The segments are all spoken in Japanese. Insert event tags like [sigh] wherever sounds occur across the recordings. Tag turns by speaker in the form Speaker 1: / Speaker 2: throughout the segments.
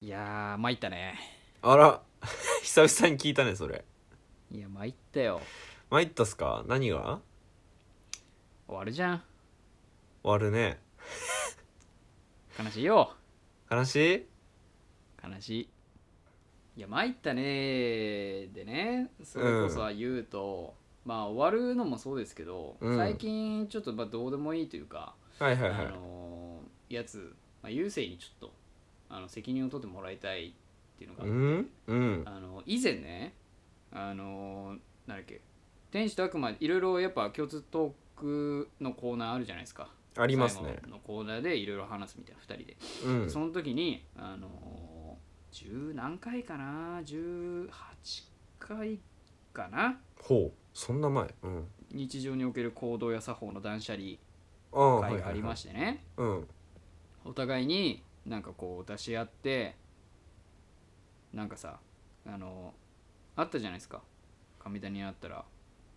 Speaker 1: やー参ったね
Speaker 2: あら [laughs] 久々に聞いたねそれ
Speaker 1: いや参ったよ
Speaker 2: 参ったっすか何が
Speaker 1: 終わるじゃん
Speaker 2: 終わるね
Speaker 1: 悲しいよ
Speaker 2: 悲しい
Speaker 1: 悲しいいや参ったねーでねそれこそは言うと、まあ終わるのもそうですけど、
Speaker 2: うん
Speaker 1: 最近ちょっとまあどうでもいいというか、
Speaker 2: はいはいは
Speaker 1: あ
Speaker 2: い
Speaker 1: のーやつ、まあ、郵政にちょっとあの責任を取ってもらいたいっていうのが、
Speaker 2: うんうん
Speaker 1: あの以前ねあのなんだっけ天使と悪魔いろいろやっぱ共通トークのコーナーあるじゃないですか
Speaker 2: ありますね
Speaker 1: 最後のコーナーでいろいろ話すみたいな2人で、
Speaker 2: うん
Speaker 1: その時にあの十何回かな18回かな
Speaker 2: ほうそんな前うん
Speaker 1: 日常における行動や作法の断捨離
Speaker 2: ああは
Speaker 1: 会
Speaker 2: いはい
Speaker 1: がありましてね、
Speaker 2: うん
Speaker 1: お互いになんかこう出し合ってなんかさあのあったじゃないですか神谷になったら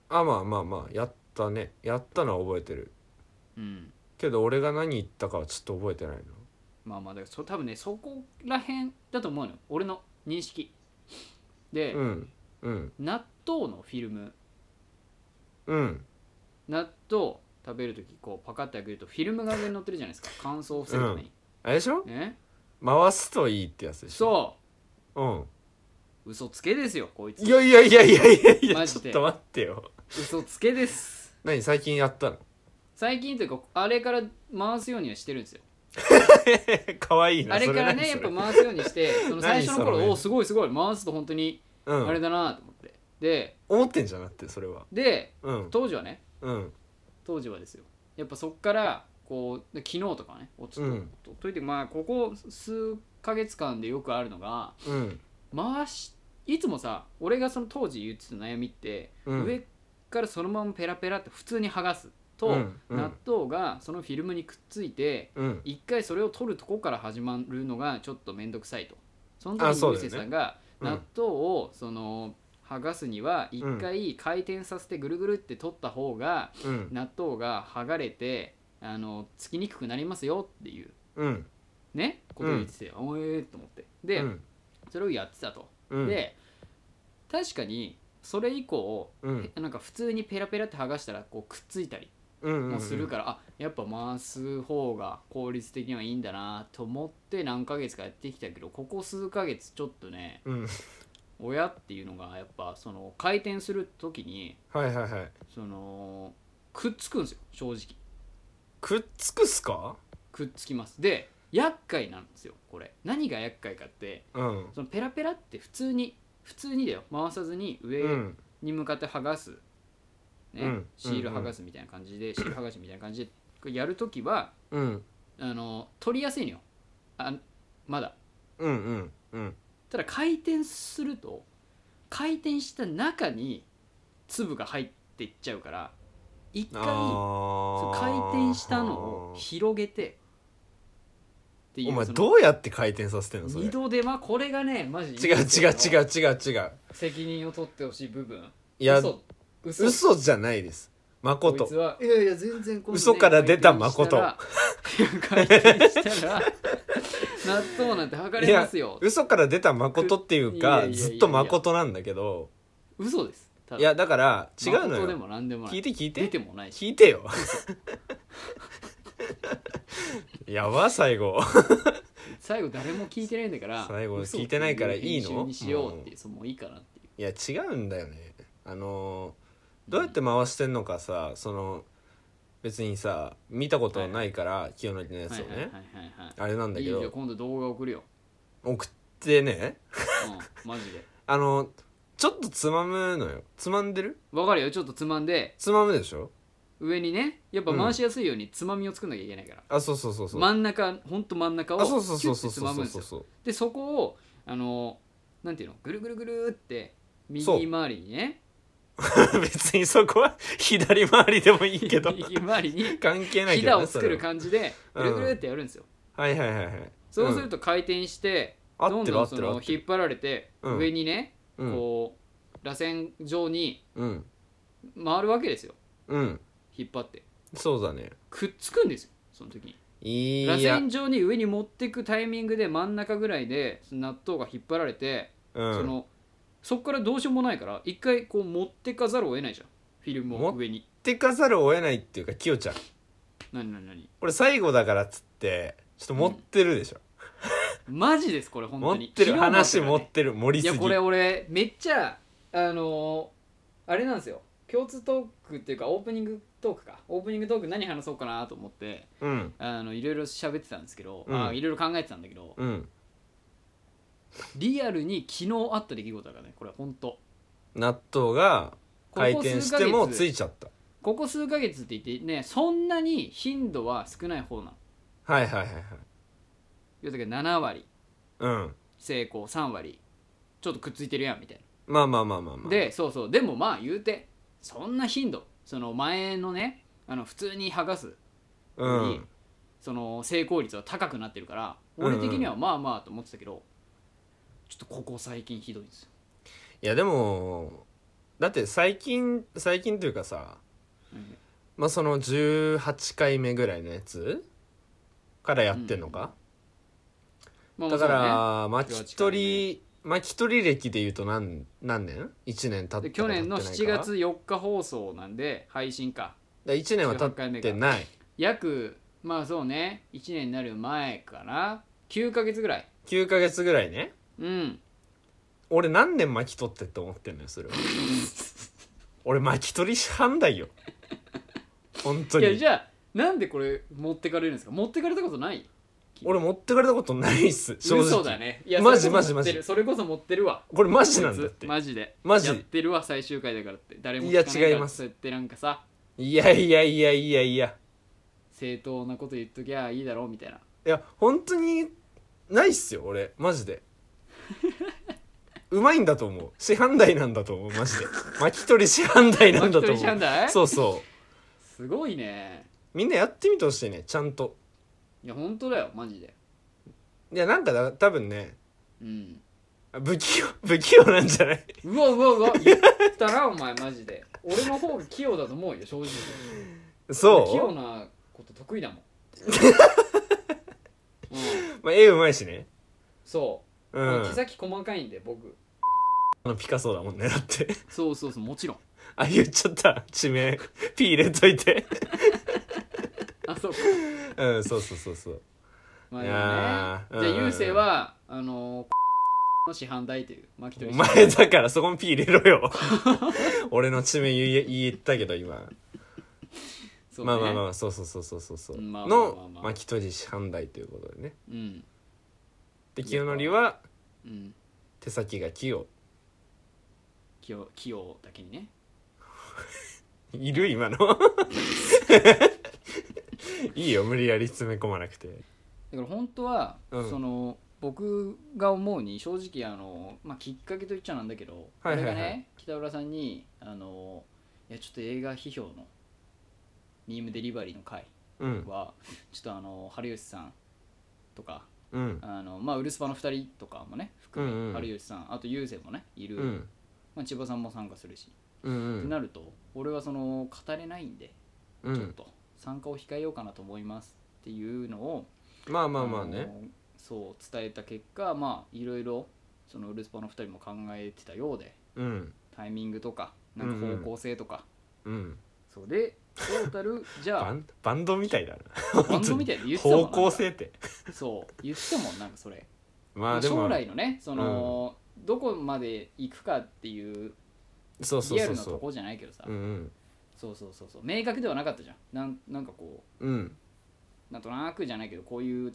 Speaker 2: あまあまあまあやったねやったのは覚えてる
Speaker 1: うん
Speaker 2: けど俺が何言ったかはちょっと覚えてないの
Speaker 1: まあまあだからそ多分ねそこら辺だと思うのよ俺の認識で、
Speaker 2: うんうん
Speaker 1: 納豆のフィルム
Speaker 2: うん
Speaker 1: 納豆食べる時こうパカッて開けるとフィルムが上に乗ってるじゃないですか乾燥を防ぐために、
Speaker 2: あれでしょ
Speaker 1: ね
Speaker 2: 回すといいってやつでしょ
Speaker 1: そう
Speaker 2: うん
Speaker 1: う嘘つけですよこいつ
Speaker 2: いやいやいやいやいやいや
Speaker 1: マ
Speaker 2: ち
Speaker 1: ジ
Speaker 2: ょっ
Speaker 1: で
Speaker 2: と待ってよ
Speaker 1: 嘘つけです
Speaker 2: 何最近やったの [laughs]
Speaker 1: 最近というかあれから回すようにはしてるんですよ
Speaker 2: かわいいな
Speaker 1: あれからねや
Speaker 2: そ
Speaker 1: っ
Speaker 2: 何
Speaker 1: ぱ回すようにしてその最
Speaker 2: [laughs]
Speaker 1: 初
Speaker 2: 何
Speaker 1: の
Speaker 2: そ
Speaker 1: 頃
Speaker 2: れ
Speaker 1: おおすごいすごい回すと本当に
Speaker 2: それうん
Speaker 1: あれだなと思ってで
Speaker 2: 思ってんじゃなくてそれは
Speaker 1: で
Speaker 2: うん
Speaker 1: 当時はね
Speaker 2: うん
Speaker 1: 当時はですよやっぱそっからこうで昨日とかねおちょっ
Speaker 2: うん
Speaker 1: と,、といてまあここ数ヶ月間でよくあるのが
Speaker 2: うん
Speaker 1: 回しいつもさ俺がその当時言ってた悩みって、
Speaker 2: うん
Speaker 1: 上からそのままペラペラって普通に剥がすと、
Speaker 2: うんうん
Speaker 1: 納豆がそのフィルムにくっついて
Speaker 2: うん
Speaker 1: 一回それを取るとこから始まるのがちょっと面倒くさいとその
Speaker 2: あ
Speaker 1: 時
Speaker 2: そ
Speaker 1: に
Speaker 2: う
Speaker 1: ル
Speaker 2: だよ
Speaker 1: セ
Speaker 2: ね
Speaker 1: さんが
Speaker 2: うん
Speaker 1: 納豆をその剥がすには一回回転させてぐるぐるって取った方が
Speaker 2: うん
Speaker 1: 納豆が剥がれてあのつきにくくなりますよっていう
Speaker 2: うん
Speaker 1: ねことを言ってて、おえーっと思ってで、
Speaker 2: うん
Speaker 1: それをやってたと、
Speaker 2: うん
Speaker 1: で確かにそれ以降、
Speaker 2: うん
Speaker 1: なんか普通にペラペラって剥がしたらこうくっついたり
Speaker 2: うんうん
Speaker 1: もするから、あやっぱ回す方が効率的にはいいんだなと思って何ヶ月かやってきたけどここ数ヶ月ちょっとね
Speaker 2: うん
Speaker 1: 親っていうのがやっぱその回転する時に
Speaker 2: はいはいはい
Speaker 1: そのくっつくんですよ正直
Speaker 2: くっつくっすか
Speaker 1: くっつきますで厄介なんですよこれ何が厄介かって
Speaker 2: うん
Speaker 1: そのペラペラって普通に普通にだよ回さずに上
Speaker 2: うん
Speaker 1: に向かって剥がす、ね
Speaker 2: うん
Speaker 1: シール剥がすみたいな感じで、シール剥がしみたいな感じでこれやるときは
Speaker 2: うん
Speaker 1: あの取りやすいのよあまだ
Speaker 2: うんうんうん
Speaker 1: ただ回転すると回転した中に粒が入っていっちゃうから一回そ
Speaker 2: あ
Speaker 1: う
Speaker 2: ー
Speaker 1: 回転したのを広げてってい
Speaker 2: お前
Speaker 1: その
Speaker 2: どうやって回転させてんのそれ
Speaker 1: 二度手間これがねマジ
Speaker 2: 違う違う違う違う違う
Speaker 1: 責任を取ってほしい部分
Speaker 2: いや
Speaker 1: 嘘嘘
Speaker 2: 嘘じゃないですまこ
Speaker 1: こいつ
Speaker 2: と
Speaker 1: はいやいや全然こんなね
Speaker 2: 嘘から出た誠
Speaker 1: 回転したら [laughs] 納豆なんて剥がれますよ
Speaker 2: 嘘から出たまことっていう
Speaker 1: いやい
Speaker 2: か
Speaker 1: やいやいや
Speaker 2: ずっとまことなんだけど
Speaker 1: 嘘ですただ
Speaker 2: いやだから違うの
Speaker 1: 誠で
Speaker 2: よ
Speaker 1: も何でもない
Speaker 2: 聞いて聞いて
Speaker 1: 出てもないし
Speaker 2: 聞いてよ [laughs] やば最後
Speaker 1: 最後誰も聞いてないんだから
Speaker 2: 最後
Speaker 1: 嘘
Speaker 2: 聞いてないからいいの
Speaker 1: ってう編集にしようっていうそうもういいかなっていう
Speaker 2: いや違うんだよねあのーどうやって回してんのかさその別にさ見たことはないから清成のや
Speaker 1: は
Speaker 2: つ
Speaker 1: い
Speaker 2: を
Speaker 1: はいはい
Speaker 2: ね
Speaker 1: はいはい
Speaker 2: あれなんだ
Speaker 1: いい
Speaker 2: け
Speaker 1: よ
Speaker 2: ど
Speaker 1: 今度動画送るよ
Speaker 2: 送ってね
Speaker 1: うんマジで
Speaker 2: あのちょっとつまむのよつまんでる
Speaker 1: わかるよちょっとつまんで
Speaker 2: つまむでしょ
Speaker 1: 上にねやっぱ回しやすいようにつまみを作んなきゃいけないから
Speaker 2: あそうそうそうそう、
Speaker 1: 真ん中ほんと真ん中をキ
Speaker 2: あ
Speaker 1: ュ
Speaker 2: そうそうそう
Speaker 1: ッ
Speaker 2: そ
Speaker 1: て
Speaker 2: う
Speaker 1: つ
Speaker 2: そ
Speaker 1: ま
Speaker 2: う
Speaker 1: む
Speaker 2: そ
Speaker 1: ん
Speaker 2: う
Speaker 1: です
Speaker 2: そう
Speaker 1: よでそこをあのなんていうのぐるぐるぐるって右
Speaker 2: そう
Speaker 1: 回りにね
Speaker 2: [laughs] 別にそこは左回りでもいい
Speaker 1: [laughs]
Speaker 2: けど
Speaker 1: 右回りに
Speaker 2: 関係ない
Speaker 1: ひ
Speaker 2: け
Speaker 1: だ
Speaker 2: どね
Speaker 1: を作る
Speaker 2: それは
Speaker 1: 感じで
Speaker 2: う
Speaker 1: ぐ
Speaker 2: ん
Speaker 1: るぐるってやるんですよ
Speaker 2: はいはいはいはい
Speaker 1: そうすると回転して
Speaker 2: 合
Speaker 1: ど
Speaker 2: っ
Speaker 1: ん
Speaker 2: てる
Speaker 1: ど
Speaker 2: 合
Speaker 1: ん
Speaker 2: っ
Speaker 1: そ
Speaker 2: てる合
Speaker 1: の
Speaker 2: って
Speaker 1: 引っ
Speaker 2: る
Speaker 1: 張られて
Speaker 2: うん
Speaker 1: 上にね
Speaker 2: うん
Speaker 1: こう螺旋状に
Speaker 2: うん
Speaker 1: 回るわけですよ
Speaker 2: うん
Speaker 1: 引っ張って
Speaker 2: そうだね
Speaker 1: くっつくんですよその時に
Speaker 2: いい
Speaker 1: 螺
Speaker 2: や
Speaker 1: 旋状に上に持ってくタイミングで真ん中ぐらいで納豆が引っ張られて、
Speaker 2: うん
Speaker 1: そのそこからどうしようもないから一回こう持ってかざるを得ないじゃんフィルムを上に
Speaker 2: 持ってかざるを得ないっていうかきよちゃん
Speaker 1: 何何何
Speaker 2: 俺最後だからっつってちょっと持ってるでしょ、
Speaker 1: マジですこれ本
Speaker 2: 持
Speaker 1: 当
Speaker 2: っ
Speaker 1: に
Speaker 2: てる
Speaker 1: 昨日もあったか
Speaker 2: 話
Speaker 1: らね
Speaker 2: 持ってる盛り
Speaker 1: い
Speaker 2: す
Speaker 1: や
Speaker 2: ぎ
Speaker 1: これ俺めっちゃあのーあれなんですよ共通トークっていうかオープニングトークかオープニングトーク何話そうかなと思って
Speaker 2: うん
Speaker 1: あのいろいろ喋ってたんですけど、
Speaker 2: うん
Speaker 1: あいろいろ考えてたんだけど
Speaker 2: うん
Speaker 1: リアルに昨日あった出来事だからねこれ本当
Speaker 2: 納豆が回転して
Speaker 1: ここ数ヶ
Speaker 2: も
Speaker 1: 月
Speaker 2: ついちゃった
Speaker 1: ここ数ヶ月って言ってねそんなに頻度は少ない方なの
Speaker 2: はいはいはいはい
Speaker 1: 要するに7割
Speaker 2: うん
Speaker 1: 成功3割ちょっとくっついてるやんみたい
Speaker 2: まあまあまあまあま
Speaker 1: な
Speaker 2: あ
Speaker 1: でそうそうでもまあ言うてそんな頻度その前のねあの普通に剥がす
Speaker 2: うん
Speaker 1: その成功率は高くなってるから
Speaker 2: うんうん
Speaker 1: 俺的にはまあまあと思ってたけど、ちょっとここ最近ひどいんですよ
Speaker 2: いやでもだって最近最近というかさ、
Speaker 1: うん
Speaker 2: まあその18回目ぐらいのやつからやってんのか、
Speaker 1: まあま
Speaker 2: だ
Speaker 1: あ
Speaker 2: から、巻き
Speaker 1: 18回
Speaker 2: 取り巻き取り歴でいうと何何年 ?1 年経
Speaker 1: そう
Speaker 2: っ
Speaker 1: ねで
Speaker 2: た
Speaker 1: 去年の7
Speaker 2: 7
Speaker 1: 月4日放送なんで配信か
Speaker 2: 1年は経
Speaker 1: 18回目
Speaker 2: っ
Speaker 1: か
Speaker 2: てない
Speaker 1: 約まあそうね1年になる前かな9ヶ月ぐらい
Speaker 2: 9ヶ月ぐらいね
Speaker 1: うん
Speaker 2: 俺何年巻き取ってって思ってんの
Speaker 1: [laughs]
Speaker 2: よそれは俺巻き取り師範だよ本当
Speaker 1: いや
Speaker 2: に
Speaker 1: じゃあなんでこれ持ってかれるんですか持ってかれたことない
Speaker 2: 俺持ってかれたことないっす正直
Speaker 1: 嘘だねいや
Speaker 2: マジ
Speaker 1: それこそ持ってる
Speaker 2: マジマジ
Speaker 1: それこそ持ってるわ
Speaker 2: これマジなんだって
Speaker 1: マジで
Speaker 2: マジ
Speaker 1: やってるわ最終回だからって誰も
Speaker 2: いや
Speaker 1: 聞かないから
Speaker 2: 違います
Speaker 1: そうやってなんかさ
Speaker 2: いやいやいやいやいや
Speaker 1: 正当なこと言っときゃいいだろうみたいない
Speaker 2: や本当にないっすよ俺マジでうまいんだと思う師範代なんだと思うマジで巻き取り師範代 [laughs] なん
Speaker 1: 巻
Speaker 2: だと
Speaker 1: き取り師範
Speaker 2: 思
Speaker 1: 代
Speaker 2: うそうそう
Speaker 1: すごいね
Speaker 2: みんなやってみてほしいねちゃんと
Speaker 1: いや本当だよマジで
Speaker 2: いやなんかだ多分ね
Speaker 1: うん
Speaker 2: 不器用不器用なんじゃないう
Speaker 1: わうわう
Speaker 2: [laughs]
Speaker 1: わ言ったなお前マジで俺の方が器用だと思うよ正直俺器用
Speaker 2: そ
Speaker 1: なこと得意
Speaker 2: [laughs]
Speaker 1: だもん、うん、
Speaker 2: う、まあ、絵うまいしね
Speaker 1: そうう、
Speaker 2: ん
Speaker 1: 手先細かいんで僕
Speaker 2: あのピカソだもんねだって
Speaker 1: そうそうそうもちろん
Speaker 2: あ言っちゃった地名 P 入れといて
Speaker 1: あそうか
Speaker 2: うんそうそうそうそう
Speaker 1: ま
Speaker 2: いや
Speaker 1: あで
Speaker 2: ー
Speaker 1: もねじゃあ
Speaker 2: うんうんうん
Speaker 1: 優勢はあのーの師範代という巻き取
Speaker 2: お
Speaker 1: り師範
Speaker 2: 前だからそこに P 入れろ
Speaker 1: [laughs]
Speaker 2: よ俺の地名言え言ったけど今
Speaker 1: そうね
Speaker 2: まあまあまあそうそうそうそうそうそう、
Speaker 1: うんまあまあまあまあ
Speaker 2: の巻き取り師範代ということでね
Speaker 1: うん
Speaker 2: で清則は
Speaker 1: うん
Speaker 2: 手先が器用
Speaker 1: 器用器用だけにね
Speaker 2: いる
Speaker 1: [laughs]
Speaker 2: 今のいいよ無理やり詰め込まなくて
Speaker 1: だから本当は、
Speaker 2: うん
Speaker 1: その僕が思うに正直あの、まあ、きっかけと言っちゃなんだけど、
Speaker 2: はいはいは
Speaker 1: 俺が
Speaker 2: い
Speaker 1: ね北浦さんにあのいやちょっと映画批評のミームデリバリーの回
Speaker 2: うん
Speaker 1: はちょっとあの春吉さんとか
Speaker 2: うん
Speaker 1: あの、まあ、ウルスパの2人とかもね含
Speaker 2: うんうん
Speaker 1: め春吉さんあと雄星もねいる、
Speaker 2: うん
Speaker 1: まあ、千葉さんも参加するし、
Speaker 2: うんう
Speaker 1: って
Speaker 2: ん
Speaker 1: なると俺はその語れないんで
Speaker 2: う
Speaker 1: ちょっ
Speaker 2: ん
Speaker 1: と参加を控えようかなと思いますっていうのを
Speaker 2: まあまあまあね
Speaker 1: のそう伝えた結果まあいろいろそのウルスポの2人も考えてたようで
Speaker 2: うん
Speaker 1: タイミングとかなんか方向性とか、
Speaker 2: うん
Speaker 1: そうでトータ
Speaker 2: [laughs]
Speaker 1: ルじ
Speaker 2: バ
Speaker 1: ゃ
Speaker 2: ンバンドみたいだ
Speaker 1: あ
Speaker 2: 当
Speaker 1: バ
Speaker 2: に
Speaker 1: ンドみたいで言
Speaker 2: な
Speaker 1: ってたもん
Speaker 2: 方向性って
Speaker 1: なんかそう言ってたもんなんかそれ、
Speaker 2: ま
Speaker 1: ま
Speaker 2: [laughs] あ
Speaker 1: あ
Speaker 2: でも
Speaker 1: 将来のねその、どこまで行くかっていう
Speaker 2: そうそう
Speaker 1: リア
Speaker 2: そ
Speaker 1: ル
Speaker 2: う
Speaker 1: なと
Speaker 2: そ
Speaker 1: こじゃないけどさ
Speaker 2: ううん
Speaker 1: そうそうそうそう明確ではなかったじゃんなんなんかこ
Speaker 2: うんうん
Speaker 1: うなんとなくじゃないけどこういう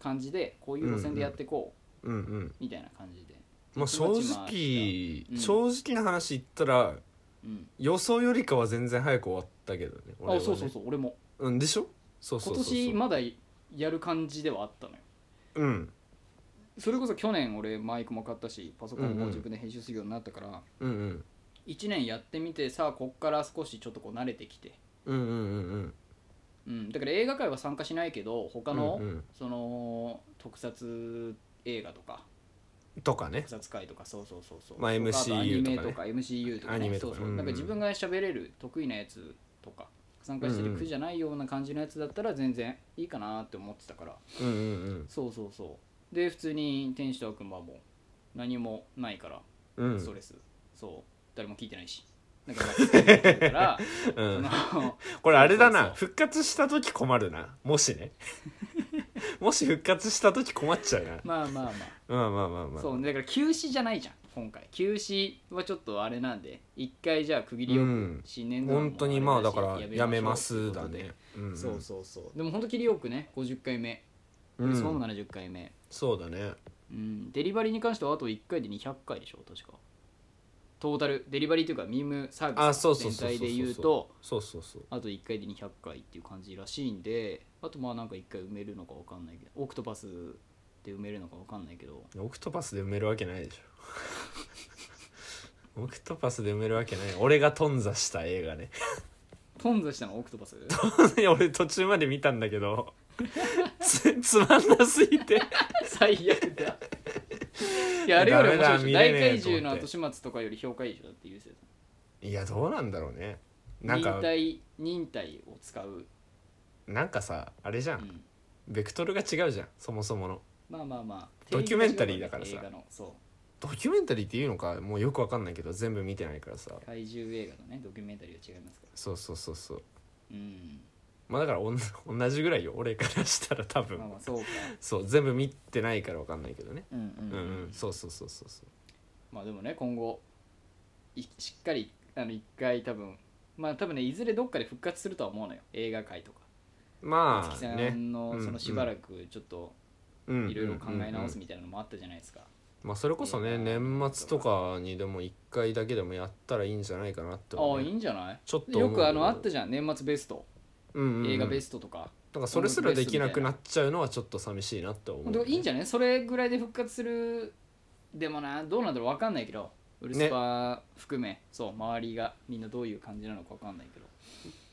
Speaker 1: 感じでこういう路線でやっていこ
Speaker 2: うんうん
Speaker 1: うみたいな感じで、
Speaker 2: まあ正
Speaker 1: まちまち
Speaker 2: 直
Speaker 1: うん
Speaker 2: 正直な話言ったら
Speaker 1: うん
Speaker 2: 予想よりかは全然早く終わったけどね俺は
Speaker 1: あ
Speaker 2: ね
Speaker 1: そうそうそう俺も
Speaker 2: うんでしょそうそう
Speaker 1: 今
Speaker 2: そうそう
Speaker 1: 年まだやる感じではあったのよ
Speaker 2: うん
Speaker 1: それこそ去年俺マイクも買ったしパソコン
Speaker 2: うんう
Speaker 1: も
Speaker 2: ん
Speaker 1: 自分で編集するようになったから、
Speaker 2: うんうん
Speaker 1: 1年やってみてさあこっから少しちょっとこう慣れてきて、
Speaker 2: うんうんうんうん
Speaker 1: うん、だから映画界は参加しないけど他の、
Speaker 2: うんうん
Speaker 1: その特撮映画とか
Speaker 2: とかね
Speaker 1: 特撮界とかそうそうそうそう、
Speaker 2: まあ
Speaker 1: とか
Speaker 2: MCU
Speaker 1: アニメ
Speaker 2: と
Speaker 1: と
Speaker 2: か
Speaker 1: か MCU とか,、ね、
Speaker 2: アニメとか
Speaker 1: そうそう
Speaker 2: うんうん
Speaker 1: なんか自分が喋れる得意なやつとか参加して
Speaker 2: うん
Speaker 1: る
Speaker 2: うん
Speaker 1: 苦じゃないような感じのやつだったら全然いいかなって思ってたから
Speaker 2: うんうん
Speaker 1: そうそうそうで普通に天使と悪魔も何もないから
Speaker 2: うんうん
Speaker 1: ストレス、そう誰も聞いてないしなんか楽しそうにやってるから
Speaker 2: [laughs] う
Speaker 1: そ
Speaker 2: ん
Speaker 1: の
Speaker 2: これあれだ
Speaker 1: そう
Speaker 2: な
Speaker 1: そう
Speaker 2: 復活した時困るなもし
Speaker 1: [laughs]
Speaker 2: ねもし復活した時困っちゃうな
Speaker 1: まあまあまあ
Speaker 2: まあまあまあまあ
Speaker 1: そうねだから休止じゃないじゃん今回休止はちょっとあれなんで一回じゃあ区切りよ
Speaker 2: う
Speaker 1: く
Speaker 2: ん
Speaker 1: 新年度のも
Speaker 2: 本当にまあだから
Speaker 1: れし
Speaker 2: やめま
Speaker 1: しょう
Speaker 2: す
Speaker 1: ってこ
Speaker 2: だ
Speaker 1: とで
Speaker 2: ね、うん
Speaker 1: そうそうそうでも本当切りよくね50回目
Speaker 2: うん、
Speaker 1: そうも70回目
Speaker 2: そうだね
Speaker 1: うんデリバリーに関してはあと1回で200回でしょ確かトータルデリバリーというかミームサー
Speaker 2: あ
Speaker 1: ビ
Speaker 2: そう
Speaker 1: ス
Speaker 2: そう
Speaker 1: 全
Speaker 2: そうそう
Speaker 1: 体で言う
Speaker 2: そ
Speaker 1: と
Speaker 2: そうそうそう
Speaker 1: あと1回で200回っていう感じらしいんであとまあなんか1回埋めるのか分かんないけどオクトパスで埋めるのか分かんないけど
Speaker 2: オクトパスで埋めるわけないでしょ [laughs] オクトパスで埋めるわけない俺が頓挫した映画ね [laughs]
Speaker 1: 頓挫したのオクトパス
Speaker 2: 俺途中まで見たんだけど [laughs] つつまんなすぎて
Speaker 1: 最悪
Speaker 2: [laughs]
Speaker 1: だいやあれより面白いでしょ
Speaker 2: ダメだ見れ
Speaker 1: 大
Speaker 2: ねえ
Speaker 1: 怪
Speaker 2: と思って
Speaker 1: 獣の後始末とかより評価以上だって言うせ
Speaker 2: いやどうなんだろうねなん
Speaker 1: 忍
Speaker 2: か
Speaker 1: 耐忍耐を使う、
Speaker 2: なんかさあれじゃ
Speaker 1: うんん
Speaker 2: ベクトルが違うじゃんそもそもの
Speaker 1: まあまあまあ
Speaker 2: ドキュメンタリーだからさ
Speaker 1: 映画のそう
Speaker 2: ドキュメンタリーっていうのかもうよくわかんないけど全部見てないからさ
Speaker 1: 怪獣映画のねドキュメンタリーは違いますから
Speaker 2: そうそうそうそう
Speaker 1: うん
Speaker 2: まあだからおん同じぐらいよ俺からしたら多分
Speaker 1: まあまあそうか
Speaker 2: そう全部見てないからわかんないけどね
Speaker 1: うんうん、
Speaker 2: うんうんそうそうそうそうそう
Speaker 1: まあでもね今後いしっかりあの一回多分まあ多分ねいずれどっかで復活するとは思うのよ映画界とか
Speaker 2: ま
Speaker 1: 夏木
Speaker 2: あ
Speaker 1: さ
Speaker 2: ね
Speaker 1: んの
Speaker 2: うん
Speaker 1: そのしばらくちょっと
Speaker 2: うん
Speaker 1: いろいろ考え直す
Speaker 2: うんうん
Speaker 1: みたいなのもあったじゃないですか
Speaker 2: うんまあそれこそね年末とかにでも1回だけでもやったらいいんじゃないかなって
Speaker 1: あ
Speaker 2: 思
Speaker 1: あ
Speaker 2: う
Speaker 1: い
Speaker 2: ね
Speaker 1: いんじゃない
Speaker 2: ちょっと
Speaker 1: よくあのあった
Speaker 2: じ
Speaker 1: じゃん年末ベスト
Speaker 2: ゃん
Speaker 1: 映画ベ
Speaker 2: ス
Speaker 1: ストとか、
Speaker 2: だからそれすらできなくなっちゃうのはちょっと寂しいなって思うね
Speaker 1: でもいいんじゃないそれぐらいで復活するでもなどうなんだろう分かんないけどウルスパ含め、そう周りがみんなどういう感じなのか分かんないけど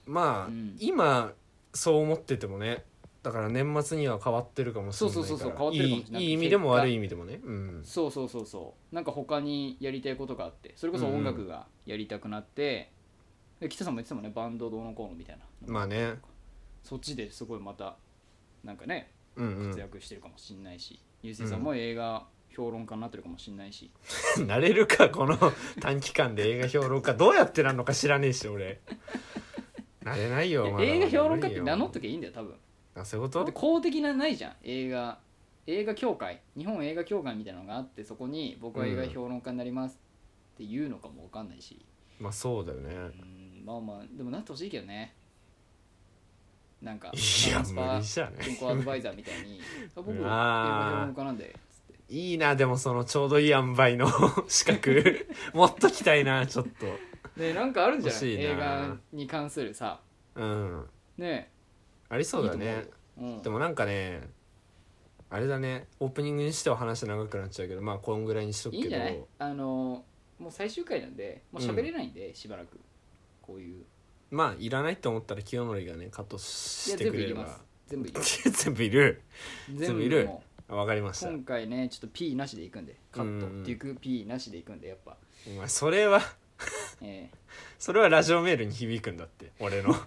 Speaker 2: まあ、
Speaker 1: うん
Speaker 2: 今そう思っててもねだから年末には変わってるかもしれないから
Speaker 1: そうそうそうそう変わってるかもしれない
Speaker 2: いいい意味でも悪い意味でもねうん
Speaker 1: そうそうそうそうなんか他にやりたいことがあってそれこそ音楽がやりたくなって、で北さんも言ってたもんねバンドどうのこうのみたいな、
Speaker 2: まあね
Speaker 1: そっちですごいまたなんかね
Speaker 2: うん
Speaker 1: 活躍してるかもしんないし、ゆうせいさんも映画評論家になってるかもしんないし、
Speaker 2: うんなれるかこの [laughs] 短期間で映画評論家どうやってなんのか知らねえし俺なれないよ
Speaker 1: いや
Speaker 2: まだ
Speaker 1: 映画評論家って
Speaker 2: な
Speaker 1: 名
Speaker 2: れな
Speaker 1: 乗
Speaker 2: い
Speaker 1: っ
Speaker 2: よ
Speaker 1: ときゃいいんだよ多分
Speaker 2: あそういうこ
Speaker 1: だっ
Speaker 2: と
Speaker 1: て公的なないじゃん映画映画協会日本映画協会みたいなのがあってそこに僕は映画評論家になりますって言うのかも分かんないし、
Speaker 2: まあそうだよね
Speaker 1: うんまあまあでもなってほしいけどねなんか
Speaker 2: いや
Speaker 1: ナンス
Speaker 2: 無
Speaker 1: パ
Speaker 2: 理じゃね
Speaker 1: 健康アドバイザーみたいにあ僕は映
Speaker 2: う
Speaker 1: 画
Speaker 2: わー
Speaker 1: 評論家なんでつって
Speaker 2: いいなでもそのちょうどいい塩梅の [laughs]
Speaker 1: [laughs]
Speaker 2: 資格持っときたいなちょっ
Speaker 1: ねなんかあるんじゃない
Speaker 2: 欲しいな
Speaker 1: 映画に関するさ
Speaker 2: とうん
Speaker 1: ね
Speaker 2: ありそうだ
Speaker 1: い
Speaker 2: ね
Speaker 1: いと思ううん
Speaker 2: でもなんかねあれだねオープニングにしては話長くなっちゃうけどまあこんぐらいにしとく
Speaker 1: いい
Speaker 2: け
Speaker 1: んじ
Speaker 2: ど
Speaker 1: ゃないあのもう最終回なんでもう喋れないんで、しばらくこういう
Speaker 2: まあいらないと思ったら清則がねカット
Speaker 1: いや
Speaker 2: して
Speaker 1: 全
Speaker 2: く
Speaker 1: 部い
Speaker 2: れ
Speaker 1: り
Speaker 2: れ
Speaker 1: ます
Speaker 2: ば
Speaker 1: 全部いる
Speaker 2: [laughs] 全部いる
Speaker 1: 全部
Speaker 2: 部
Speaker 1: い
Speaker 2: い
Speaker 1: る
Speaker 2: るあわかりました
Speaker 1: 今回ねちょっと P なしでいくんでカット
Speaker 2: うん
Speaker 1: デュク P なしでいくんでやっぱ、
Speaker 2: お前それは
Speaker 1: ええ
Speaker 2: それはラジオメールに響くんだって
Speaker 1: [laughs]
Speaker 2: 俺の
Speaker 1: ま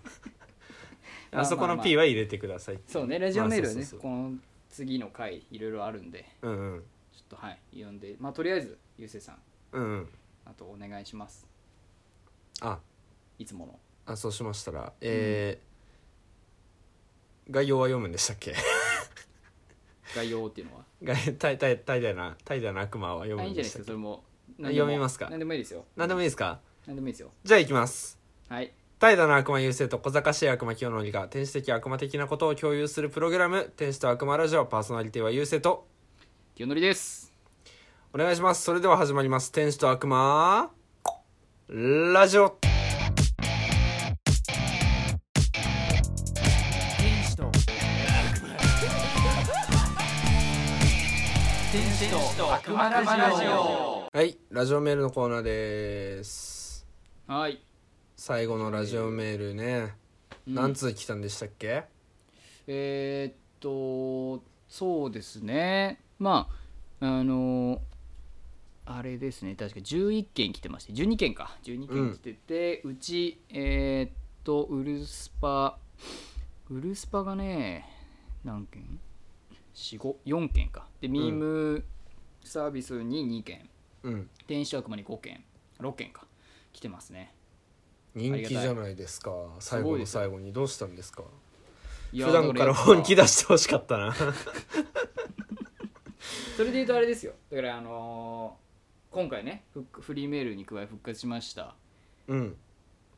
Speaker 1: あ
Speaker 2: あそこの P は入れてくださいって
Speaker 1: そうねラジオメールはね、
Speaker 2: まあそうそう
Speaker 1: この次の回いろいろあるんで
Speaker 2: そううんうん
Speaker 1: ちょっとはい読んでまあとりあえずゆうせいさん
Speaker 2: うんうん
Speaker 1: あとお願いします
Speaker 2: あ
Speaker 1: いつもの
Speaker 2: あそうしましたらえー概要は読むんでしたっけ [laughs]
Speaker 1: 概要っていうのは
Speaker 2: 概大大大だな大だな悪魔は読
Speaker 1: あい
Speaker 2: む
Speaker 1: いんじ
Speaker 2: ん
Speaker 1: ゃないで
Speaker 2: でし
Speaker 1: す
Speaker 2: たっ
Speaker 1: か
Speaker 2: け
Speaker 1: それも
Speaker 2: 読みますか
Speaker 1: 何でもいいですよ
Speaker 2: 何でもいいですか
Speaker 1: 何でもいいですよ
Speaker 2: じゃあ行きます。
Speaker 1: はい
Speaker 2: 怠惰な悪魔優勢と小賢しい悪魔清則が天使的悪魔的なことを共有するプログラム、天使と悪魔ラジオパーソナリティは優勢と、
Speaker 1: 清則です
Speaker 2: お願いします。それでは始まります。天使と悪魔、ラジオ。
Speaker 3: 天使と悪魔天使と悪魔ラジオ
Speaker 2: はい、ラジオメールのコーナーです。
Speaker 1: はい
Speaker 2: 最後のラジオメールね、
Speaker 1: うん
Speaker 2: 何通来たんでしたっけ
Speaker 1: えーっとそうですねまああのあれですね確か11件来てまして12件か12件来てて、うちえーっとウルスパウルスパがね何件 ?4 件かでミームサービスに2件
Speaker 2: うん
Speaker 1: 電子悪魔に5件6件か来てますね
Speaker 2: 人気じゃないですか最
Speaker 1: すご
Speaker 2: 後
Speaker 1: いで
Speaker 2: の
Speaker 1: すよ
Speaker 2: 最後にどうしたんですか
Speaker 1: いや
Speaker 2: 普段から
Speaker 1: だらやっぱ
Speaker 2: 本気出してほしかったな
Speaker 1: それで言うとあれですよだからあのー今回ねフックフリーメールに加え復活しました
Speaker 2: うん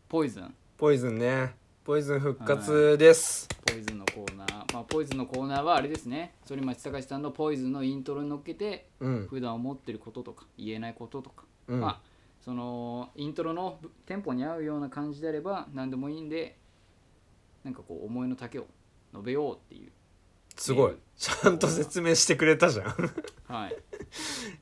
Speaker 1: ポイズン
Speaker 2: ポイズンねポイズン復活です
Speaker 1: ポイズンのコーナー、まあ、ポイズンのコーナーはあれですね反町隆史さんのポイズンのイントロに乗っけて
Speaker 2: うん
Speaker 1: 普段思ってることとか言えないこととか、
Speaker 2: うん
Speaker 1: まあそのイントロのテンポに合うような感じであれば何でもいいんでなんかこう思いの丈を述べようっていう
Speaker 2: すごいちゃんと説明してくれたじゃん [laughs] 確か
Speaker 1: はいやっ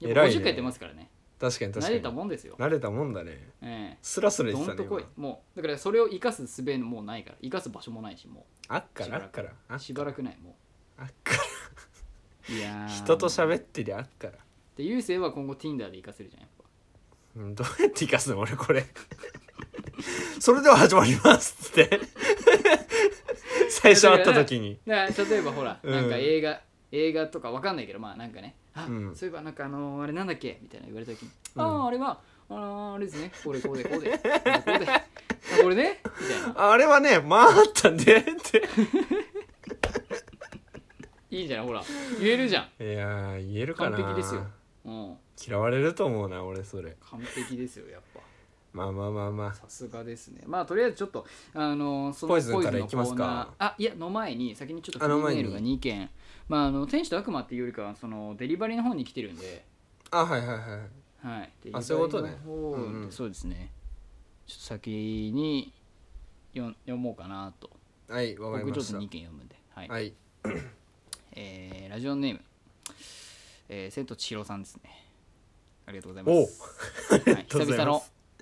Speaker 1: ぱ
Speaker 2: 偉い
Speaker 1: 50
Speaker 2: ね
Speaker 1: 回やってますからね
Speaker 2: に確かに
Speaker 1: 慣れたもんですよ、
Speaker 2: 慣れたもんだね
Speaker 1: え
Speaker 2: スラス
Speaker 1: え
Speaker 2: ラ言っ
Speaker 1: ど
Speaker 2: て
Speaker 1: ん
Speaker 2: た
Speaker 1: と
Speaker 2: ね
Speaker 1: こいもうだからそれを生かす術もうないから生かす場所もないしも
Speaker 2: 今あっからあっからあ
Speaker 1: うしばらくないも
Speaker 2: あっから
Speaker 1: ういやー
Speaker 2: 人と喋ってりゃあっから
Speaker 1: で優勢は今後 Tinder で生かせるじゃんやっぱ
Speaker 2: うんどうやって生かすの [laughs] 俺これそれでは始まりますっつって [laughs] 最初会った時に
Speaker 1: だから例えばほら、
Speaker 2: うん
Speaker 1: なんか映画映画とかわかんないけどまあなんかねあ、
Speaker 2: うん
Speaker 1: そういえばなんかあのーあれなんだっけみたいな言われた時に、
Speaker 2: うん
Speaker 1: あああれはあのーあれですねこれこうでこうでこれこうであこれねみたいな
Speaker 2: あれはねまああったんでって
Speaker 1: いいんじゃないほら言えるじゃん
Speaker 2: いやー言えるかな
Speaker 1: 完璧ですようん
Speaker 2: 嫌われると思うな俺それ
Speaker 1: 完璧ですよやっぱ
Speaker 2: まあまあまあまあ
Speaker 1: さすがですねまあとりあえずちょっとあのーその
Speaker 2: ポイズンから
Speaker 1: の
Speaker 2: いきますか
Speaker 1: コーナーあいやの前に先にちょっとフ
Speaker 2: あ
Speaker 1: リ
Speaker 2: の
Speaker 1: ーメ
Speaker 2: 前に
Speaker 1: ールが2件まああの天使と悪魔っていうよりかはそのデリバリーの方に来てるんで
Speaker 2: あはいはいはい
Speaker 1: はい、で
Speaker 2: あそういうことね
Speaker 1: リバイの方
Speaker 2: うんうん
Speaker 1: そうですねちょっと先に読ん読もうかなと
Speaker 2: はいわかり
Speaker 1: 僕ちょ
Speaker 2: ま
Speaker 1: っ
Speaker 2: し
Speaker 1: と
Speaker 2: た
Speaker 1: 2件読むんで、はい
Speaker 2: はい
Speaker 1: えーラジオネーム、えー、瀬戸千尋さんですねありがとうございます
Speaker 2: [laughs]
Speaker 1: はい
Speaker 2: とうご
Speaker 1: 久
Speaker 2: ざ
Speaker 1: 々
Speaker 2: いま
Speaker 1: の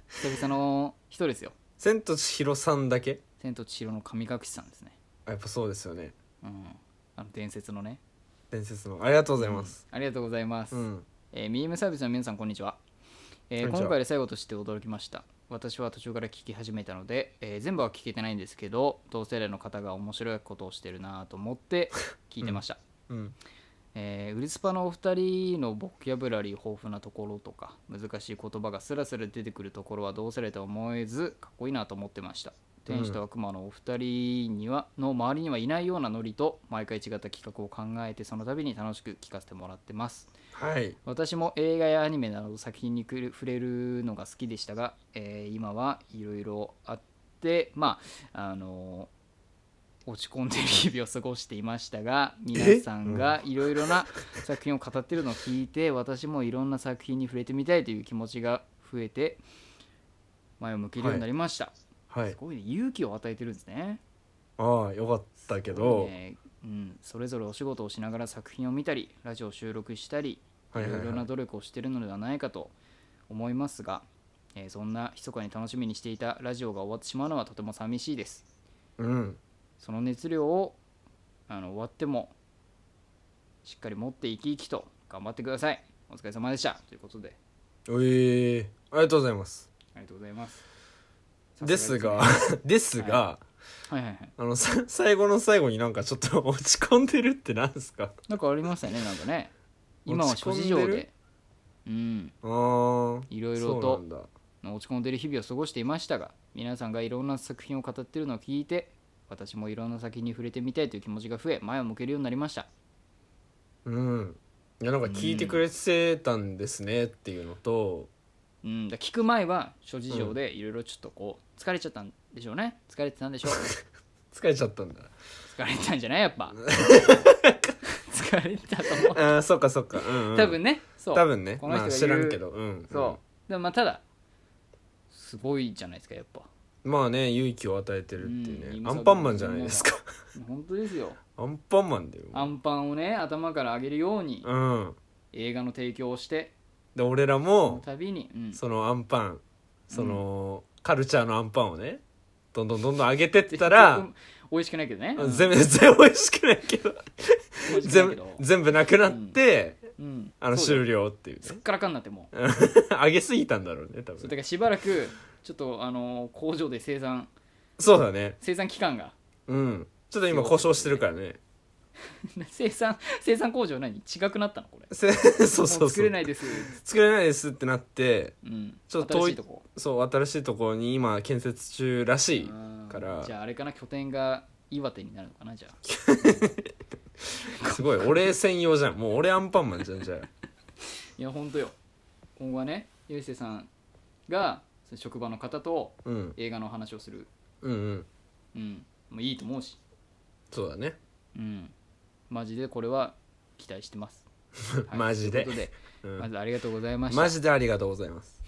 Speaker 2: す
Speaker 1: 久々の人ですよ
Speaker 2: 「千と千尋さん」だけ
Speaker 1: 千と千尋の神隠しさんですね、
Speaker 2: あやっぱそうですよね
Speaker 1: うん、あの伝説のね
Speaker 2: 伝説のありがとうございます
Speaker 1: ありがとうございます、
Speaker 2: うん
Speaker 1: えー、ミームサービスの皆さんこんにちは、えー
Speaker 2: こんにちは
Speaker 1: 今回で最後として驚きました私は途中から聞き始めたので、えー全部は聞けてないんですけど同世代の方が面白いことをしてるなと思って聞いてま
Speaker 2: [laughs]
Speaker 1: した、
Speaker 2: うん
Speaker 1: えーウルスパのお二人のボキャブラリー豊富なところとか難しい言葉がスラスラ出てくるところは同世代とは思えずかっこいいなと思ってました天使と悪魔のお二人には、の周りにはいないようなノリと毎回違った企画を考えてその度に楽しく聞かせてもらってます
Speaker 2: はい
Speaker 1: 私も映画やアニメなど作品にくる触れるのが好きでしたが、えー今はいろいろあってまああのー落ち込んでる日々を過ごしていましたが皆さんがいろいろな作品を語ってるのを聞いて私もいろんな作品に触れてみたいという気持ちが増えて前を向けるようになりました、
Speaker 2: は
Speaker 1: す
Speaker 2: い
Speaker 1: ごいね勇気を与えてるんですね
Speaker 2: ああよかったけど
Speaker 1: えーうん、それぞれお仕事をしながら作品を見たりラジオを収録したりい
Speaker 2: はいはいはい
Speaker 1: ろいろな努力をしているのではないかと思いますが、えーそんな密かに楽しみにしていたラジオが終わってしまうのはとても寂しいです
Speaker 2: うん
Speaker 1: その熱量をあの終わってもしっかり持って生き生きと頑張ってくださいお疲れ様でしたということで
Speaker 2: ええありがとうございます
Speaker 1: ありがとうございます
Speaker 2: ですが [laughs]
Speaker 1: さ
Speaker 2: で
Speaker 1: すがですね
Speaker 2: すが
Speaker 1: はいはいはい
Speaker 2: あのさ最後の最後になんかちょっと落ち込んでるってなんですか
Speaker 1: なんかありましたねなんかね
Speaker 2: 落ち
Speaker 1: 今は諸
Speaker 2: 込んでる
Speaker 1: 事情でうん
Speaker 2: あー
Speaker 1: いろい
Speaker 2: そ
Speaker 1: ろ
Speaker 2: う
Speaker 1: と
Speaker 2: なんだ
Speaker 1: 落ち込んでる日々を過ごしていましたが皆さんがいろんな作品を語ってるのを聞いて私もいろんな作品に触れてみたいという気持ちが増え前を向けるようになりました
Speaker 2: うんいやなんか聞いてくれてたんですねっていうのと、
Speaker 1: うんだ聞く前は諸事情でいろいろちょっとこう疲れちゃったんでしょうね疲れてたんでしょ
Speaker 2: [laughs]
Speaker 1: う
Speaker 2: 疲れちゃったんだ
Speaker 1: 疲れてたんじゃないやっ
Speaker 2: [laughs]
Speaker 1: ぱ疲れてたと思う
Speaker 2: ああそっかそっか、うんうん
Speaker 1: 多分ねそう
Speaker 2: 多分ね
Speaker 1: この人
Speaker 2: まあ、
Speaker 1: が
Speaker 2: 知
Speaker 1: 言う、
Speaker 2: らんけどうん
Speaker 1: そうでもまあただすごいじゃないですかやっぱ
Speaker 2: うんまあね勇気を与えてるっていうね、
Speaker 1: うん
Speaker 2: アンパンマンじゃないですか
Speaker 1: 本当ですよ
Speaker 2: アンパンマンだよ
Speaker 1: アンパンをね頭から上げるように
Speaker 2: うん
Speaker 1: 映画の提供をして
Speaker 2: で俺ら
Speaker 1: その
Speaker 2: も
Speaker 1: 度に、うん、
Speaker 2: そのアンパンその、カルチャーのアンパンをねどんどんどんどん上げてったら
Speaker 1: 結局美味しくないけどね
Speaker 2: 全部全部美味しくないけど
Speaker 1: [laughs] 美味しくないけ
Speaker 2: 全部
Speaker 1: ど
Speaker 2: 全部なくなって、
Speaker 1: うん
Speaker 2: あの
Speaker 1: そうだよ
Speaker 2: 終了っていう
Speaker 1: すっ
Speaker 2: ね
Speaker 1: からかんなってもう
Speaker 2: 上げすぎたんだろうね多
Speaker 1: そうだ
Speaker 2: 分
Speaker 1: からしばらくちょっとあの工場で生産
Speaker 2: そうだね
Speaker 1: 生産期間が [laughs]
Speaker 2: うんちょっと今故障してるからね
Speaker 1: 生産生産工場何違くなったのこれ
Speaker 2: せ [laughs] そうそうそ
Speaker 1: も
Speaker 2: う
Speaker 1: う作れないです、
Speaker 2: 作れないですってなって
Speaker 1: うん、
Speaker 2: ちょっと遠
Speaker 1: 新しい
Speaker 2: い
Speaker 1: とこ
Speaker 2: そう新しいところに今建設中らしい
Speaker 1: うん
Speaker 2: から
Speaker 1: じゃああれかな拠点が岩手になるのかなじゃあ
Speaker 2: すごい俺専用じゃんもう俺アンパンマンじゃんじゃあ
Speaker 1: いや本当よ今後はねゆうせいさんがその職場の方と
Speaker 2: うん
Speaker 1: 映画の話をする、
Speaker 2: うんうん
Speaker 1: うん、もういいと思うし、
Speaker 2: そうだね
Speaker 1: うん、マジでこれは期待してます、
Speaker 2: [laughs]
Speaker 1: はい
Speaker 2: マジで
Speaker 1: ということで、
Speaker 2: うん
Speaker 1: まずありがとうございました
Speaker 2: マジでありがとうございます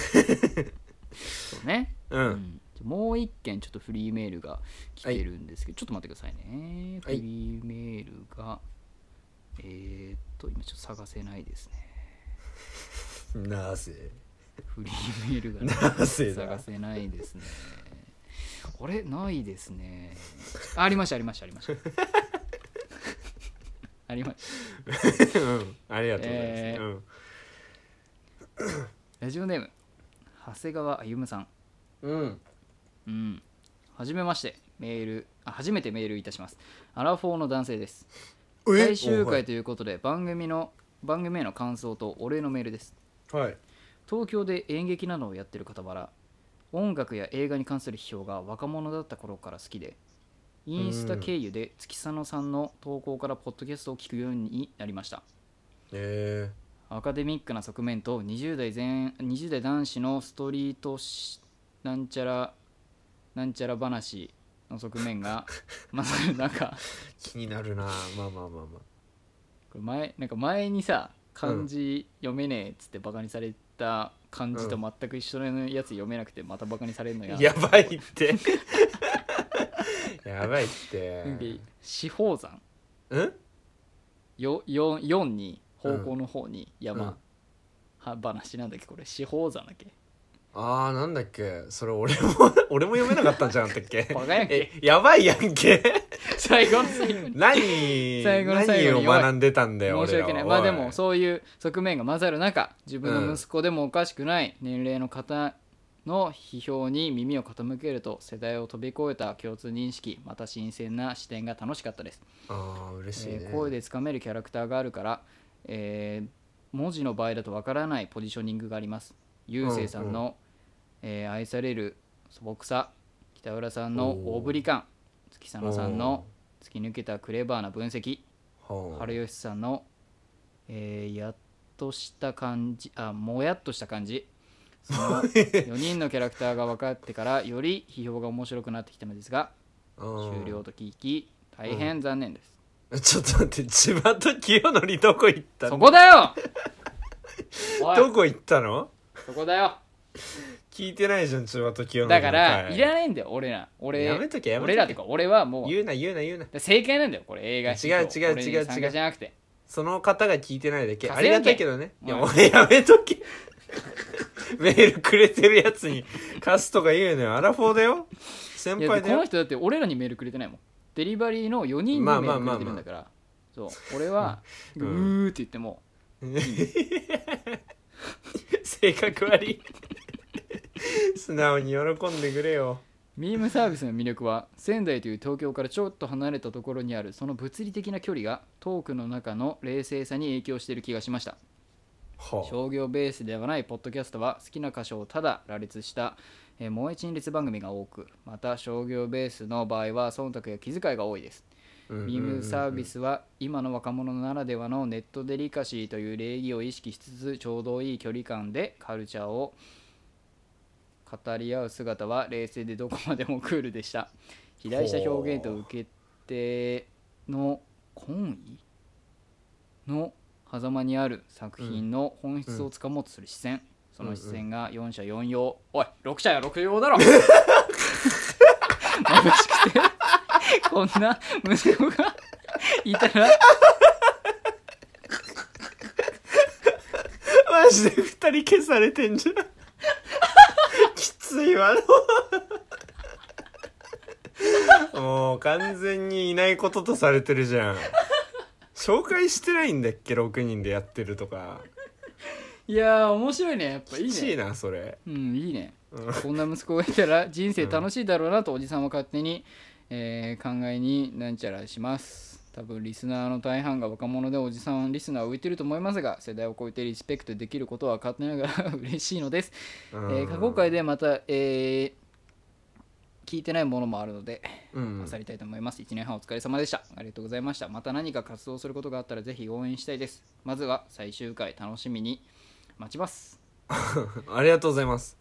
Speaker 1: そうね、
Speaker 2: う
Speaker 1: うんじゃあもう一件ちょっとフリーメールが来てるんですけど、ちょっと待ってくださいねフ
Speaker 2: はい
Speaker 1: リーメールがえー、っと今ちょっと探せない
Speaker 2: [laughs]
Speaker 1: ですね [laughs]
Speaker 2: なぜ
Speaker 1: フリーメールが、
Speaker 2: なぜだ
Speaker 1: 探せないですね。あれないですね。あありましたありましたありま
Speaker 2: [laughs]
Speaker 1: した。ありまし
Speaker 2: うんありがとうございます、
Speaker 1: えー
Speaker 2: うん
Speaker 1: た。ラジオネーム長谷川歩さん。
Speaker 2: うん
Speaker 1: うん。はじめましてメールあ初めてメールいたします。アラフォーの男性です。
Speaker 2: え
Speaker 1: 最終
Speaker 2: おはい
Speaker 1: 回ということで番組の番組への感想とお礼のメールです。
Speaker 2: はい
Speaker 1: 東京で演劇などをやってる傍ら音楽や映画に関する批評が若者だった頃から好きでインスタ経由で月佐野さんの投稿からポッドキャストを聞くようになりました
Speaker 2: え
Speaker 1: アカデミックな側面と20代前20代男子のストリートしなんちゃらなんちゃら話の側面
Speaker 2: [laughs]
Speaker 1: が混ざる中
Speaker 2: ー、気になるなまあまあまあまあ
Speaker 1: これ前なんか前にさ漢字読めねえっつってバカにされた漢字と全く一緒のやつ読めなくてまたバカにされるのや
Speaker 2: やばいってやばいって
Speaker 1: で四方山
Speaker 2: うん
Speaker 1: よよ四に方向の方に
Speaker 2: うん
Speaker 1: 山、は話なんだっけこれ四方山だっけ
Speaker 2: あーなんだっけそれ俺も俺も読めなかったんじゃなかったっけ
Speaker 1: バカやんけ
Speaker 2: えやばいやんけ
Speaker 1: 最後の最後に
Speaker 2: 何
Speaker 1: [laughs] 最後の最後に
Speaker 2: 何を学んでたんだよ
Speaker 1: 申し訳ない
Speaker 2: 俺らは
Speaker 1: まあで
Speaker 2: お
Speaker 1: も
Speaker 2: い
Speaker 1: そういう側面が混ざる中自分の息子でもおかしくない年齢の方の批評に耳を傾けると世代を飛び越えた共通認識また新鮮な視点が楽しかったです
Speaker 2: ああ嬉しいね、
Speaker 1: えー声でつかめるキャラクターがあるから、えー文字の場合だとわからないポジショニングがあります。ゆうせいさんの、えー愛される素朴さ北浦さんの大ぶり感月佐野さんの突き抜けたクレバーな分析
Speaker 2: は [laughs] あ
Speaker 1: 春吉さんの、えーやっとした感じあもやっとした感じそ
Speaker 2: [laughs]
Speaker 1: の4人のキャラクターが分かってからより批評が面白くなってきたのですが
Speaker 2: うん
Speaker 1: 終了と聞き大変残念です。
Speaker 2: ちょっと待って千葉と清則どこ行った
Speaker 1: そ
Speaker 2: の
Speaker 1: こだ
Speaker 2: [laughs]
Speaker 1: よおい
Speaker 2: どこ行ったの
Speaker 1: そこだよ
Speaker 2: 聞いてないじゃん千葉と清則
Speaker 1: だからいら
Speaker 2: い
Speaker 1: ないんだよ俺ら俺
Speaker 2: やめとけやめとけ
Speaker 1: 俺らっていうか俺はもう
Speaker 2: 言うな言うな言うな
Speaker 1: 正解なんだよこれ映画
Speaker 2: 違う違う
Speaker 1: 俺に
Speaker 2: 違う
Speaker 1: 参加じゃなくて
Speaker 2: その方が聞いてないだけあ
Speaker 1: 稼
Speaker 2: り
Speaker 1: いで
Speaker 2: がたいけどねいや
Speaker 1: うん
Speaker 2: 俺やめとけメールくれてるやつに貸すとか言うのよアラフォーだよ先
Speaker 1: いや
Speaker 2: 輩だ
Speaker 1: この
Speaker 2: よ
Speaker 1: 人だって俺らにメールくれてないもんデリバリーの4人にメ
Speaker 2: まあま
Speaker 1: ールくれ
Speaker 2: あ
Speaker 1: てるんだから、そう俺は「う
Speaker 2: うん
Speaker 1: ー」って言っても
Speaker 2: 性格悪い素直に喜んでくれよ
Speaker 1: ミームサービスの魅力は仙台という東京からちょっと離れたところにあるその物理的な距離がトークの中の冷静さに影響している気がしました
Speaker 2: は
Speaker 1: 商業ベースではないポッドキャストは好きな箇所をただ羅列した、えー、もう一列番組が多くまた商業ベースの場合は忖度や気遣いが多いです、
Speaker 2: あ、うんうんうん
Speaker 1: ビームサービスは今の若者ならではのネットデリカシーという礼儀を意識しつつちょうどいい距離感でカルチャーを語り合う姿は冷静でどこまでもクールでした肥大した表現と受け手の根意の狭間にある作品の本質をつかもうとする視線、その視線が4社4用、おい6社や6用 [laughs] だろ眩しくてこんな息子がいた [laughs] ら
Speaker 2: マジで二人消されてんじゃん [laughs] きついわもう完全にいないこととされてるじゃん紹介してないんだっけ6人でやってるとか
Speaker 1: いやー面白いねやっぱいい
Speaker 2: きちい
Speaker 1: ね
Speaker 2: なそれ
Speaker 1: うんいいね
Speaker 2: う
Speaker 1: こんな息子がいたら人生楽しいだろうなとおじさんは勝手に、えー考えになんちゃらします多分リスナーの大半が若者でおじさんリスナーを浮いてると思いますが世代を超えてリスペクトできることは勝手ながら [laughs] 嬉しいのです、え
Speaker 2: え
Speaker 1: ー過去回でまた、えー聞いてないものもあるので
Speaker 2: うん
Speaker 1: 漁りたいと思います。1年半お疲れ様でした。ありがとうございました。また何か活動することがあったらぜひ応援したいです。まずは最終回楽しみに待ちます。
Speaker 2: ありがとうございます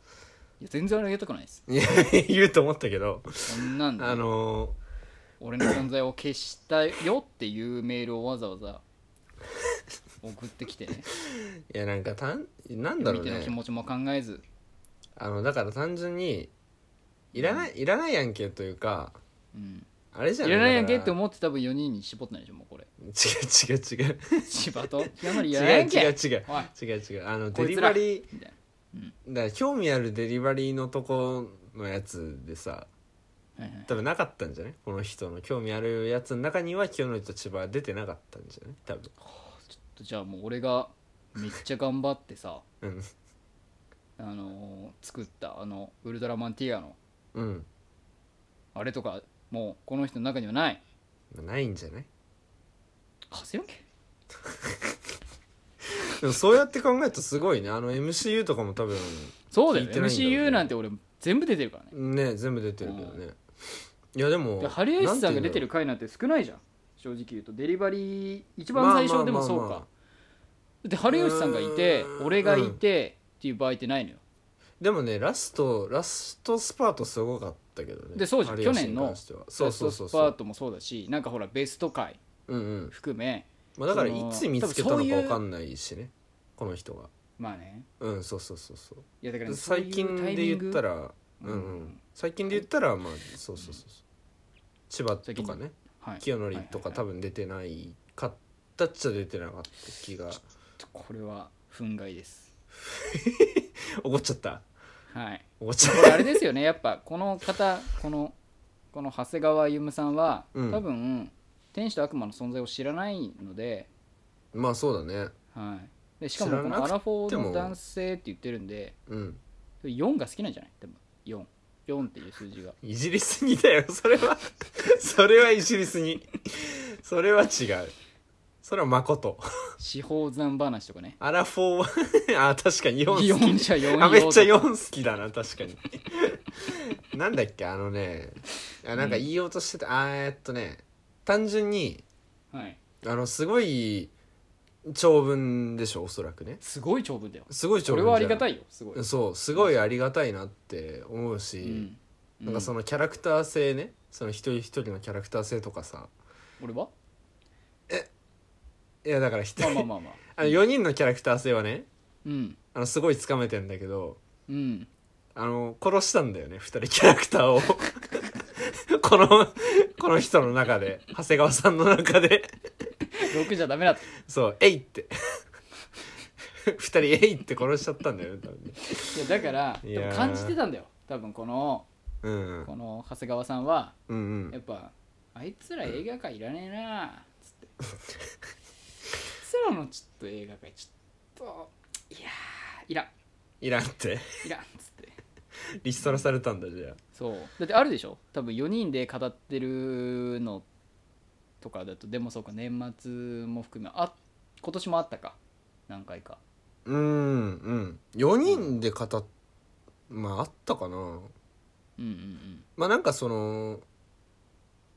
Speaker 1: いや全然ありがたくないです。
Speaker 2: いや言うと思ったけど
Speaker 1: そんなんで
Speaker 2: あの
Speaker 1: 俺の存在を消したよっていうメールをわざわ
Speaker 2: [laughs]
Speaker 1: ざ送ってきてね。
Speaker 2: ーいやなんかたんなんだろ
Speaker 1: 見
Speaker 2: う
Speaker 1: ての
Speaker 2: ね
Speaker 1: 気持ちも考えず。
Speaker 2: あのだから単純にいらないいらないやんけというか
Speaker 1: うん、
Speaker 2: あれじゃ
Speaker 1: いらないやんけって
Speaker 2: だか
Speaker 1: 思って多分4人に絞ってないでしょ、もう
Speaker 2: [laughs]
Speaker 1: これ。
Speaker 2: ら違う違う違う
Speaker 1: 千葉とやまりいらない
Speaker 2: 違
Speaker 1: やんけ
Speaker 2: う違う違う
Speaker 1: おい
Speaker 2: 違う違うあの
Speaker 1: こ
Speaker 2: デ
Speaker 1: い
Speaker 2: リ
Speaker 1: つら
Speaker 2: バリー
Speaker 1: みたい
Speaker 2: だから興味あるデリバリーのとこのやつでさ
Speaker 1: なはいはい
Speaker 2: 多分なかったんじゃないこの人の興味あるやつの中には清則と千葉は出てなかったんじゃない多分
Speaker 1: ちょっとじゃあもう俺がめっちゃ頑張ってさ。
Speaker 2: うん
Speaker 1: あのー作ったあのウルトラマンティアの
Speaker 2: うん
Speaker 1: あれとかもうこの人の中にはない
Speaker 2: まあないんじゃない
Speaker 1: はせよんけ
Speaker 2: でもそうやって考えるとすごいねあの MCU とかも多分
Speaker 1: そうだよ
Speaker 2: 聞いてないんだろうね
Speaker 1: MCU なんて俺全部出てるからね
Speaker 2: ね全部出てるけどねいやでも
Speaker 1: でハリエスさんが出てる
Speaker 2: な
Speaker 1: 回なんて少ないじゃん正直言うとデリバリー一
Speaker 2: ま
Speaker 1: 番
Speaker 2: あ
Speaker 1: 最初でも
Speaker 2: まあ
Speaker 1: そう
Speaker 2: まあま
Speaker 1: か
Speaker 2: あ
Speaker 1: でハリエスさんがいて
Speaker 2: うーん
Speaker 1: 俺がいてっていう場合ってないのよ
Speaker 2: んて言うんだろうでもねラストラストスパートすごかったけどね
Speaker 1: でそうじゃん
Speaker 2: ハリエス
Speaker 1: 去
Speaker 2: に
Speaker 1: 年の
Speaker 2: 関してはそうそうそう
Speaker 1: ラストスパ
Speaker 2: そ
Speaker 1: ー
Speaker 2: う
Speaker 1: トもそうだしなんかほらベスト回
Speaker 2: うんうん
Speaker 1: 含め
Speaker 2: まあだから
Speaker 1: そ
Speaker 2: い
Speaker 1: の
Speaker 2: つ見つけたの
Speaker 1: 多分
Speaker 2: か
Speaker 1: そういう
Speaker 2: 分かんないしねこの人が
Speaker 1: まあね
Speaker 2: うんそうそうそうそう
Speaker 1: いやだからね
Speaker 2: 最近で言った
Speaker 1: ら
Speaker 2: らうん、う、
Speaker 1: うん
Speaker 2: 最近で言ったらまあそうそうそうそう千葉とかね
Speaker 1: はい
Speaker 2: 清則とか
Speaker 1: はいはいはい
Speaker 2: 多分出てないかったっちゃ出てなかった気が
Speaker 1: ちょっとこれは憤慨です
Speaker 2: 怒っちゃった
Speaker 1: はい
Speaker 2: 怒っちゃっ
Speaker 1: これあれですよねやっぱこの方このこの長谷川歩さんは、
Speaker 2: うん
Speaker 1: 多分天使と悪魔の存在を知らないので,、
Speaker 2: たまあそうだね
Speaker 1: はい、でしかもこのアラフォーの男性って言ってるんで
Speaker 2: うん
Speaker 1: 4が好きなんじゃない多分44っていう数字が
Speaker 2: いじりすぎだよ [laughs] それはそれはいじりすぎそれは違うそれは誠
Speaker 1: 四方山話とかね
Speaker 2: アラフォーは [laughs] あ確かに4好き
Speaker 1: 4じゃ4
Speaker 2: あめっちゃ
Speaker 1: よ
Speaker 2: 4好きだな確かになんだっけあのねあなんか言いようとしてた、あーえっとね単純に
Speaker 1: はい、
Speaker 2: あのすごい長文でしょおそらくね
Speaker 1: すごい長文だよ
Speaker 2: すごい長
Speaker 1: これ
Speaker 2: 文
Speaker 1: はありがた
Speaker 2: い
Speaker 1: いよすごい、
Speaker 2: そうすごいありがたいなって思うし、
Speaker 1: うん
Speaker 2: なんかそのキャラクター性ねその一人一人のキャラクター性とかさ
Speaker 1: 俺はい
Speaker 2: やだから一
Speaker 1: まあ
Speaker 2: 人、
Speaker 1: まあまあまあ
Speaker 2: [laughs] あの4人のキャラクター性はね
Speaker 1: うん
Speaker 2: あのすごいつかめてんだけど
Speaker 1: うん
Speaker 2: あの殺したんだよね2人キャラクターを [laughs] このこの人の中で長谷川さんの中で
Speaker 1: 6じゃダメだって
Speaker 2: そう「えい!」って2人「えい!」って殺しちゃったんだよね多分ね
Speaker 1: いやだから
Speaker 2: いやー
Speaker 1: でも感じてたんだよ多分この
Speaker 2: うん
Speaker 1: この長谷川さんは
Speaker 2: うんう
Speaker 1: や
Speaker 2: ん
Speaker 1: っぱあいつら映画界いらねえなあつってあいつらのちょっと映画界ちょっといやーいらん
Speaker 2: いらんって
Speaker 1: いらんっつって
Speaker 2: リストラされたんだじゃあ
Speaker 1: そうだってあるでしょ多分4人で語ってるのとかだとでもそうか年末も含めあ今年もあったか何回か
Speaker 2: うんうん4人で語っまああったかな
Speaker 1: うんうんうん
Speaker 2: まあなんかその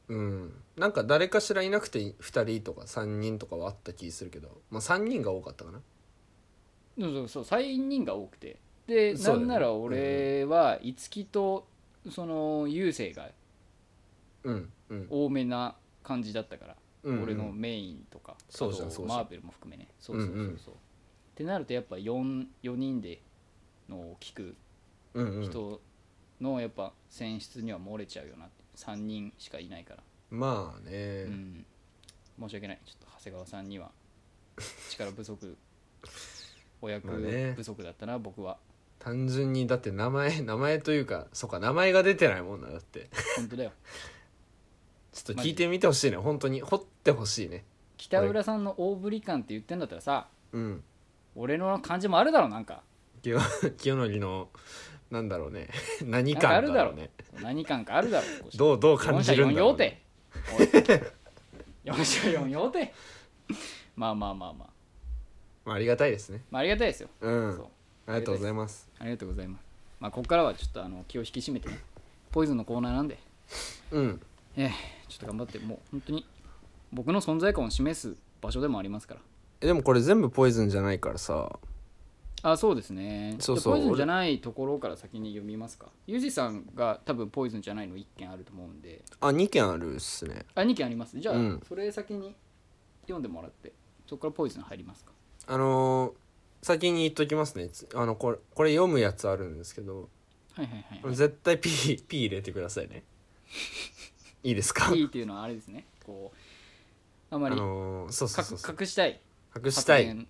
Speaker 2: うんなんか誰かしらいなくて2人とか3人とかはあった気するけどまあ3人が多かったかな
Speaker 1: そうそうそう3人が多くてで、な
Speaker 2: そうだよね
Speaker 1: んなら俺は五木とその雄星が
Speaker 2: うんうん
Speaker 1: 多めな感じだったから、
Speaker 2: うん
Speaker 1: 俺のメインとかあ
Speaker 2: そうじゃん
Speaker 1: と
Speaker 2: そうじゃん
Speaker 1: マーベルも含めねそうそうそうそう、
Speaker 2: うんうん
Speaker 1: ってなるとやっぱ 4, 4人でのを聞く
Speaker 2: うんうん
Speaker 1: 人のやっぱ選出には漏れちゃうよなって3人しかいないから、
Speaker 2: まあ
Speaker 1: う
Speaker 2: ね、
Speaker 1: ん、申し訳ないちょっと長谷川さん
Speaker 2: [laughs]
Speaker 1: には力不足お役
Speaker 2: まあね
Speaker 1: 不足だったな僕は
Speaker 2: 単純にだって名前名前というかそうか名前が出てないもんなだって
Speaker 1: 本当だよ
Speaker 2: ちょっと聞いてみてほしいね本当に掘ってほしいね
Speaker 1: 北浦さんの大ぶり感って言ってんだったらさ
Speaker 2: うん [laughs]
Speaker 1: 俺の感じもあるだろなんか
Speaker 2: 清清則のなんだろうね [laughs] 何
Speaker 1: なんかあ
Speaker 2: 感
Speaker 1: る
Speaker 2: だ
Speaker 1: だ
Speaker 2: ろ
Speaker 1: ろう
Speaker 2: うね
Speaker 1: 何感かあるだろう
Speaker 2: どうどう感じるんだろう、ね、
Speaker 1: 4社4用てまあまあまあまあ、
Speaker 2: まあ、ありがたいですね
Speaker 1: まあ、ありがたいですよ、
Speaker 2: うん
Speaker 1: そう
Speaker 2: ありがとうございます
Speaker 1: ありがとうございますまあここからはちょっとあの気を引き締めてねポイズンのコーナーなんで
Speaker 2: うん
Speaker 1: ええちょっと頑張ってもう本当に僕の存在感を示す場所でもありますから
Speaker 2: えでもこれ全部ポイズンじゃないからさ
Speaker 1: あそうですね
Speaker 2: そうそう
Speaker 1: じゃあポイズンじゃないところから先に読みますかユージさんが多分ポイズンじゃないの1件あると思うんで
Speaker 2: あ2件あるっすね
Speaker 1: あ2件ありますじゃあ、
Speaker 2: うん
Speaker 1: それ先に読んでもらってそこからポイズン入りますか
Speaker 2: あのー先に言っときますねつあのこれこれ読むやつあるんですけど
Speaker 1: はいはいは
Speaker 2: 絶対 P, P 入れてくださいねいいですか
Speaker 1: いいいっていうのはあれですねこうあま
Speaker 2: あ
Speaker 1: り
Speaker 2: のーそうそうそうそう
Speaker 1: 隠隠したい
Speaker 2: 隠したい
Speaker 1: 発言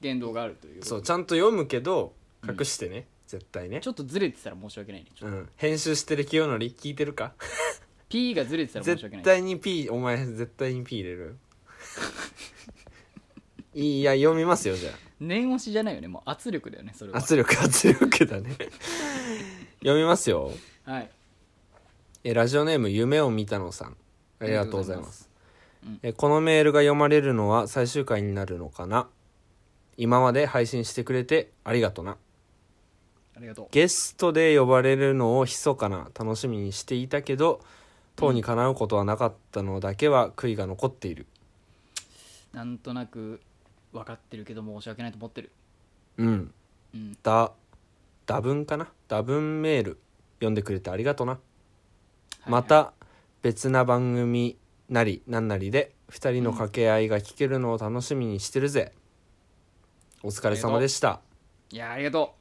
Speaker 1: 言動があるという
Speaker 2: そうちゃんと読むけど隠してね、絶対ね
Speaker 1: ちょっとずれてたら申し訳ないねちょっと
Speaker 2: うん、編集してる清則聞いてるか
Speaker 1: P がずれてたら [laughs] 申し訳
Speaker 2: 絶
Speaker 1: ない
Speaker 2: 対に P お前絶対に P 入れる [laughs] いや読みますよじゃ
Speaker 1: 念押しじゃないよねもう圧力だよねそれ
Speaker 2: あ
Speaker 1: は
Speaker 2: 圧力圧
Speaker 1: [laughs]
Speaker 2: 力だね読みますよ
Speaker 1: はい
Speaker 2: えラジオネーム夢を見たのさんありがとうございます
Speaker 1: ありがとうございます
Speaker 2: えこのメールが読まれるのは最終回になるのかな今まで配信してくれてありがとな
Speaker 1: ありがとう
Speaker 2: ゲストで呼ばれるのを密かな楽しみにしていたけどとうにかなうことはなかったのだけは悔いが残っている
Speaker 1: なんとなく分かってるけど申し訳ないと思ってる
Speaker 2: うん
Speaker 1: うん
Speaker 2: だ打文かな打文メール読んでくれてありがとな、
Speaker 1: はい
Speaker 2: また別な番組なりなんなりで2人の掛け合いが聞けるのを楽しみにしてるぜ、お疲れ様でした
Speaker 1: いやありがと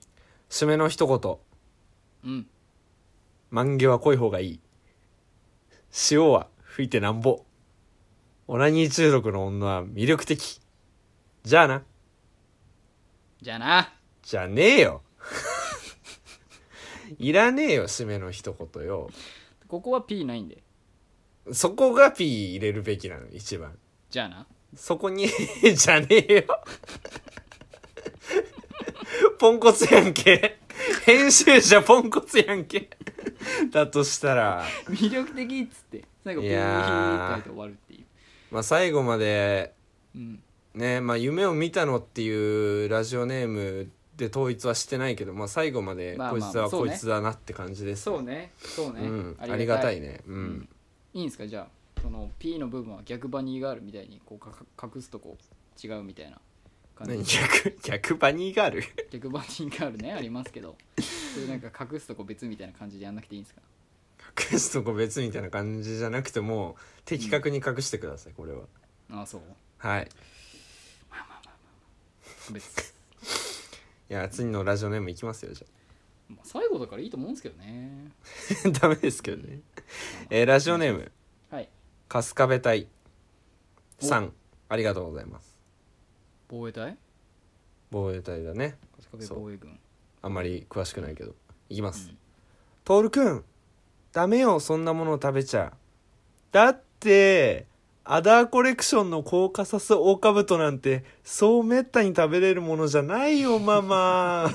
Speaker 2: 締めの一言
Speaker 1: ううん
Speaker 2: 万華は濃い方がいい潮は吹いてなんぼオナニー中毒の女は魅力的じゃあな
Speaker 1: じゃあな
Speaker 2: じゃねえよ [laughs] いらねえよ締めの一言よ
Speaker 1: ここは P ないんで
Speaker 2: そこが P 入れるべきなの一番
Speaker 1: じゃあな
Speaker 2: そこに [laughs] じゃねえよポンコツやんけ編集者ポンコツやんけだとしたら
Speaker 1: 魅力的っつって最後ピー
Speaker 2: い
Speaker 1: って
Speaker 2: やー
Speaker 1: 書いて終わるってい
Speaker 2: まあ最後まで
Speaker 1: ううん
Speaker 2: ねまあ夢を見たのっていうラジオネームで統一はしてないけど、まあ、最後まで
Speaker 1: まあ
Speaker 2: こい
Speaker 1: まあ
Speaker 2: つは
Speaker 1: そう
Speaker 2: こ
Speaker 1: ね
Speaker 2: いつだなって感じです、
Speaker 1: そうねそうね、
Speaker 2: うん、ありがたいねう
Speaker 1: うんん、いいんですかじゃあその P の部分は逆バニーガールみたいにこうかか隠すとこう違うみたいな感
Speaker 2: 何
Speaker 1: じ
Speaker 2: 逆逆バニー [laughs] ガール
Speaker 1: 逆バニーガールねありますけどそういうなんか隠すとこ別みたいな感じでやんなくていいんですか
Speaker 2: 隠すとこ別みたいな感じじゃなくてもう的確に隠してくださいこれは
Speaker 1: [laughs] ああそう
Speaker 2: はい
Speaker 1: 別
Speaker 2: いや次のラジオネームいきますよじゃ
Speaker 1: まあ最後だからいいと思うんですけどね
Speaker 2: あ [laughs] ダメですけどねえーラジオネーム
Speaker 1: はい
Speaker 2: 春日部隊さんありがとうございます
Speaker 1: 防衛隊
Speaker 2: 防衛隊だね
Speaker 1: 春日部防衛軍
Speaker 2: あんまり詳しくないけどいきます
Speaker 1: うん
Speaker 2: 徹、くんダメよそんなもの食べちゃだってアダーコレクションのコーカサスオオカブトなんてそうめったに食べれるものじゃないよ
Speaker 1: [laughs]
Speaker 2: ママ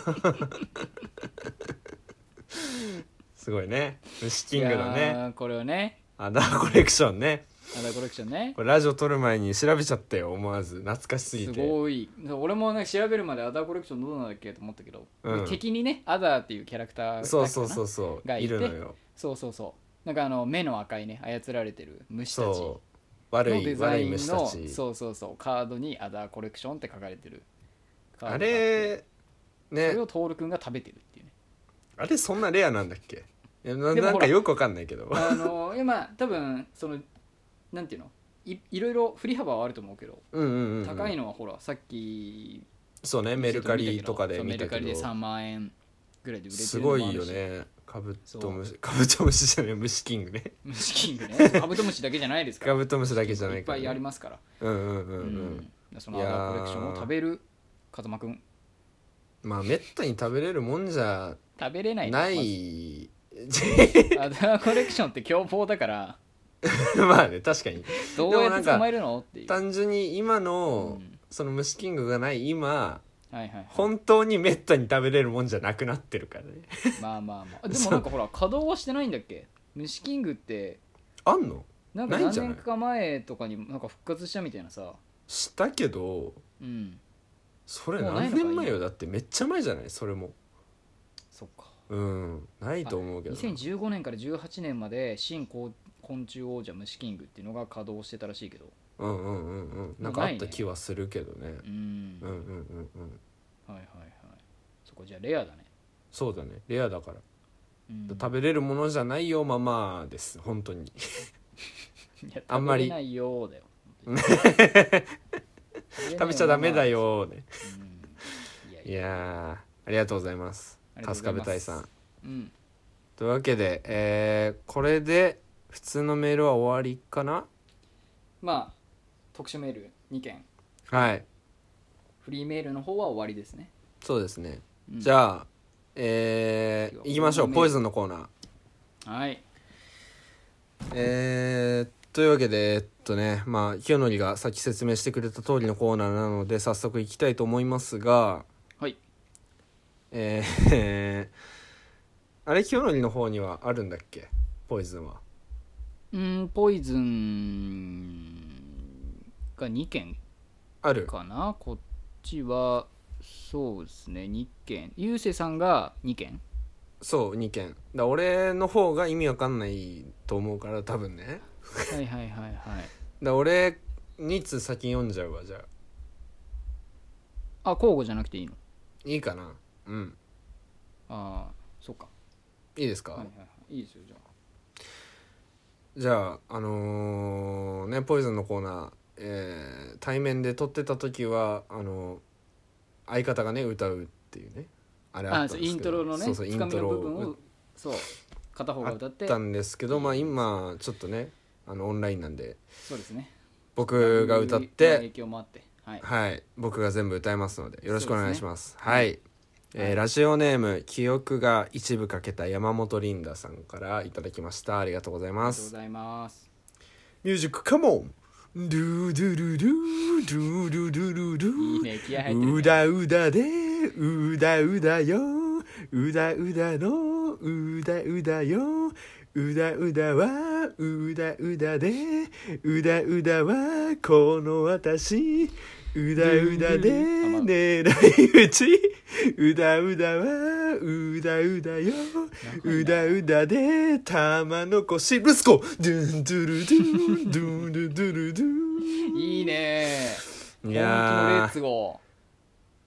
Speaker 2: すごいね虫キングの
Speaker 1: いや
Speaker 2: ね
Speaker 1: ーこれをね
Speaker 2: アダーコレクションね
Speaker 1: アダコレクションね
Speaker 2: これラジオ撮る前に調べちゃったよ思わず懐かしすぎ
Speaker 1: す
Speaker 2: て
Speaker 1: ごい俺もなんか調べるまでアダコレクションどうなんだっけと思ったけど、
Speaker 2: うん
Speaker 1: 敵にねアダっていうキャラクターだっけか
Speaker 2: そ
Speaker 1: な
Speaker 2: うそうそうそう
Speaker 1: がい
Speaker 2: い
Speaker 1: て
Speaker 2: るのよ
Speaker 1: そうそうそうなんかあの目の赤いね操られてる虫たちの
Speaker 2: そう悪
Speaker 1: デ
Speaker 2: い
Speaker 1: ザ
Speaker 2: 悪い
Speaker 1: イン
Speaker 2: 虫た
Speaker 1: の
Speaker 2: ち
Speaker 1: そうそうそうカードに「アダーコレクション」って書かれてるカードが
Speaker 2: あ
Speaker 1: って
Speaker 2: れね
Speaker 1: それをトールくんが食べてるっていうね
Speaker 2: あれそんなレアなんだっけいやな
Speaker 1: でも
Speaker 2: なん
Speaker 1: ほ
Speaker 2: からよくわかんないけど
Speaker 1: あの今多分そのなんていうのいいろいろ振り幅はあると思うけど、
Speaker 2: うんうんうん
Speaker 1: 高いのはほらさっき
Speaker 2: そうねメルカリとかで
Speaker 1: そう
Speaker 2: 見
Speaker 1: メ
Speaker 2: た
Speaker 1: ルカ
Speaker 2: け
Speaker 1: リで3
Speaker 2: ど
Speaker 1: 万円ぐらいで売れてる
Speaker 2: す
Speaker 1: のもあ
Speaker 2: ご
Speaker 1: るし
Speaker 2: いよねカブトムシカブトムシじゃない虫キングね
Speaker 1: 虫キングねカブトムシだけじゃないですか
Speaker 2: カ
Speaker 1: ら
Speaker 2: ブトムシだけじゃないい
Speaker 1: っ
Speaker 2: か
Speaker 1: ぱ
Speaker 2: ら
Speaker 1: いあり
Speaker 2: ね
Speaker 1: ますから、
Speaker 2: うんうんうんう
Speaker 1: うん
Speaker 2: ん
Speaker 1: そのアダーコレクションを食べる風間くん
Speaker 2: まあめったに食べれるもんじゃ
Speaker 1: 食べれない
Speaker 2: ない
Speaker 1: ま
Speaker 2: じ
Speaker 1: [laughs] ずアダーコレクションって凶暴だから
Speaker 2: ゃ [laughs] まあね確かに
Speaker 1: どうやって捕まえるのっていう
Speaker 2: 単純に今の、
Speaker 1: うん
Speaker 2: その虫キングがない今
Speaker 1: はいはいはい
Speaker 2: 本当にめったに食べれるもんじゃなくなってるからね
Speaker 1: まあまあまあでもなんかほら稼働はしてないんだっけ虫キングって
Speaker 2: あんの
Speaker 1: なんか
Speaker 2: ないん
Speaker 1: 何
Speaker 2: じゃない
Speaker 1: 年か前とかになんか復活したみたいなさ
Speaker 2: したけど
Speaker 1: うん
Speaker 2: それ
Speaker 1: もうない
Speaker 2: 何
Speaker 1: のか
Speaker 2: 年前よ
Speaker 1: 今
Speaker 2: だってめっちゃ前じゃないそれも
Speaker 1: そっか
Speaker 2: うんないと思うけどな
Speaker 1: 2015年から18年まで新昆昆虫王者虫キングっていうのが稼働してたらしいけど
Speaker 2: うんうんうんうんなんかあった気はするけどね
Speaker 1: うん
Speaker 2: うんうんうんう
Speaker 1: は
Speaker 2: ん
Speaker 1: いはいはいそこじゃあレアだね、
Speaker 2: そうだねレアだから
Speaker 1: うん、
Speaker 2: 食べれるものじゃないよままです本当に
Speaker 1: いや
Speaker 2: あんま
Speaker 1: 食べ
Speaker 2: り
Speaker 1: れないよーだよ
Speaker 2: 食べちゃダメだ、よね
Speaker 1: 本当にうんいやい
Speaker 2: い
Speaker 1: や
Speaker 2: やーありがとうございます
Speaker 1: ありがと
Speaker 2: 春
Speaker 1: うござ
Speaker 2: 日
Speaker 1: い
Speaker 2: 部
Speaker 1: ます
Speaker 2: 隊さ
Speaker 1: う
Speaker 2: ん
Speaker 1: ん
Speaker 2: というわけで、えーこれで普通のメールは終わりかな
Speaker 1: まあ特殊メール2件
Speaker 2: はい
Speaker 1: フリーメールの方は終わりですね、
Speaker 2: そうですね、
Speaker 1: うん
Speaker 2: じゃあえー、いきましょうポイズンのコーナー
Speaker 1: はい
Speaker 2: えー、というわけでえっとねまあ清則がさっき説明してくれた通りのコーナーなので早速いきたいと思いますが
Speaker 1: はい
Speaker 2: えー、 [laughs] あれ清則の方にはあるんだっけポイズンは
Speaker 1: うんポイズンが2件
Speaker 2: ある
Speaker 1: かなこっちはそうですね2件ゆうせいさんが2件
Speaker 2: そう2件だ俺の方が意味わかんないと思うから多分ね
Speaker 1: はいはいはいはい
Speaker 2: だ俺2通先読んじゃうわじゃあ
Speaker 1: あ交互じゃなくていいの
Speaker 2: いいかなうん
Speaker 1: ああそうか
Speaker 2: いいですか、
Speaker 1: はいはいはいいいですよじゃあ
Speaker 2: じゃああのーねポイズンのコーナー、えー対面で撮ってた時はあのー相方がね歌うっていうねあれあ
Speaker 1: あ
Speaker 2: った
Speaker 1: そ
Speaker 2: ん
Speaker 1: う
Speaker 2: です
Speaker 1: イン
Speaker 2: けど
Speaker 1: トロのね
Speaker 2: そうそうイ
Speaker 1: つか
Speaker 2: ン
Speaker 1: み
Speaker 2: ト
Speaker 1: の
Speaker 2: ロ
Speaker 1: 部分を
Speaker 2: を
Speaker 1: そう片方
Speaker 2: あ
Speaker 1: が歌っ
Speaker 2: ってたんですけどまあ今ちょっとねあのオンラインなんで
Speaker 1: そうですね
Speaker 2: 僕が歌っ
Speaker 1: の
Speaker 2: て
Speaker 1: 影響もあってはい
Speaker 2: はい僕が全部歌いますのでよろしくお願いします
Speaker 1: ね
Speaker 2: はい、えーラジオネーム記憶が一部欠けた山本リンダさんからいただきましたありがとうござ
Speaker 1: あ
Speaker 2: い
Speaker 1: り
Speaker 2: ま
Speaker 1: がとうご
Speaker 2: す
Speaker 1: ざいます
Speaker 2: ミュージックカモンドゥドゥルルードゥルルル
Speaker 1: い
Speaker 2: ル
Speaker 1: い
Speaker 2: ー
Speaker 1: ね気合入ってる、ね、
Speaker 2: うだうだでうだうだようだうだのうだうだようだうだはうだうだでうだうだはこの私うだうだで狙い撃ちうだうだはうだうだようだうだで玉残しブスコドゥンドゥルドゥンドゥンドゥルドゥルドゥン
Speaker 1: いいね
Speaker 2: い
Speaker 1: い
Speaker 2: やー
Speaker 1: や本気のレッツゴ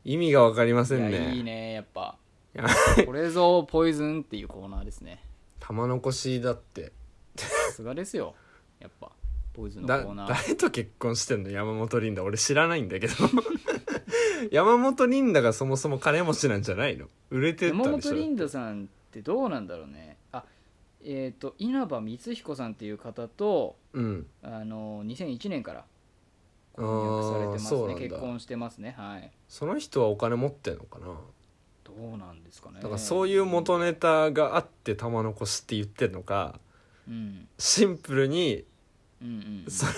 Speaker 2: 意味がわかりませ
Speaker 1: ー
Speaker 2: ん
Speaker 1: い
Speaker 2: ね
Speaker 1: やいいねやっぱ
Speaker 2: いや
Speaker 1: これぞポイズンっていうコーナーですね
Speaker 2: 玉残しだって
Speaker 1: さすがですよやっぱポイズンのコ
Speaker 2: だ
Speaker 1: ーナー
Speaker 2: 誰と結婚してんの山本リンダ俺知らないんだけど [laughs] 山本リンダがそもそも金持ちなんじゃないの売れてた
Speaker 1: 山
Speaker 2: でし
Speaker 1: 本
Speaker 2: ょ
Speaker 1: リンダさんってどうなんだろうねあえっ、と稲葉光彦さんっていう方と
Speaker 2: うん
Speaker 1: あの2001年から
Speaker 2: あ
Speaker 1: 婚約されて
Speaker 2: ー
Speaker 1: ます
Speaker 2: そう
Speaker 1: ね
Speaker 2: なん
Speaker 1: 結
Speaker 2: だ
Speaker 1: 婚してますねはい
Speaker 2: その人はお金持ってんのかな
Speaker 1: どうなんですかね
Speaker 2: だからそういう元ネタがあって玉残しって言ってんのか
Speaker 1: うん
Speaker 2: シンプルに
Speaker 1: うんうんうん
Speaker 2: その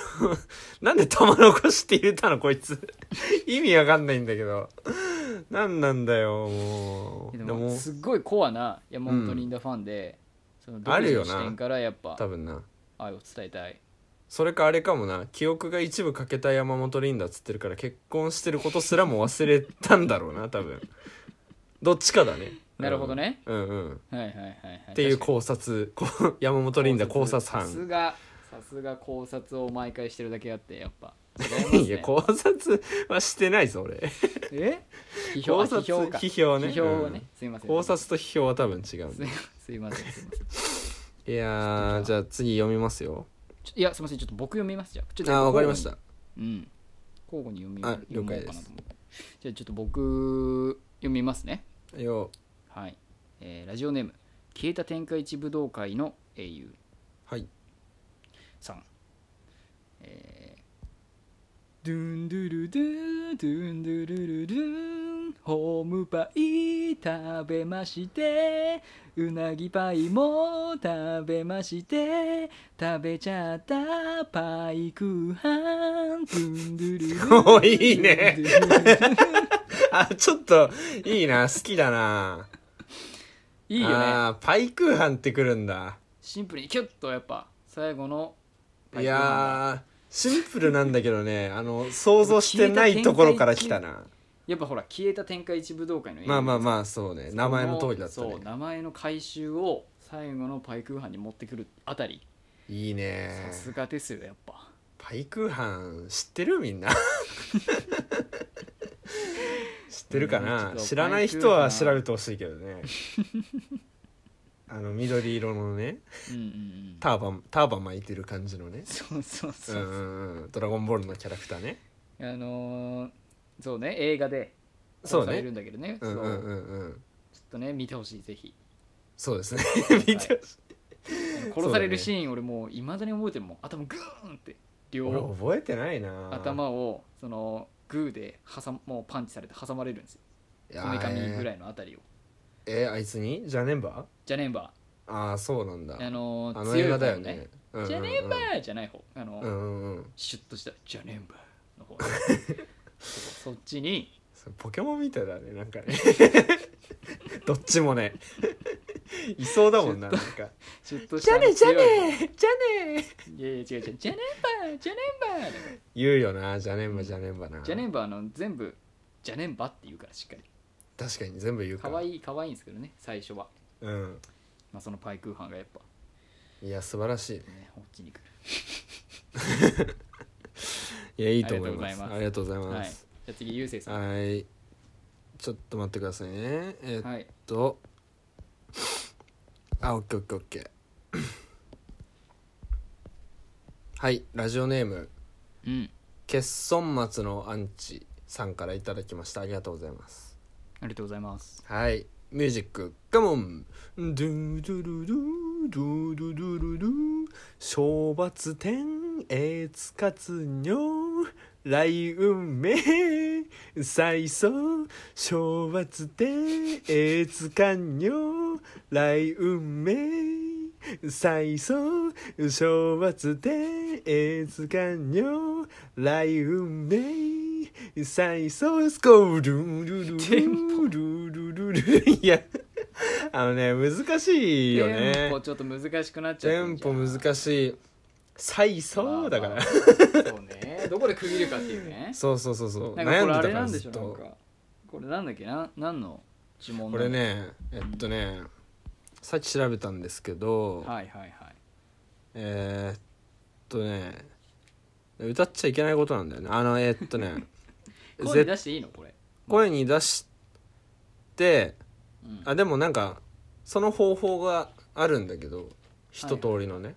Speaker 2: なんで玉残しって言ったのこいつ [laughs] 意味わかんないんだけど何なんだよもう
Speaker 1: で
Speaker 2: で
Speaker 1: も
Speaker 2: も
Speaker 1: すっごいコアな山本リンダファンで、その独
Speaker 2: ある
Speaker 1: 自
Speaker 2: よ
Speaker 1: の
Speaker 2: な
Speaker 1: 視点からやっぱ
Speaker 2: 多分な
Speaker 1: 愛を伝えたい
Speaker 2: それかあれかもな記憶が一部欠けた山本リンダっつってるから結婚してることすらも忘れたんだろ
Speaker 1: [laughs]
Speaker 2: うな多分どっちかだね
Speaker 1: なるほどね、
Speaker 2: うんうんっ
Speaker 1: はいはいはいはいって
Speaker 2: いう考察こう山本リンダ考察
Speaker 1: さす
Speaker 2: 班
Speaker 1: がさすが考察を毎回してるだけあってやっぱ違いますね
Speaker 2: [laughs] いや考察はしてないぞ俺
Speaker 1: え批評
Speaker 2: 考
Speaker 1: あ
Speaker 2: 察
Speaker 1: 批評か
Speaker 2: 批評ね
Speaker 1: 批評をね、
Speaker 2: うん
Speaker 1: すいません
Speaker 2: 考察と批評は多分違うん
Speaker 1: す
Speaker 2: で
Speaker 1: いすいませんすいません
Speaker 2: いやーじゃあ次読みますよ
Speaker 1: ちょいやすいませんちょっと僕読みますじゃあちょっ
Speaker 2: あ
Speaker 1: と
Speaker 2: ーわかりました
Speaker 1: うん交互に読み
Speaker 2: あ
Speaker 1: 読もう
Speaker 2: 了解で
Speaker 1: かな
Speaker 2: す
Speaker 1: と思ってじゃあちょっと僕読みますね
Speaker 2: よ
Speaker 1: はい、えーラジオネーム消えた天下一武道会の英雄
Speaker 2: はい
Speaker 1: さんえードゥンドゥルドゥンドゥンドゥルルルンホームパイ食べましてうなぎパイも食べまして食べちゃったパ
Speaker 2: [laughs]
Speaker 1: イクーハンドゥンドゥルルン
Speaker 2: [laughs] おいいね
Speaker 1: ドゥンドゥルルン
Speaker 2: あ、ちょっと、いいな、好きだな。
Speaker 1: いいよね
Speaker 2: あーパイクーハンってくるんだ。
Speaker 1: シンプルにキュッとやっぱ最後の
Speaker 2: いやー、シンプルなんだけどね、あの、想像してないところから来たな。
Speaker 1: やっぱほら消えた天下一武道会の
Speaker 2: まあまあまあ、そうね。名前の通りだった
Speaker 1: そう
Speaker 2: ね。
Speaker 1: 名前の回収を最後のパイクーハンに持ってくるあたり
Speaker 2: いいね
Speaker 1: さ。すがですよやっぱ
Speaker 2: パイクーハン知ってる
Speaker 1: [laughs]
Speaker 2: みんな。知ってるか
Speaker 1: う
Speaker 2: なん
Speaker 1: ちょっと
Speaker 2: 知らない人は
Speaker 1: パイクー
Speaker 2: 調
Speaker 1: ハン
Speaker 2: べてほしいけどね。あの、緑色のね、
Speaker 1: うんうんうん
Speaker 2: ターバン、ターバン巻いてる感じのね。
Speaker 1: そうそうそうう、
Speaker 2: んうんうん。ドラゴンボールのキャラクターね。
Speaker 1: あのーそうね映画で
Speaker 2: そ
Speaker 1: そう
Speaker 2: う
Speaker 1: され
Speaker 2: ね
Speaker 1: る。んだけどね
Speaker 2: うんうん
Speaker 1: そう
Speaker 2: うんうん。
Speaker 1: ちょっとね見てほしいぜひ
Speaker 2: そうですね。 [laughs] 見てほしい。
Speaker 1: 殺されるシーン、俺もういまだに覚えてるもん頭グーンって
Speaker 2: 俺
Speaker 1: 両
Speaker 2: 覚えてないな
Speaker 1: 頭をそのグーで挟まもうパンチされて挟まれるんですよ
Speaker 2: いや
Speaker 1: こめかみぐら
Speaker 2: い
Speaker 1: いのあたりを
Speaker 2: えーえーあいつにジャネンバ
Speaker 1: ジャネンバ
Speaker 2: ーああそうなんだ
Speaker 1: ーあのー
Speaker 2: あの
Speaker 1: 強い
Speaker 2: 映
Speaker 1: 方
Speaker 2: 画だよ
Speaker 1: の
Speaker 2: ね
Speaker 1: ジャネンバーじゃない方あの、
Speaker 2: うんうんうん、うんうん、
Speaker 1: シュッとしたジャネンバー
Speaker 2: [laughs]
Speaker 1: の方そっちに
Speaker 2: それポケモンみたいだねなん [laughs] かねどっちもねいそうだもんななんか
Speaker 1: シュッとし
Speaker 2: ジ
Speaker 1: た
Speaker 2: ャネジャ
Speaker 1: 強い
Speaker 2: ネジャネ
Speaker 1: いやいや違う違うジャネンバージャネンバーだから
Speaker 2: 言うよなジャネンバジャネンバな
Speaker 1: ジャネンバーの全部ジャネンバって言うからしっかり
Speaker 2: 確かに全部言うか
Speaker 1: 可愛い可愛いんですけどね最初は、
Speaker 2: うん
Speaker 1: まあ、そのパイクーハンがやっぱ
Speaker 2: いや素晴らしいね
Speaker 1: ねこっちに来る
Speaker 2: いやいいと思います
Speaker 1: あ
Speaker 2: あ
Speaker 1: り
Speaker 2: りがとうござい
Speaker 1: は
Speaker 2: ま
Speaker 1: い
Speaker 2: す
Speaker 1: じゃあ次ゆうせいさん
Speaker 2: はいちょっと待ってくださいねえっと
Speaker 1: はい
Speaker 2: とあオッケーオッケーオッケーはいラジオネーム
Speaker 1: うん
Speaker 2: 欠損末のアンチさんからいただきましたありがとうございます
Speaker 1: ありがとうございます
Speaker 2: はいミュージックカモンドゥドゥルルドゥドゥルルル懲罰天えつかつにょ雷運命最速昭和つてえつかんよ来運命最速昭和つてえつかんよ来運命最速スコールルルルルルルルいやあのね難しいよね
Speaker 1: テンポちょっと難しくなっちゃ
Speaker 2: テ
Speaker 1: って
Speaker 2: ン
Speaker 1: んじゃ
Speaker 2: ポ
Speaker 1: ん
Speaker 2: 難しい最
Speaker 1: ま
Speaker 2: 速
Speaker 1: あ
Speaker 2: だから
Speaker 1: まあそうねどこで区切るかっていうね
Speaker 2: そうそうそうそう
Speaker 1: なんか
Speaker 2: 悩
Speaker 1: こ
Speaker 2: ん
Speaker 1: れ
Speaker 2: で
Speaker 1: あ
Speaker 2: たか
Speaker 1: れな
Speaker 2: ら
Speaker 1: んで
Speaker 2: ず
Speaker 1: し
Speaker 2: っ
Speaker 1: ょなん
Speaker 2: と
Speaker 1: かこれなんだっけな何の呪文
Speaker 2: こ
Speaker 1: なの
Speaker 2: れねえっとねさっき調べたんですけど、
Speaker 1: はいはいはい
Speaker 2: えーっとね歌っちゃいけないことなんだよねあのえっとね
Speaker 1: 声に
Speaker 2: ぜ
Speaker 1: 出していいのこれ
Speaker 2: 声に出して
Speaker 1: うん
Speaker 2: あでもなんかその方法があるんだけど一通りのね、
Speaker 1: うん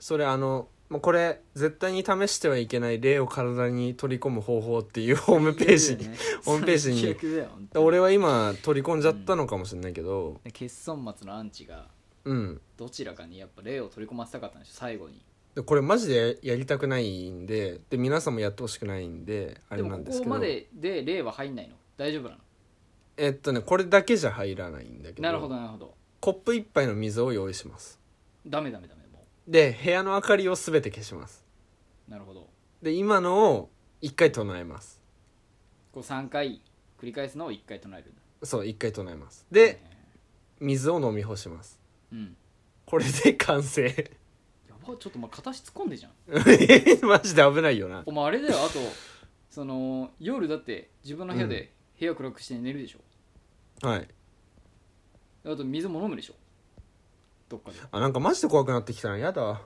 Speaker 2: それあのまあこれ絶対に試してはいけない霊を体に取り込む方法っていう [laughs] ホームページに
Speaker 1: [laughs]
Speaker 2: ホームページに
Speaker 1: 最悪だよ本当に
Speaker 2: 俺は今取り込んじゃったのかもしれないけど
Speaker 1: で欠損末のアンチが
Speaker 2: うん
Speaker 1: どちらかにやっぱ霊を取り込ませたかったんでしょ最後に
Speaker 2: でこれマジでやりたくないんでで皆さんもやってほしくないんであ
Speaker 1: で
Speaker 2: れ
Speaker 1: も
Speaker 2: なんです
Speaker 1: こ
Speaker 2: け
Speaker 1: こ
Speaker 2: ど
Speaker 1: までで霊は入んないの大丈夫なの
Speaker 2: えっとねこれだけじゃ入らないんだけど
Speaker 1: なるほどなるほど
Speaker 2: コップ一杯の水を用意します
Speaker 1: ダメダメダメも
Speaker 2: で部屋の明かりを全て消します
Speaker 1: うなるほど
Speaker 2: で今のを一回唱えます
Speaker 1: こう3回繰り返すのを1回唱えるんだ
Speaker 2: そう一回唱えますで水を飲み干します
Speaker 1: うん
Speaker 2: これで完成 [laughs]
Speaker 1: やばちょっとま片足突っ込んでじゃん
Speaker 2: マジで危ないよな
Speaker 1: お前あれだよあとその夜だって自分の部屋で部屋暗くして寝るでしょ、
Speaker 2: はい
Speaker 1: あと水も飲むでしょどっかで
Speaker 2: あなんかマジで怖くなってきたなやだ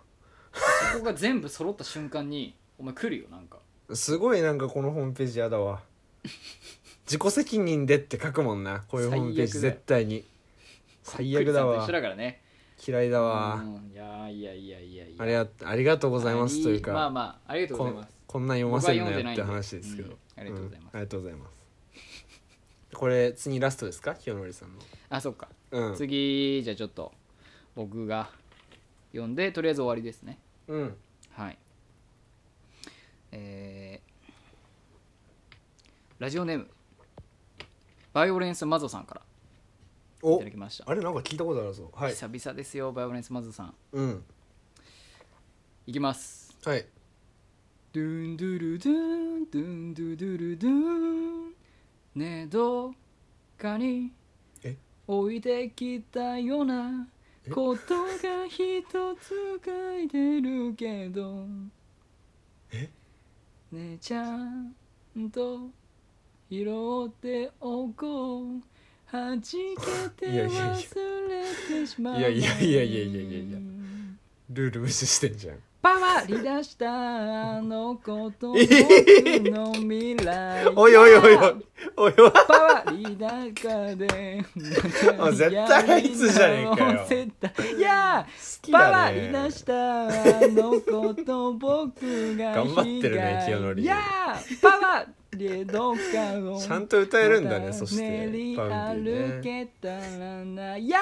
Speaker 1: そこが全部揃った瞬間にお前来るよなんか
Speaker 2: すごいなんかこのホームページやだわ自己責任でって書くもんなこういうホームページ
Speaker 1: 最悪だよ
Speaker 2: 絶対に最悪だ
Speaker 1: クリスさんと
Speaker 2: わ
Speaker 1: 一緒だからね
Speaker 2: 嫌いだわ
Speaker 1: うんいやいやいやいやいや
Speaker 2: ありがありがとうございますというか
Speaker 1: まあまあありがとうござ
Speaker 2: こ
Speaker 1: い
Speaker 2: ん
Speaker 1: ます
Speaker 2: こんなん読ませるな
Speaker 1: 僕
Speaker 2: よ
Speaker 1: は読んでない
Speaker 2: っ
Speaker 1: んで
Speaker 2: て話ですけど、
Speaker 1: うんありがとうございます
Speaker 2: んありがとうございますこれ次ラストですか清則さんの
Speaker 1: あそっか
Speaker 2: うん
Speaker 1: 次じゃあちょっと僕が読んでとりあえず終わりですね
Speaker 2: うん
Speaker 1: はいえーラジオネームバイオレンスマゾさんからい
Speaker 2: お
Speaker 1: ただきました
Speaker 2: あれなんか聞いたことあるぞはい
Speaker 1: 久々ですよバイオレンスマゾさん
Speaker 2: うん
Speaker 1: いきます
Speaker 2: はい
Speaker 1: ドゥンドゥルドゥンドゥンドゥルドゥンねどっかに
Speaker 2: え
Speaker 1: 置いてきたような
Speaker 2: え
Speaker 1: ことが一つ書いてるけど
Speaker 2: え
Speaker 1: ねちゃんと拾っておこうはじけ
Speaker 2: いや
Speaker 1: て
Speaker 2: いやいや
Speaker 1: 忘れてしまう
Speaker 2: いやいやいやいやいやいやいやルール無視してんじゃん
Speaker 1: パワーり出したあの子と僕
Speaker 2: え
Speaker 1: の未来
Speaker 2: おいおいおいおいおいおい
Speaker 1: パワーリーダー
Speaker 2: [laughs]
Speaker 1: で
Speaker 2: あ絶対あいつじゃねえかよ
Speaker 1: いや
Speaker 2: 好
Speaker 1: ー
Speaker 2: き
Speaker 1: パワ
Speaker 2: だ
Speaker 1: ーリーダー
Speaker 2: ね
Speaker 1: したあの子と僕が
Speaker 2: [laughs] 頑張ってるね清則
Speaker 1: いやーパワーでどっかを
Speaker 2: ちゃんと歌えるんだねそして
Speaker 1: 練り
Speaker 2: パウンディ
Speaker 1: 歩
Speaker 2: ね
Speaker 1: けたらないや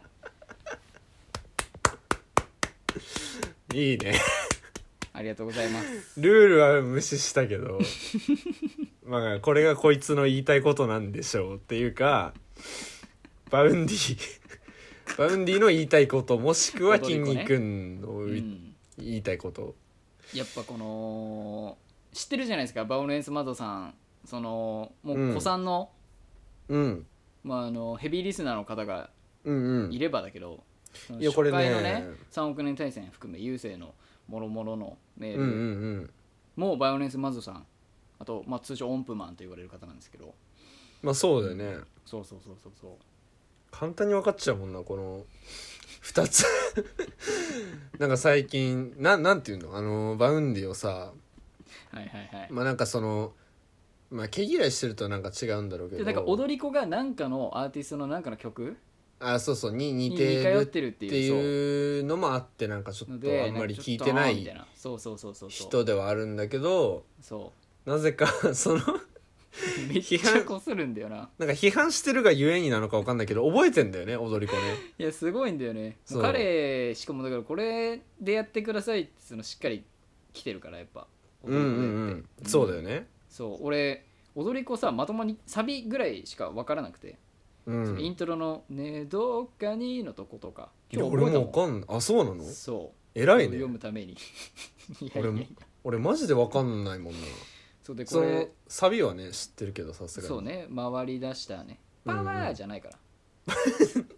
Speaker 1: ー
Speaker 2: いいね
Speaker 1: ありがとうございます
Speaker 2: ルールは無視したけど [laughs] まあこれがこいつの言いたいことなんでしょうっていうかバウンディ [laughs] バウンディの言いたいこともしくは
Speaker 1: 踊り
Speaker 2: 筋
Speaker 1: 子ね
Speaker 2: 肉の
Speaker 1: う
Speaker 2: い
Speaker 1: ん
Speaker 2: 言いたいこと
Speaker 1: やっぱこの知ってるじゃないですかバオレンスマドさんそのもう子さんの,、
Speaker 2: うん
Speaker 1: まあ、あのヘビーリスナーの方が
Speaker 2: うんうん
Speaker 1: いればだけど、その
Speaker 2: いやこれね
Speaker 1: 初回のね3億年対戦含め郵政のもろもろのメー
Speaker 2: うんうん
Speaker 1: ル
Speaker 2: うん
Speaker 1: もバイオレンスマゾさんあと、まあ、通称音符マンと言われる方なんですけど
Speaker 2: まあそうだよね
Speaker 1: そうそうそうそうそう
Speaker 2: 簡単に分かっちゃうもんなこの2つ [laughs] なんか最近ななんていうのあのバウンディをさ
Speaker 1: はいはいはい、
Speaker 2: まあなんかそのまあ毛嫌いしてるとなんか違うんだろうけ
Speaker 1: で
Speaker 2: ど
Speaker 1: なんか踊り子が何かのアーティストの何かの曲
Speaker 2: あそうそうに
Speaker 1: に
Speaker 2: 似
Speaker 1: 似
Speaker 2: て
Speaker 1: 通っ
Speaker 2: る
Speaker 1: てるって
Speaker 2: っ
Speaker 1: いう
Speaker 2: て
Speaker 1: そう
Speaker 2: いうのもあってなんかちょっ
Speaker 1: の
Speaker 2: と
Speaker 1: で
Speaker 2: あんまり
Speaker 1: なんか
Speaker 2: 聞
Speaker 1: ちょ
Speaker 2: い
Speaker 1: っと
Speaker 2: てな
Speaker 1: あーみた
Speaker 2: い
Speaker 1: なそうそうそうそうそう
Speaker 2: 人ではあるんだけど
Speaker 1: そ
Speaker 2: なぜか [laughs] その
Speaker 1: う [laughs] めっちゃこするんだよな
Speaker 2: なんか批判してるがゆえになのかわかんないけど覚えてんだよね踊
Speaker 1: [laughs]
Speaker 2: り子ね
Speaker 1: いやすごいんだよねもう
Speaker 2: そう
Speaker 1: 彼しかもだからこれでやってくださいってそのしっかり来てるからやっぱ
Speaker 2: うんうんう
Speaker 1: 踊り子でやっ
Speaker 2: ん
Speaker 1: て
Speaker 2: そうだよね
Speaker 1: そう俺踊り子さまともにサビぐらいしか分からなくて、
Speaker 2: う
Speaker 1: イ
Speaker 2: ん
Speaker 1: ントロの「ねどっかに」のとことか
Speaker 2: いや俺もわ
Speaker 1: 覚
Speaker 2: かんないあそう
Speaker 1: え
Speaker 2: な
Speaker 1: た
Speaker 2: の
Speaker 1: もんそう
Speaker 2: 偉い
Speaker 1: 読
Speaker 2: ね
Speaker 1: むために [laughs] いやい
Speaker 2: 俺
Speaker 1: やい
Speaker 2: も
Speaker 1: や
Speaker 2: 俺マジでわかんないもんな
Speaker 1: そうでこ
Speaker 2: その
Speaker 1: れ
Speaker 2: サビはね知ってるけどさすがに
Speaker 1: そうね回り出したねパワーじゃないから、うん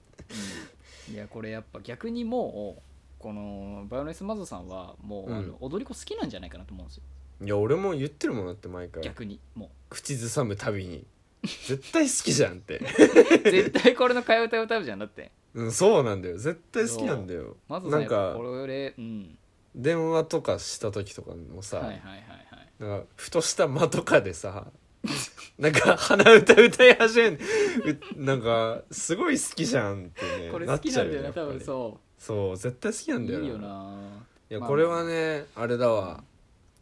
Speaker 1: いやこれやっぱ逆にもうこのバイオレンスマゾさんはもう、
Speaker 2: うん
Speaker 1: あの踊り子好きなんじゃないかなと思うんですよ
Speaker 2: いや俺も言ってるもんだって毎回
Speaker 1: 逆にも
Speaker 2: 口ずさむたびに絶対好きじゃんって
Speaker 1: う絶対これの替え歌歌うじゃんだって
Speaker 2: うんそうなんだよ絶対好きなんだよ
Speaker 1: マゾさ
Speaker 2: なん
Speaker 1: やっ
Speaker 2: ん
Speaker 1: ぱ
Speaker 2: か
Speaker 1: これうん
Speaker 2: 電話とかした時とかもさ、
Speaker 1: はいはいはいはい
Speaker 2: なんかふとした間とかでさ [laughs] なんか鼻歌歌い始めんうなんかすごい好きじゃんって
Speaker 1: [laughs]
Speaker 2: ね
Speaker 1: これ好きなんだよね
Speaker 2: っち
Speaker 1: 多
Speaker 2: ゃうよねやっぱ
Speaker 1: 分
Speaker 2: り
Speaker 1: そ
Speaker 2: そう絶対好きな
Speaker 1: うい
Speaker 2: ん
Speaker 1: い
Speaker 2: だよ
Speaker 1: よない
Speaker 2: や
Speaker 1: まあ
Speaker 2: これはねあれだわ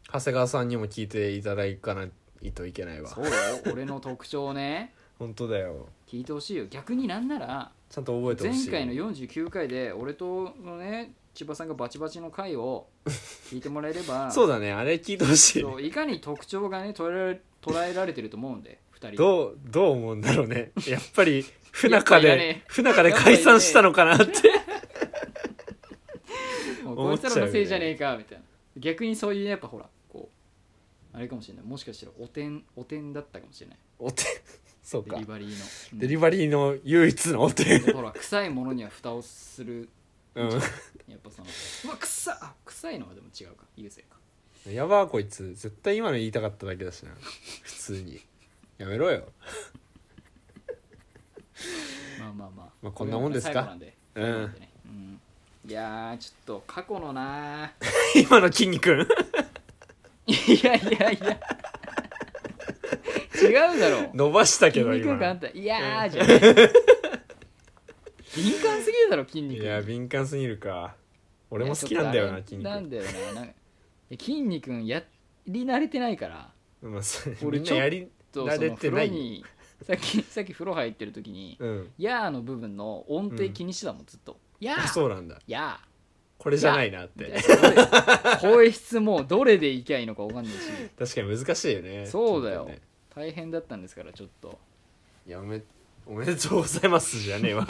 Speaker 2: 長谷川さんにも聞いていただかないといけないわ
Speaker 1: そうよ俺の特徴ね
Speaker 2: 本当だよ
Speaker 1: 聞いてほしいよ逆になんなら
Speaker 2: ちゃんと覚えてほし
Speaker 1: 前回
Speaker 2: い
Speaker 1: の49回で俺とのね千葉さんがバチバチの回を聞いてもらえれば
Speaker 2: [laughs] そうだねあれ聞いてほしい
Speaker 1: そういかに特徴がね捉えられ捉えられてると思うんで2人
Speaker 2: どうどう思うんだろ
Speaker 1: [laughs]
Speaker 2: うねやっぱり不仲
Speaker 1: やっ
Speaker 2: で、
Speaker 1: ぱりね
Speaker 2: 不仲で解散したのかなって
Speaker 1: もうこ
Speaker 2: 思っ
Speaker 1: い
Speaker 2: ちゃうよね
Speaker 1: つらのせいじゃねえかみたいな逆にそういうやっぱほらこうあれかもしれないもしかしたらおてんおてんだったかもしれない
Speaker 2: お手そうか
Speaker 1: デリバリーの、うん
Speaker 2: デリバリーの唯一のお
Speaker 1: [laughs]
Speaker 2: 手
Speaker 1: でほら臭いものには蓋をする
Speaker 2: う
Speaker 1: やっぱそのうわ臭っあ臭いのはでも違うか優勢か
Speaker 2: んやばーこいつ絶対今の言いたかっただけだしな普通にやめろよ
Speaker 1: まあまあまあ、
Speaker 2: まあこんなもんですか
Speaker 1: 最後なんで
Speaker 2: うん
Speaker 1: 最後なんでねうんいやーちょっと過去のなー [laughs]
Speaker 2: 今の筋肉
Speaker 1: いやいやいや違うだろう
Speaker 2: 伸ばしたけ
Speaker 1: 筋
Speaker 2: ど
Speaker 1: 肉
Speaker 2: 今
Speaker 1: があっ
Speaker 2: の
Speaker 1: たいやーじゃない敏感すぎるだろ筋
Speaker 2: い
Speaker 1: 肉
Speaker 2: や敏感すぎるか俺も好きなんだよ
Speaker 1: い
Speaker 2: な
Speaker 1: やち
Speaker 2: 筋
Speaker 1: ょっとあれなん
Speaker 2: 肉
Speaker 1: だよななんかいや筋肉やり慣れてないから
Speaker 2: まあそれ
Speaker 1: 俺
Speaker 2: みんなやり
Speaker 1: と
Speaker 2: 慣
Speaker 1: そ
Speaker 2: れ
Speaker 1: の風
Speaker 2: てな
Speaker 1: 呂
Speaker 2: い
Speaker 1: にさっきさっき風呂入ってる時に
Speaker 2: うん
Speaker 1: 「やー」の部分の音程気にしてたもんずっと「や
Speaker 2: あ
Speaker 1: ー
Speaker 2: そうなんだ
Speaker 1: やー」
Speaker 2: これじゃないなっ
Speaker 1: み
Speaker 2: て
Speaker 1: たいな声質もどれでいきゃいいのか分かんないし
Speaker 2: 確かに難しいよね
Speaker 1: そうだよ
Speaker 2: ちょっとね
Speaker 1: 大変だったんですからちょっと
Speaker 2: いやおめおめでとうございますじゃねえわ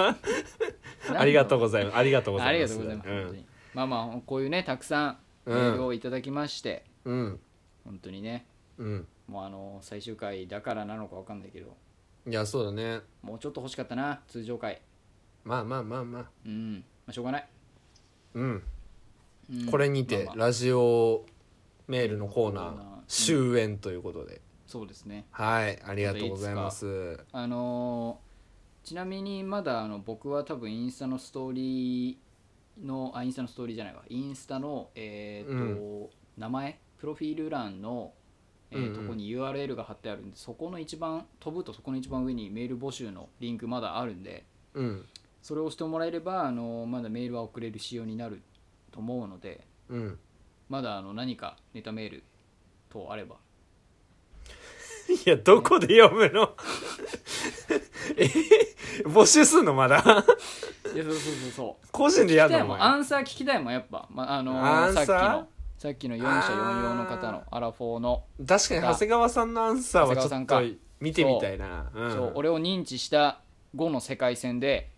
Speaker 1: なん
Speaker 2: ありがとう
Speaker 1: ご
Speaker 2: ございますありがとうございます
Speaker 1: ありがとうございます、本当にまあまあこういうねたくさんメ
Speaker 2: う
Speaker 1: ール
Speaker 2: ん
Speaker 1: をいただきまして、
Speaker 2: うん
Speaker 1: 本当にね
Speaker 2: うん
Speaker 1: ももうあの最終回だからなのか分かんないけど
Speaker 2: いやそうだね
Speaker 1: もうちょっと欲しかったな通常回
Speaker 2: まあまあまあまあ
Speaker 1: うん、まあ、しょうがない、
Speaker 2: うん
Speaker 1: うん
Speaker 2: これにて
Speaker 1: まあまあ
Speaker 2: ラジオメールのコーナ
Speaker 1: コーナ
Speaker 2: ー
Speaker 1: ー
Speaker 2: 終演ということで、
Speaker 1: そうですね
Speaker 2: はいありがとうございます
Speaker 1: あのーちなみにまだあの僕は多分インスタのストーリーのあインスタのストーリーじゃないわインスタの、えーと名前プロフィール欄の、えー
Speaker 2: うんうん
Speaker 1: とこに URL が貼ってあるんでそこの一番飛ぶとそこの一番上にメール募集のリンクまだあるんで
Speaker 2: うん
Speaker 1: それを押してもらえればあのーまだメールは送れる仕様になると思うので [laughs]
Speaker 2: うん
Speaker 1: まだあの何かネタメール等あれば
Speaker 2: いやどこで読む
Speaker 1: [laughs]
Speaker 2: のえ募集すんの
Speaker 1: [laughs]
Speaker 2: まだ
Speaker 1: いやそうそうそうそう
Speaker 2: 個人でや
Speaker 1: 聞き
Speaker 2: る
Speaker 1: たい
Speaker 2: のお
Speaker 1: も
Speaker 2: 前
Speaker 1: んアンサー聞きたいもんやっぱ、まあの
Speaker 2: アンサ
Speaker 1: さ
Speaker 2: ー
Speaker 1: っきのさっきの4
Speaker 2: あ
Speaker 1: 者
Speaker 2: ー
Speaker 1: 4用の方のアラフォーの、
Speaker 2: 確かに長谷川さんのアンサーは
Speaker 1: 長谷川
Speaker 2: ち
Speaker 1: さ
Speaker 2: ょっ
Speaker 1: ん
Speaker 2: と
Speaker 1: か
Speaker 2: 見てみたいなう、ん、
Speaker 1: そう俺を認知した後の世界戦で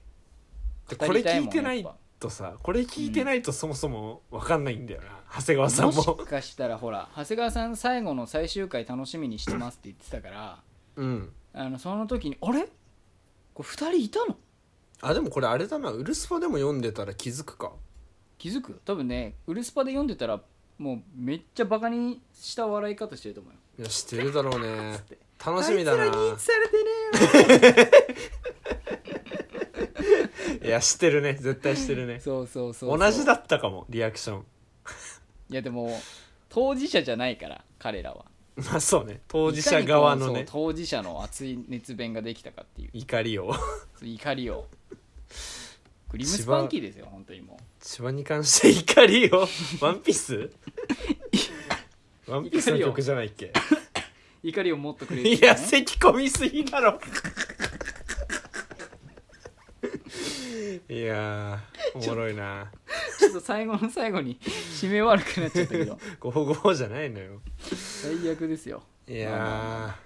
Speaker 2: で
Speaker 1: 語
Speaker 2: これ
Speaker 1: りたい
Speaker 2: 聞
Speaker 1: も
Speaker 2: い
Speaker 1: ん
Speaker 2: てない
Speaker 1: やっぱ
Speaker 2: とさこれ聞いてないとそもそも分かんないんだよな長谷川さん
Speaker 1: も
Speaker 2: も
Speaker 1: しかしたらほら長谷川さん最後の最終回楽しみにしてますって言ってたから
Speaker 2: うん
Speaker 1: あのその時にあれこれ2人いたの
Speaker 2: あでもこれあれだなウルスパでも読んでたら気づくか
Speaker 1: 気づく多分ねウルスパで読んでたらもうめっちゃバカにした笑い方してると思うよ
Speaker 2: いや知ってるだろう [laughs] ね
Speaker 1: て
Speaker 2: 楽しみだな
Speaker 1: あいつら認知されてねえよ
Speaker 2: いや知ってるね絶対知って [laughs] るね
Speaker 1: そうそうそうそう
Speaker 2: 同じだったかもリアクション [laughs]
Speaker 1: いやでも当事者じゃないから彼らは
Speaker 2: まあそうね当事者側の
Speaker 1: い
Speaker 2: ね
Speaker 1: かにこうそう当事者の熱い熱弁ができたかっていう
Speaker 2: 怒りを [laughs]
Speaker 1: そう怒りをグリムスパンキーですよ本当にも
Speaker 2: 千葉に関して怒りを [laughs] ワンピースワンピースの曲じゃないっけ
Speaker 1: う怒りをもっとくれる、
Speaker 2: いや咳込みすぎだろいやーおもろいな
Speaker 1: ちょっと最後の最後に締め悪くなっちゃったけど
Speaker 2: ごほごほじゃないのよ
Speaker 1: 最悪ですよ
Speaker 2: いや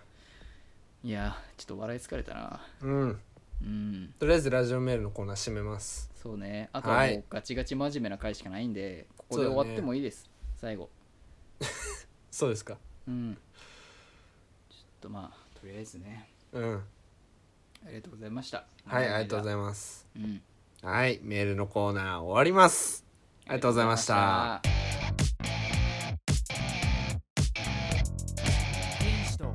Speaker 1: いやちょっと笑い疲れたな
Speaker 2: ーうん
Speaker 1: うん
Speaker 2: とりあえずラジオメールのコーナー締めます
Speaker 1: そうねあとは
Speaker 2: は
Speaker 1: も
Speaker 2: いう
Speaker 1: ガチガチ真面目な回しかないんでここで終わってもいいです、最後
Speaker 2: そうですか
Speaker 1: うんちょっとまあとりあえずね
Speaker 2: うん
Speaker 1: ありがとうございました
Speaker 2: はいありがとうござ
Speaker 1: い
Speaker 2: います
Speaker 1: ます、うん
Speaker 2: はいメールのコーナー終わりますありがとうございました
Speaker 3: 天使と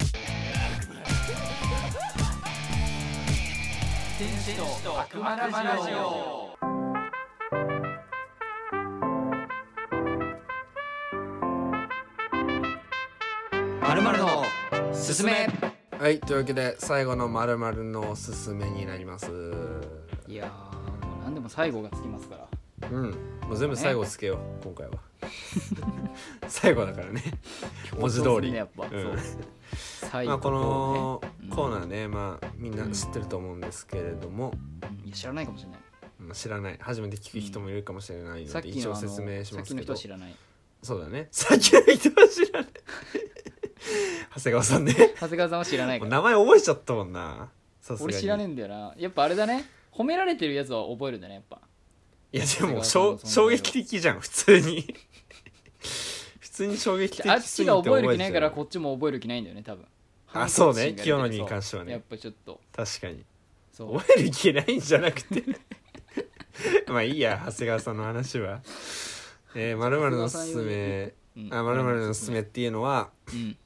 Speaker 3: 天使と悪魔ラジオ
Speaker 1: まるまるのすすめ
Speaker 2: はいというわけで最後のまるまるのおすすめになります
Speaker 1: いやーもう何でも最後がつきますから
Speaker 2: うんもう全部最後つけよう、今回は [laughs] 最後だからね文字通
Speaker 1: 強調する
Speaker 2: り、
Speaker 1: ねやっぱ、
Speaker 2: うん
Speaker 1: そう最後
Speaker 2: まあこの
Speaker 1: ね
Speaker 2: コーナーね、まあみんな知ってると思うんですけれども、
Speaker 1: うんいや知らないかもしれない
Speaker 2: まあ知らない初めて聞く人もいるかもしれない
Speaker 1: さ
Speaker 2: の
Speaker 1: っ
Speaker 2: で、
Speaker 1: き
Speaker 2: 一
Speaker 1: の
Speaker 2: 応
Speaker 1: あの
Speaker 2: 説明し
Speaker 1: さっ
Speaker 2: ま
Speaker 1: き
Speaker 2: す
Speaker 1: の
Speaker 2: け
Speaker 1: 人
Speaker 2: ど
Speaker 1: は知らない
Speaker 2: そうだね [laughs] さっきの人は知らない [laughs] 長谷川さんね
Speaker 1: 長谷川さんは知らない
Speaker 2: [laughs] も
Speaker 1: か
Speaker 2: う
Speaker 1: ら
Speaker 2: 名前覚えちゃったもんなさすがに
Speaker 1: 俺知らねえんだよなやっぱあれだね褒められてるやつは覚えるんだねやっぱ
Speaker 2: いやで
Speaker 1: 長
Speaker 2: も
Speaker 1: 谷川さん
Speaker 2: 衝
Speaker 1: の存在
Speaker 2: 衝
Speaker 1: を
Speaker 2: 撃的じゃん普通に [laughs] 普通に衝撃的
Speaker 1: あっちが覚える気ないから
Speaker 2: すぎて覚えちゃう
Speaker 1: こっちも覚える気ないんだよね多分
Speaker 2: あそうね
Speaker 1: 反骨心が出て
Speaker 2: 清野に関してはね
Speaker 1: そうやっぱちょっと
Speaker 2: 確かに
Speaker 1: そう
Speaker 2: 覚える気ないんじゃなくて [laughs] まあいいや長谷川さんの話はえー、〇〇のおすすめ
Speaker 1: うん
Speaker 2: あ〇〇のおすすめっていうのは
Speaker 1: うん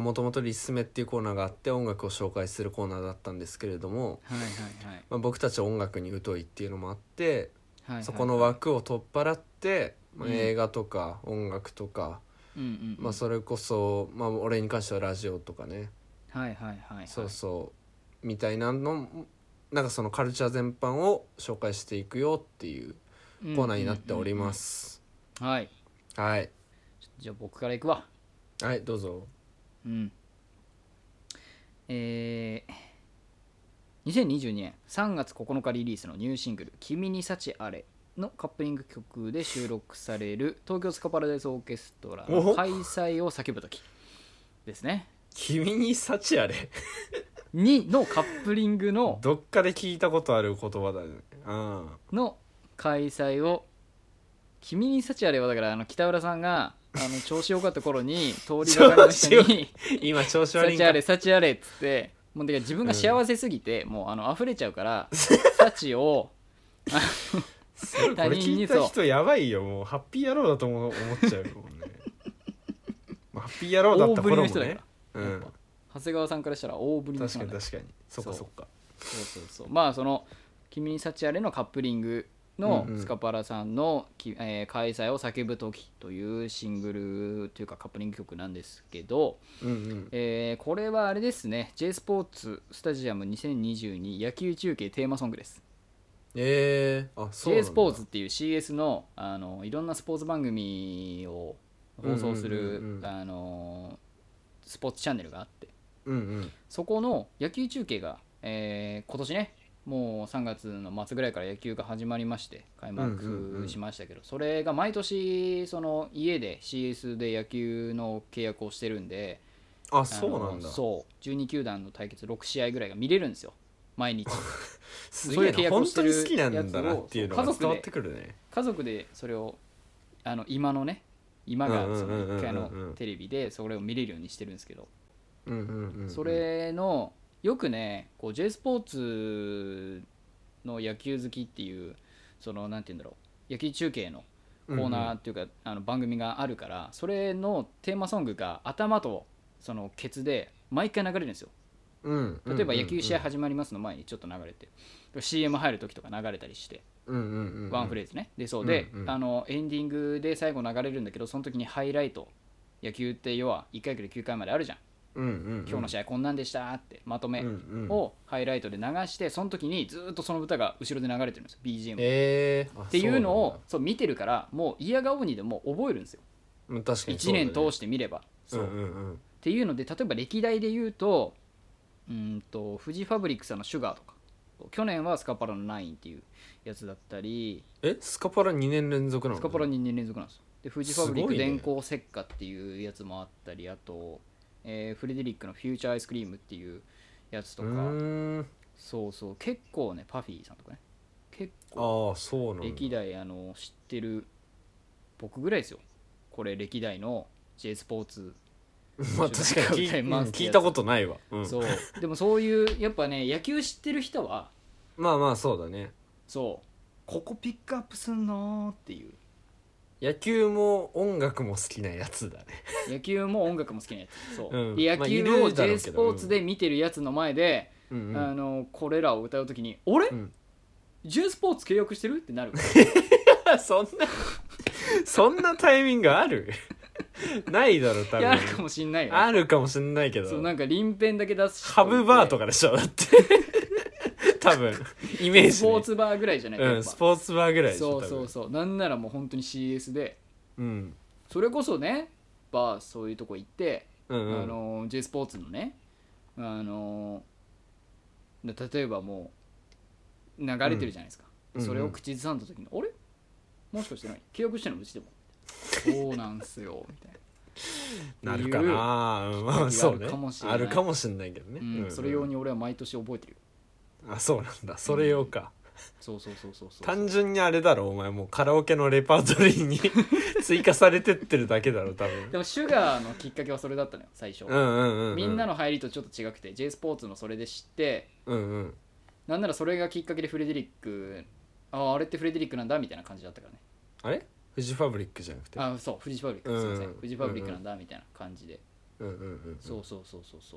Speaker 2: もともと「リスメ」っていうコーナーがあって音楽を紹介するコーナーだったんですけれども、
Speaker 1: はいはいはい
Speaker 2: まあ、僕たちは音楽に疎いっていうのもあって
Speaker 1: はいはい
Speaker 2: そこの枠を取っ払って、まあ、
Speaker 1: うん
Speaker 2: 映画とか音楽とか、
Speaker 1: うんうんうん
Speaker 2: まあそれこそ、まあ、俺に関してはラジオとかね
Speaker 1: はいはいはいはい
Speaker 2: そうそうみたいなのなんかそのカルチャー全般を紹介していくよっていう
Speaker 1: うん
Speaker 2: コーナーになっておりま、す、
Speaker 1: うんうんうんはい
Speaker 2: はい
Speaker 1: じゃあ僕からいくわ
Speaker 2: はいどうぞ
Speaker 1: うんえー、2022年3月9日リリースのニューシングル「君に幸あれ」のカップリング曲で収録される東京スカパラダイスオーケストラ
Speaker 2: お
Speaker 1: の
Speaker 2: お
Speaker 1: 開催を叫ぶ時ですね
Speaker 2: 「君に幸あれ
Speaker 1: にのカップリング」の
Speaker 2: [laughs] どっかで聞いたことある言葉だねうん
Speaker 1: の開催を「君に幸あれ」はだからあの北浦さんがあの調子良かった頃に通りがかりの人
Speaker 2: 調子
Speaker 1: に
Speaker 2: 今調
Speaker 1: 「
Speaker 2: 子悪い
Speaker 1: 幸
Speaker 2: ん
Speaker 1: あ
Speaker 2: か
Speaker 1: れ幸あれ」っつってもうてか自分が幸せすぎて、もうあの溢れちゃう
Speaker 2: [laughs]
Speaker 1: から「幸」を
Speaker 2: それこれ
Speaker 1: 他人
Speaker 2: 聞
Speaker 1: に
Speaker 2: い
Speaker 1: そう
Speaker 2: た人やばいよもうハッピー野郎だと思う思っちゃうよも [laughs] うねまあハッピー野郎だ
Speaker 1: 大
Speaker 2: った
Speaker 1: ぶりの
Speaker 2: 頃も
Speaker 1: 人だか
Speaker 2: ね
Speaker 1: ら、
Speaker 2: う
Speaker 1: やっ
Speaker 2: ん
Speaker 1: ぱ、長谷川さんからしたら大ぶりの人
Speaker 2: 確か
Speaker 1: なん
Speaker 2: に
Speaker 1: だよ
Speaker 2: 確かにそっかそっか
Speaker 1: そうそうそうまあその「君に幸あれ」のカップリングの
Speaker 2: うんうん
Speaker 1: スカパラさんのき、えー開催を叫ぶ時」というシングルというかカップリング曲なんですけど、
Speaker 2: うんうん
Speaker 1: えーこれはあれですね J スポーツスタジアム2022野球中継テーマソングです
Speaker 2: えー、あそうなん
Speaker 1: J
Speaker 2: だ
Speaker 1: スポーツっていう CS のあのいろんなスポーツ番組を放送す
Speaker 2: うんうんうん
Speaker 1: る
Speaker 2: うん
Speaker 1: あのスポーツチャンネルがあって
Speaker 2: うんうん
Speaker 1: そこの野球中継が、えー今年ねもう3月の末ぐらいから野球が始まりまして開
Speaker 2: うんうんう
Speaker 1: 幕
Speaker 2: ん
Speaker 1: しましたけど、それが毎年その家で CS で野球の契約をしてるんで
Speaker 2: あ
Speaker 1: あの
Speaker 2: そうなんだ
Speaker 1: そう12球団の対決6試合ぐらいが見れるんですよ毎
Speaker 2: [laughs]
Speaker 1: 日
Speaker 2: すげえ
Speaker 1: そういう契
Speaker 2: な
Speaker 1: 約を
Speaker 2: 本
Speaker 1: して
Speaker 2: 当
Speaker 1: る
Speaker 2: に好きなんだなっていうのが
Speaker 1: そう家族で
Speaker 2: 伝わってくるね
Speaker 1: 家族でそれをあの今のね今がその1階
Speaker 2: うんうんうんうんう
Speaker 1: の
Speaker 2: ん
Speaker 1: テレビでそれを見れるようにしてるんですけど
Speaker 2: うんうんうんうん
Speaker 1: それのよくねこう J スポーツの野球好きっていうそのなんて言うんだろう野球中継のコーナーっていうか、あの番組があるからそれのテーマソングが頭とそのケツで毎回流れるんですよ
Speaker 2: うん
Speaker 1: 例えば野球試合
Speaker 2: 始
Speaker 1: 始まりますの前にちょっと流れて、CM 入る時とか流れたりしてワンフレ
Speaker 2: ーズ
Speaker 1: ーズね。で、そうで、
Speaker 2: うんうん
Speaker 1: あのエンディングで最後流れるんだけど、その時にハイライト、野球って要は1回から9回まであるじゃん。
Speaker 2: 今
Speaker 1: 今日の試合こんなんでしたってまとめ
Speaker 2: を
Speaker 1: をハイライトで流して、その時にずっとその歌が後ろで流れてるんですよ、BGM。
Speaker 2: えーあ
Speaker 1: っていうのを
Speaker 2: そ
Speaker 1: そう見てるから、もう嫌顔にでも覚えるんですよ。
Speaker 2: うなんだうん確かに
Speaker 1: 1年通して見れば。
Speaker 2: そ
Speaker 1: そうう
Speaker 2: だ
Speaker 1: っ
Speaker 2: ねうんうん
Speaker 1: ていうので、例えば歴代で言うと、うーんと、フジファブリックさんの「シュガーとか、去年はスカパラの「ナインっていうやつだったり、
Speaker 2: えスカパラ2年連続なの
Speaker 1: スカパラ2年連続なんですよでフジファブリッ
Speaker 2: すご
Speaker 1: ク
Speaker 2: いね
Speaker 1: 電光石火っていうやつもあったりあと、えーフレデリックのフューチャーアイスクリームっていうやつと
Speaker 2: う
Speaker 1: か
Speaker 2: ーん
Speaker 1: そうそう結構ねパフィーさんとかね結構
Speaker 2: ああそうなんだ
Speaker 1: 歴代あの知ってる僕ぐらいですよこれ歴代の J スポーツ、
Speaker 2: まあ確かに
Speaker 1: 歌
Speaker 2: 聞
Speaker 1: い
Speaker 2: い
Speaker 1: ます
Speaker 2: うん聞いたことないわうん
Speaker 1: そうでもそういうやっぱね野球知ってる人は
Speaker 2: まあまあそうだね
Speaker 1: そうここピックアップすんのーって
Speaker 2: [laughs]
Speaker 1: いう
Speaker 2: 野球も音楽も好きなやつだね
Speaker 1: 野球も音楽も好きなやつそう、
Speaker 2: うん
Speaker 1: で
Speaker 2: ま
Speaker 1: 野
Speaker 2: あい
Speaker 1: 球
Speaker 2: るだろ
Speaker 1: を
Speaker 2: うけど
Speaker 1: J スポーツで見てるやつの前で、
Speaker 2: うんう
Speaker 1: あ
Speaker 2: ん
Speaker 1: のこれらを歌うときに「俺、
Speaker 2: うん
Speaker 1: J スポーツ契約してる?」ってなる
Speaker 2: [laughs] そんなそんなタイミングある [laughs] ないだろ多
Speaker 1: い
Speaker 2: 分
Speaker 1: やあるかもしんないよ
Speaker 2: あるかもしんないけ
Speaker 1: そう
Speaker 2: ど
Speaker 1: なんか臨片だけ出す
Speaker 2: ハブバーと
Speaker 1: か
Speaker 2: かでしょだって多分イメージね
Speaker 1: スポーツバーぐらいじゃない
Speaker 2: うんスポーツバーぐらいでし
Speaker 1: そ
Speaker 2: ょ
Speaker 1: うそう
Speaker 2: 多
Speaker 1: そうなんならもう本当に CS で
Speaker 2: 分うん
Speaker 1: それこそねバーそういうとこ行って、
Speaker 2: うんうん
Speaker 1: あの J スポーツのねあの例えばもう流れてるじゃないですか、
Speaker 2: うん
Speaker 1: それ
Speaker 2: う
Speaker 1: を
Speaker 2: んうん
Speaker 1: 口ずさんだ時に「あれもしかしてない記憶してんのうちでも」そうなんすよ」みたいな、
Speaker 2: [laughs] なるかなうんまあそうね
Speaker 1: あるかもしんない
Speaker 2: あるかもしんないけどね
Speaker 1: うん
Speaker 2: うんうん
Speaker 1: それ用に俺は毎年覚えてるよ
Speaker 2: あそうなんだそれ用か
Speaker 1: そうそうそうそうそう
Speaker 2: 単純にあれだろお前もうカラオケのレパートリーに [laughs] 追加されてってるだけだろ多分
Speaker 1: でもシュガーのきっかけはそれだったのよ最初、
Speaker 2: うんうんうんうん
Speaker 1: みんなの入りとちょっと違くて J スポーツのそれで知って
Speaker 2: うんうん
Speaker 1: なんならそれがきっかけでフレデリックあああれってフレデリックなんだみたいな感じだったからね
Speaker 2: あれフジファブリックじゃなくて
Speaker 1: あそうフジファブリック、
Speaker 2: うん
Speaker 1: すいませんフジファブリックなんだみたいな感じで、
Speaker 2: うんうんうん
Speaker 1: そうそうそうそうそ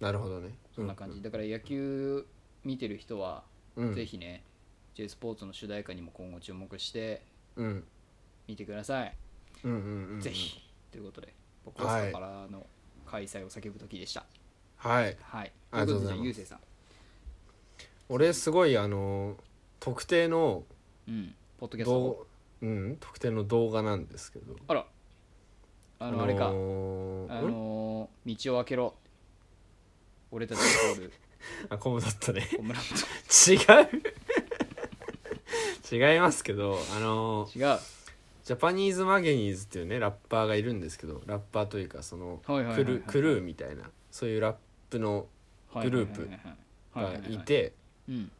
Speaker 1: う
Speaker 2: なるほどね
Speaker 1: そんな感じ、だから野球見てる人は、
Speaker 2: うん
Speaker 1: ぜひね J スポーツの主題歌にも今後注目して
Speaker 2: うん
Speaker 1: 見てください、
Speaker 2: うんうんうん
Speaker 1: ぜひということで僕はスカパラの開催を叫ぶ時でした
Speaker 2: はい
Speaker 1: はい、
Speaker 2: ありがとうご
Speaker 1: と
Speaker 2: ざ
Speaker 1: い
Speaker 2: いう
Speaker 1: ことでじゃ
Speaker 2: ます
Speaker 1: あゆうせいさん、
Speaker 2: 俺すごいあの特定の
Speaker 1: うん、ポッドキャストを
Speaker 2: 動うん特定の動画なんですけど
Speaker 1: あらあのあれか、
Speaker 2: あの
Speaker 1: あ
Speaker 2: ーん
Speaker 1: のー道を開けろ俺たちのゴール
Speaker 2: あコムだったね
Speaker 1: 小村と
Speaker 2: 違う [laughs] 違いますけどあのー
Speaker 1: 違う
Speaker 2: [laughs]
Speaker 1: は
Speaker 2: ジャパニーズマゲニーズっていうねラッパーがいるんですけどラッパーというかその
Speaker 1: はいはいはいはい
Speaker 2: クルクルーみたいなそういうラップの
Speaker 1: いはいはいはい
Speaker 2: グループ
Speaker 1: はいは
Speaker 2: が
Speaker 1: いはい
Speaker 2: いて
Speaker 1: うん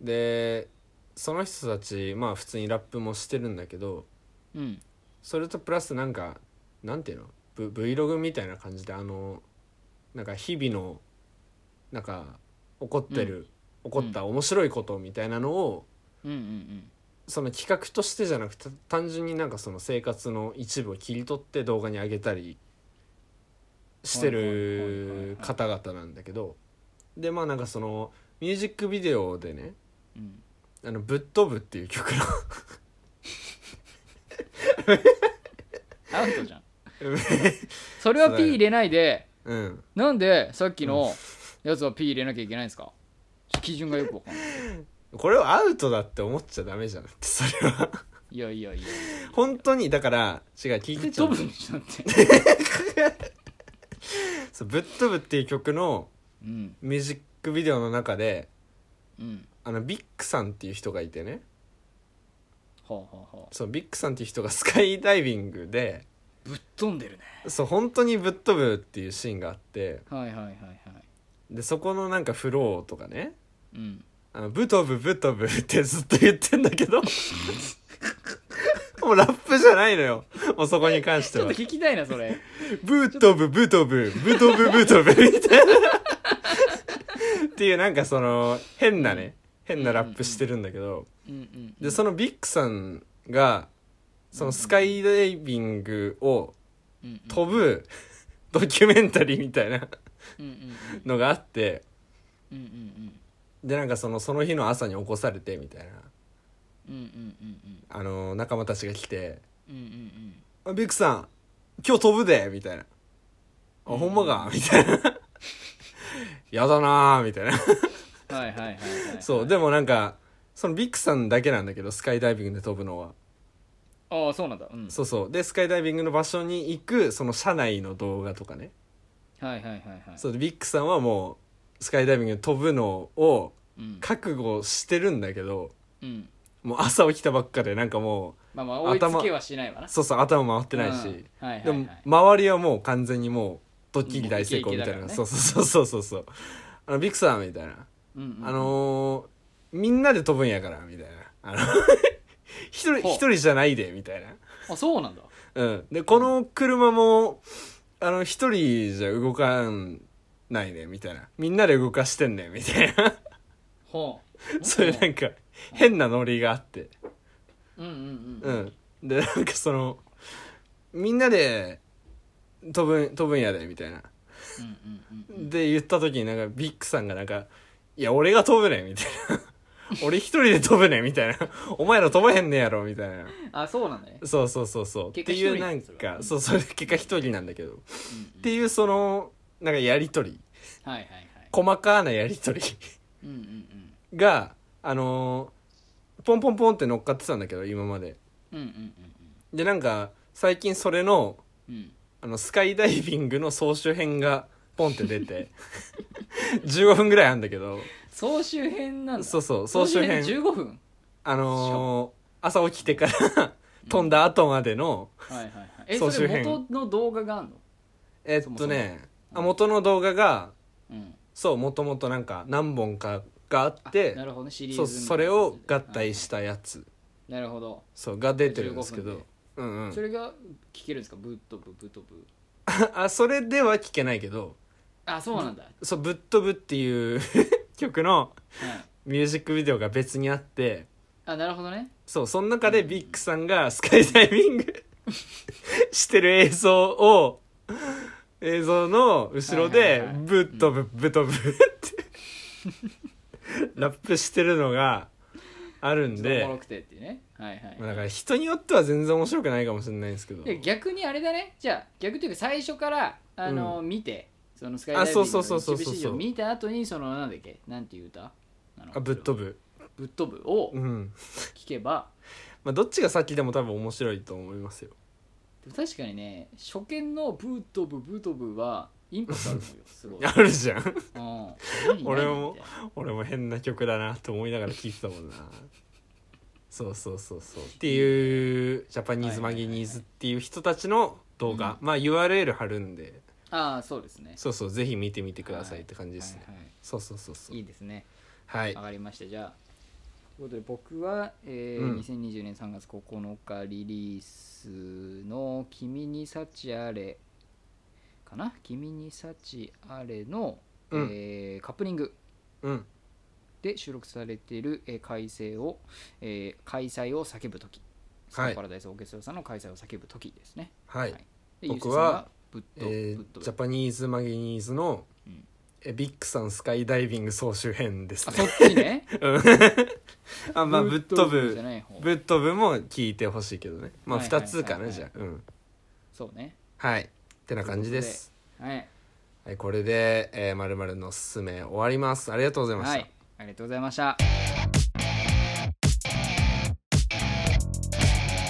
Speaker 2: でその人たちまあ普通にラップもしてるんだけど
Speaker 1: うん
Speaker 2: それとプラスなんかなんていうの、v、Vlog みたいな感じであのなんか日々のなんか起こってる、起こった面白いことみたいなのを、
Speaker 1: うんうん
Speaker 2: その企画としてじゃなくて単純になんかその生活の一部を切り取って動画に上げたりして
Speaker 1: はいはいはいはい
Speaker 2: る方々なんだけどでまあなんかそのミュージックビデオでね
Speaker 1: うんうん
Speaker 2: 「あのぶっ飛ぶ」っていう曲の
Speaker 1: アウトじゃんそれは P 入れないで
Speaker 2: [laughs] うん
Speaker 1: なんでさっきのやつは P 入れなきゃいけないんですか基準がよくわかんない
Speaker 2: これをアウトだって思っちゃダメじゃんってそれはい
Speaker 1: やいやいや
Speaker 2: 本当にだから違う聞い
Speaker 1: ぶ
Speaker 2: て
Speaker 1: っ
Speaker 2: ちゃう
Speaker 1: 飛ぶんじゃんって
Speaker 2: そうぶっ飛ぶ」っていう曲の
Speaker 1: うん
Speaker 2: ミュージックビデオの中で
Speaker 1: うん
Speaker 2: あのビックさんっていう人がいてね
Speaker 1: はあはあはあ
Speaker 2: そうビックさんっていう人がスカイダイビングで
Speaker 1: ぶっ飛んでるね
Speaker 2: そう本当にぶっ飛ぶっていうシーンがあって
Speaker 1: はいはいはいはい
Speaker 2: でそこのなんかフローとかね
Speaker 1: うん
Speaker 2: あのぶっ飛ぶぶっ飛ぶってずっと言ってんだけ
Speaker 1: [laughs]
Speaker 2: どもうラップじゃないのよもうそこに関して
Speaker 1: ちょっ
Speaker 2: は
Speaker 1: と聞きたいなそれ
Speaker 2: ぶっ飛ぶぶっ飛ぶぶっ飛ぶぶっ飛ぶみたいなっていうなんかその変なね変なラップしてるんだけど
Speaker 1: うんうん
Speaker 2: でそのビックさんがそのスカイダイビングを
Speaker 1: うんうん
Speaker 2: 飛ぶドキュメンタリーみたいな
Speaker 1: うんうん
Speaker 2: のがあって
Speaker 1: うんうんうん
Speaker 2: でなんかそのその日の朝に起こされてみたいな
Speaker 1: うんうんうんうん
Speaker 2: あの仲間たちが来て
Speaker 1: うんうんうん
Speaker 2: 「あビックさん今日飛ぶで」みたいな「あほんまか」みたいな「やだな」みたいな
Speaker 1: はいはいはいはい
Speaker 2: そうでもなんかそのビックさんだけなんだけどスカイダイビングで飛ぶのは
Speaker 1: ああそうなんだうん
Speaker 2: そうそうでスカイダイビングの場所に行くその車内の動画とかね
Speaker 1: はいはいはいはい
Speaker 2: そうでビックさんはもうスカイダイビングで飛ぶのを
Speaker 1: うん
Speaker 2: 覚悟してるんだけど
Speaker 1: うん
Speaker 2: もう朝起きたばっかでなんかも
Speaker 1: まあまあ追いつけはしないわな
Speaker 2: うそうそう頭回ってないし、
Speaker 1: うんはいはい
Speaker 2: で
Speaker 1: はい
Speaker 2: も周りはもう完全にもうドッキリ大成功みたいな、
Speaker 1: もうイケイケだからね
Speaker 2: そうそうそうそうそうあのビクさんみたいな、
Speaker 1: うんうん
Speaker 2: あのーみんなで飛ぶんやからみたいなあの [laughs] 一人
Speaker 1: ほう
Speaker 2: 一人じゃないでみたいな、
Speaker 1: あそうなんだ
Speaker 2: うん、でこの車もあの一人じゃ動かんないねみたいなみんなで動かしてんねんみたいな [laughs]
Speaker 1: ほう
Speaker 2: そういうなんか変なノリがあって
Speaker 1: うんうんう
Speaker 2: うんんでなんかそのみんなで飛ぶん飛ぶんやでみたいな
Speaker 1: うんうんうん
Speaker 2: で言った時になんかビックさんがなんか「いや俺が飛ぶね」みたいな「 [laughs] 俺一人で飛ぶね」みたいな「お前ら飛ばへんねやろ」みたいな
Speaker 1: あそうなんだね
Speaker 2: そうそうそうそうって
Speaker 1: 結果一
Speaker 2: いう
Speaker 1: 人
Speaker 2: な
Speaker 1: なんんですよ
Speaker 2: かそうそれ結果一人なんだけどっ
Speaker 1: うんうん
Speaker 2: ていうそのなんかやり取り
Speaker 1: はいはいはい
Speaker 2: 細かなやり取り
Speaker 1: うんうん
Speaker 2: が [laughs] あのーポンポンポンって乗っかってたんだけど今まで
Speaker 1: うんうんうん
Speaker 2: でなんか最近それの
Speaker 1: うんうん
Speaker 2: あのスカイダイビングの総集編がポンって出
Speaker 1: [laughs]
Speaker 2: て15分ぐらいあるんだけど
Speaker 1: 総集編なんだ
Speaker 2: そうそう
Speaker 1: 総
Speaker 2: 総
Speaker 1: 集
Speaker 2: 集
Speaker 1: 編
Speaker 2: 編
Speaker 1: で15分
Speaker 2: あのー朝起きてから飛んだ後までの、
Speaker 1: はいはいはいえ
Speaker 2: 総
Speaker 1: そ
Speaker 2: 集
Speaker 1: れ
Speaker 2: 編
Speaker 1: 元の動画があんの
Speaker 2: えっとねあ元の動画が
Speaker 1: うん
Speaker 2: そうもともとなんか何本かがあって
Speaker 1: なるほどねシリーズ
Speaker 2: そう
Speaker 1: みたいな
Speaker 2: それを合体
Speaker 1: は
Speaker 2: したやつ、
Speaker 1: いなるほど
Speaker 2: そうが出てるんですけ
Speaker 1: 15
Speaker 2: ど
Speaker 1: 分
Speaker 2: うんう
Speaker 1: そ
Speaker 2: ん、
Speaker 1: れが聞けるんですかぶっとぶぶっとぶ
Speaker 2: [laughs] あそれでは聞けないけど
Speaker 1: あそうなんだは
Speaker 2: 「そうぶっ飛ぶ」っていう [laughs] 曲の
Speaker 1: い
Speaker 2: ミュージックビデオが別にあって
Speaker 1: あなるほどね
Speaker 2: そうその中でビックさんがスカイダイビング [laughs] してる映像を映像の後ろ
Speaker 1: はい
Speaker 2: で
Speaker 1: はいはい
Speaker 2: ぶっ飛ぶぶっ飛ぶって [laughs] ラップしてるのがあるん
Speaker 1: でおもろ
Speaker 2: で
Speaker 1: くてっていうねはいはい
Speaker 2: まあだから人によっては全然面白くないかもしれないんですけど
Speaker 1: で逆にあれだねじゃあ逆というか最初からあの、見てそのスカイダイビング
Speaker 2: あそうそうそうそう
Speaker 1: の
Speaker 2: そ
Speaker 1: 一
Speaker 2: う
Speaker 1: 部始終を見た後にそのなんだっけなんていう歌なの
Speaker 2: あぶっ飛ぶ
Speaker 1: ぶっ飛ぶを
Speaker 2: うん
Speaker 1: 聞けば、
Speaker 2: まあどっちが先でも多分面白いと思いますよ
Speaker 1: でも確かにね初見のぶっ飛ぶぶっ飛ぶはインパクトあると思うよす
Speaker 2: [laughs]
Speaker 1: ごい、
Speaker 2: あるじゃん
Speaker 1: うん、
Speaker 2: 俺も
Speaker 1: 何
Speaker 2: 俺も変な曲だなと思いながら聴いてたもんなそうそうそうそうっていうジャパニーズマギニーズっていう人たちの動画、まあ URL 貼るんで
Speaker 1: 々ああそうですね
Speaker 2: そうそうぜひ見てみてくださいって感じですね、
Speaker 1: はいはいはい
Speaker 2: そうそうそうそう
Speaker 1: いいですね
Speaker 2: はい
Speaker 1: わかりましたじゃあということで僕は、えー
Speaker 2: うん
Speaker 1: 2020年3月9日リリースの「君に幸あれ」かな「君に幸あれの」
Speaker 2: うん
Speaker 1: えーカップリング
Speaker 2: うん
Speaker 1: で収録されている、えー改正を、えー開催を叫ぶ時ス
Speaker 2: はい
Speaker 1: ターパラダイスオーケストラさんの開催を叫ぶ時ですね。
Speaker 2: はい、
Speaker 1: はいで
Speaker 2: 僕
Speaker 1: ゆうせいさん
Speaker 2: は
Speaker 1: ブッド、
Speaker 2: え
Speaker 1: ブッ
Speaker 2: ー
Speaker 1: ド
Speaker 2: ジャパニーズマギニーズの、
Speaker 1: うん
Speaker 2: えビッグさんスカイダイビング総集編です
Speaker 1: あ
Speaker 2: ね
Speaker 1: そっちね
Speaker 2: うんあ [laughs] まあぶっ飛
Speaker 1: じゃ
Speaker 2: [laughs] ぶ
Speaker 1: ない方
Speaker 2: ぶっ飛ぶも聞いてほしいけどねまあ
Speaker 1: はいはい
Speaker 2: 2つか
Speaker 1: はい
Speaker 2: な
Speaker 1: はい
Speaker 2: じゃあうん
Speaker 1: そうね
Speaker 2: はいってな感じです
Speaker 1: はい
Speaker 2: はいこれで、えー、〇〇のおすすめ終わりますありがとうございまし
Speaker 1: は
Speaker 2: た、
Speaker 1: い、ありがとうございました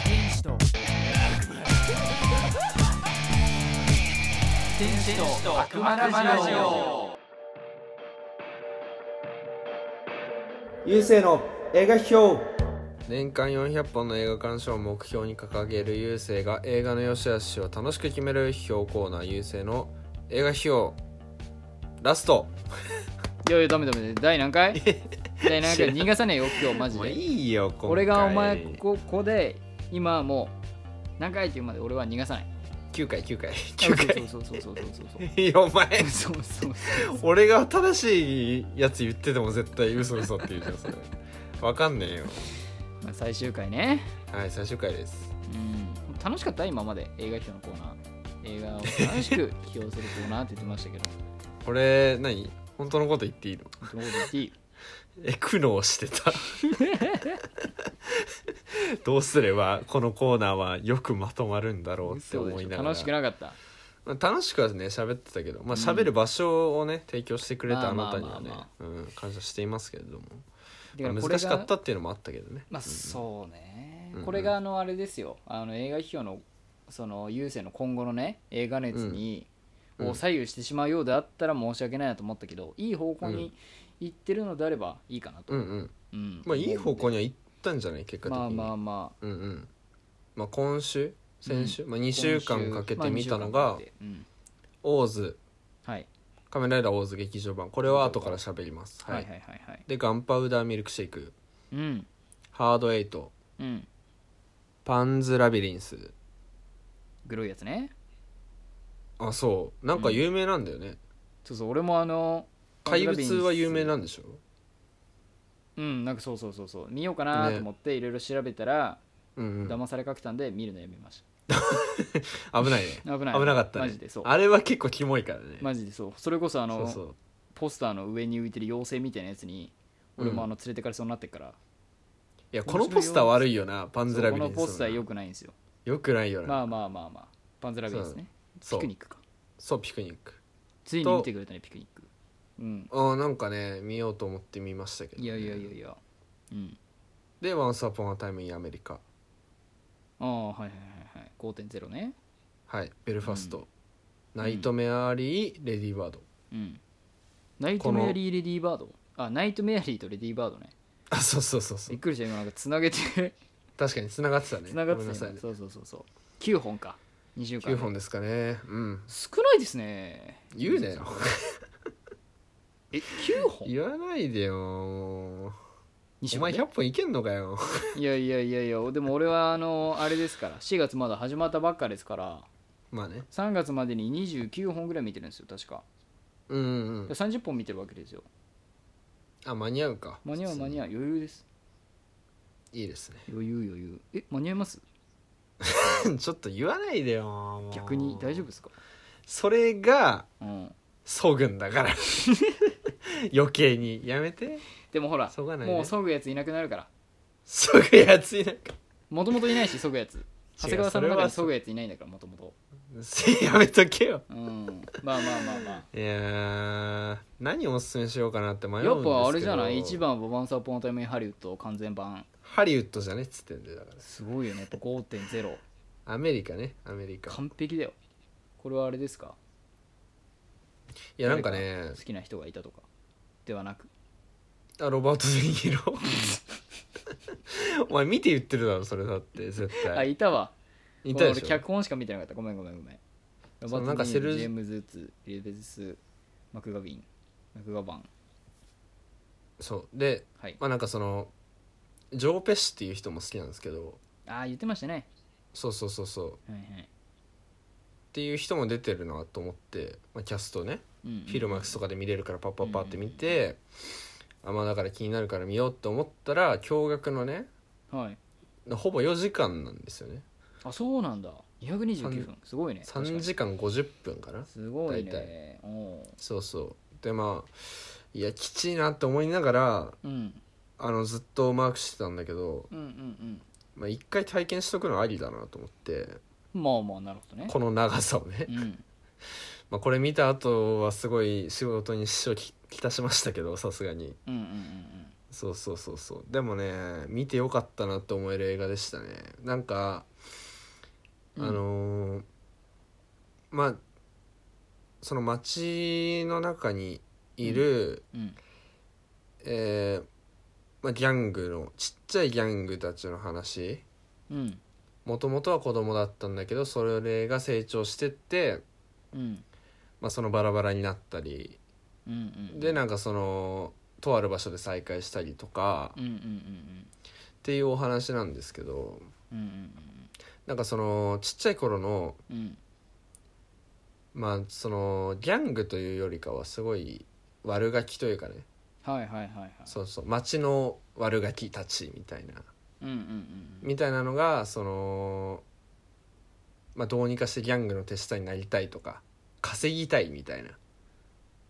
Speaker 3: 天使と天使と悪魔ラジオ
Speaker 2: ゆうせいの映画表年間400本の映画鑑賞を目標に掲げるゆうせいが映画の良し悪しを楽しく決める表コーナーゆうせいの映画表ラスト
Speaker 1: いやいやダメダメ第何回第何回逃がさねえよ今日マジ
Speaker 2: もう
Speaker 1: で
Speaker 2: いいよ今回
Speaker 1: 俺がお前こここで今もう何回って言うまで俺は逃がさない
Speaker 2: 9回9回 [laughs]
Speaker 1: そうそうそ
Speaker 2: 9回
Speaker 1: うそうそうそうそう
Speaker 2: いや [laughs] お前
Speaker 1: そうそうそうそう
Speaker 2: 俺が正しいやつ言ってても絶対嘘嘘って言うじゃんそれわかんねえよ
Speaker 1: まあ最終回ね、
Speaker 2: はい最終回です
Speaker 1: うん、楽しかった今まで映画表のコーナー映画を楽しく起用するコーナーって言ってましたけど
Speaker 2: これ何本当のこと言っていいの
Speaker 1: どうでいい
Speaker 2: え苦悩して
Speaker 1: [laughs]
Speaker 2: たどうすればこのコーナーはよくまとまるんだろうって
Speaker 1: 嘘で
Speaker 2: 思
Speaker 1: し
Speaker 2: い
Speaker 1: ょ
Speaker 2: ながら
Speaker 1: 楽しくなかった
Speaker 2: まあ楽しくはね喋ってたけど
Speaker 1: うん
Speaker 2: まあ喋る場所をね提供してくれたあ
Speaker 1: ま
Speaker 2: な
Speaker 1: あ
Speaker 2: た
Speaker 1: まあ
Speaker 2: に
Speaker 1: まあ
Speaker 2: はね
Speaker 1: ま
Speaker 2: うん感謝していますけれども、
Speaker 1: だから
Speaker 2: まあ
Speaker 1: これ
Speaker 2: 難
Speaker 1: が
Speaker 2: しかったっていうのもあったけどね
Speaker 1: まあ
Speaker 2: うん
Speaker 1: そうね、
Speaker 2: うんうん
Speaker 1: これがあのあれですよあの映画批評のその優勢の今後のね映画熱に、
Speaker 2: うんうん
Speaker 1: を左右してしまうようであったら申し訳ないなと思ったけどいい方向に行ってるのであればいいかなと、
Speaker 2: うんうん
Speaker 1: うん
Speaker 2: まあいい方向
Speaker 1: に
Speaker 2: には行ったんじゃない結果的
Speaker 1: まあ
Speaker 2: に、
Speaker 1: まあまあ
Speaker 2: うんうんまあ今週先週、まあ2週間かけて見たの
Speaker 1: まあ二週間
Speaker 2: が
Speaker 1: かけてうん
Speaker 2: 「オーズ
Speaker 1: はい
Speaker 2: 仮面ライダーオーズ劇場版」これは後から喋ります、
Speaker 1: はいはい
Speaker 2: はい、
Speaker 1: はいはい
Speaker 2: で「ガンパウダーミルクシェイク」
Speaker 1: うん
Speaker 2: ハードエイト、
Speaker 1: うん
Speaker 2: パンズラビリンス。
Speaker 1: グロいやつね
Speaker 2: あ、そう。なんか有名なんだよね。
Speaker 1: そうそう俺もあの
Speaker 2: 怪物は有名なんでしょ
Speaker 1: うんなんかそうそうそうそう見ようかなと思っていろいろ調べたら、
Speaker 2: うん、うん。
Speaker 1: 騙されかけたんで見るのやめまし
Speaker 2: 危ないね。
Speaker 1: た危ない
Speaker 2: 危なかったね。
Speaker 1: マジでそう
Speaker 2: あれは結構キモいからね。
Speaker 1: マジでそうそれこそあの
Speaker 2: そうそう。
Speaker 1: ポスターの上に浮いてる妖精みたいなやつに俺もあの連れてかれそうになってっから、
Speaker 2: いや、このポスター悪いよな、パンズ
Speaker 1: そう
Speaker 2: ラ
Speaker 1: こ
Speaker 2: ビリ
Speaker 1: の
Speaker 2: ンス。
Speaker 1: ポスターよくないんですよ
Speaker 2: よくないよな。
Speaker 1: まあまあまあまあパンズラビですねピ
Speaker 2: そう
Speaker 1: クニックか
Speaker 2: そう、ピクニック。
Speaker 1: ついに見てくれたねピクニックうん
Speaker 2: あーなんかね、見ようと思って見ましたけど、
Speaker 1: いやいやいやいやうん
Speaker 2: で、ワンスアポンアタイムインアメリカ。
Speaker 1: ああはいはいはいはい5.0ね
Speaker 2: はい。ベルファスト。
Speaker 1: ん
Speaker 2: ナイトメアリー、レディーバード。
Speaker 1: うんナイトメアリーレディーバードあナイトメアリーとレディーバードね
Speaker 2: あ、そうそうそうそ
Speaker 1: びっ
Speaker 2: う。
Speaker 1: くりした今なんかつなげ [laughs] て
Speaker 2: 確かに繋がってたね。
Speaker 1: つながっ
Speaker 2: ごめ
Speaker 1: て
Speaker 2: ん
Speaker 1: た
Speaker 2: な
Speaker 1: よ
Speaker 2: さ
Speaker 1: ね
Speaker 2: いね。
Speaker 1: そうそうそうそう9本か2週間
Speaker 2: 9本ですかね。うん。
Speaker 1: 少ないですね
Speaker 2: 言うなよ
Speaker 1: え9本
Speaker 2: 言わないでよもう
Speaker 1: 二週間
Speaker 2: お前
Speaker 1: ね
Speaker 2: 100本いけんのかよ
Speaker 1: いやいやいやいやでも俺はあのあれですから4月まだ始まったばっかですから
Speaker 2: まあね
Speaker 1: 3月までに29本ぐらい見てるんですよ確か
Speaker 2: うんうんうん
Speaker 1: 30本見てるわけですよ
Speaker 2: あ間に合うか
Speaker 1: 間に合う間に合う余裕です
Speaker 2: いいですね [laughs]
Speaker 1: 余裕余裕え間に合います
Speaker 2: ちょっと言わないでよもう
Speaker 1: 逆に大丈夫ですか
Speaker 2: それが
Speaker 1: うん
Speaker 2: そぐんだから余計にやめて
Speaker 1: でもほら
Speaker 2: そがないね
Speaker 1: もうそぐやついなくなるから
Speaker 2: そぐやついなんか
Speaker 1: もともといないしそぐやつ長谷川さんの
Speaker 2: それ
Speaker 1: 中
Speaker 2: は
Speaker 1: でそぐやついないんだからもともと
Speaker 2: やめとけよ
Speaker 1: うんまあまあま
Speaker 2: [laughs]
Speaker 1: あまあ
Speaker 2: いやー何をおすすめしようかなって迷うんです
Speaker 1: や
Speaker 2: け
Speaker 1: っ
Speaker 2: ど
Speaker 1: ぱあれじゃない1番は「ワンサーポンタイムハリウッド完全版
Speaker 2: ハリウッドじゃねっつってんだよだか
Speaker 1: すごいよねやっぱ5.0
Speaker 2: らアメリカねアメリカ
Speaker 1: 完璧だよこれはあれですか
Speaker 2: いやなんかね
Speaker 1: 好きな人がいたとかではなく
Speaker 2: あロバート・デ・ニーロ [laughs] お前見て言ってるだろそれだって絶
Speaker 1: あ
Speaker 2: 対
Speaker 1: いたわ
Speaker 2: いたでし
Speaker 1: 俺
Speaker 2: ょ
Speaker 1: 脚本しか見てなかったごめんごめんごめんロ
Speaker 2: そ
Speaker 1: バ
Speaker 2: う
Speaker 1: ー
Speaker 2: なんか
Speaker 1: ト・デ
Speaker 2: セル
Speaker 1: ニーロジェームズ・ウッズリレベズスマクガビンマクガバン
Speaker 2: そうで
Speaker 1: はい
Speaker 2: まあなんかそのジョーペシっていう人も好きなんですけど
Speaker 1: ああ言ってましたね
Speaker 2: そうそうそうそうっ
Speaker 1: はいはい、
Speaker 2: ていう人も出てるなと思って、まあ、キャストね
Speaker 1: うんうん
Speaker 2: フィルマックスとかで見れるからパッパッパって見て、あまあだから気になるから見ようと思ったら驚愕のね
Speaker 1: はい
Speaker 2: ほぼ4時間なんですよね
Speaker 1: あそうなんだ229分すごいね確
Speaker 2: 3
Speaker 1: かに
Speaker 2: 時間50分かな
Speaker 1: すごい
Speaker 2: 大体
Speaker 1: ねおう
Speaker 2: そうそうでまあいやきちいなって思いながら
Speaker 1: うん
Speaker 2: あのずっとマークしてたんだけど、
Speaker 1: うんうん
Speaker 2: まあ、一回体験しとくのありだなと思って
Speaker 1: うんまあまあなるほどね
Speaker 2: この長さをね
Speaker 1: う、ん
Speaker 2: まあ、これ見た後はすごい仕事に支障きたしましたけどさすがに
Speaker 1: うんうんうんうん
Speaker 2: そうそうそうそうでもね見てよかったなと思える映画でしたねなんかあ
Speaker 1: うん
Speaker 2: のーまあその街の中にいる、
Speaker 1: うん
Speaker 2: えーまあ、ギャングのちっちゃいギャングたちの話
Speaker 1: うん
Speaker 2: もともとは子供だったんだけどそれが成長してって、
Speaker 1: うん
Speaker 2: まあ、そのバラバラになったり
Speaker 1: うんうん
Speaker 2: でなんかそのとある場所で再会したりとか
Speaker 1: うんうんうん
Speaker 2: っていうお話なんですけど
Speaker 1: うんうん
Speaker 2: なんかそのちっちゃい頃の
Speaker 1: うんうん
Speaker 2: まあそのギャングというよりかはすごい悪ガキというかね
Speaker 1: はいはいはいはい
Speaker 2: そうそう町の悪ガキたちみたいな
Speaker 1: うんうんうん
Speaker 2: みたいなのがそのまあどうにかしてギャングの手下になりたいとか稼ぎたいみたい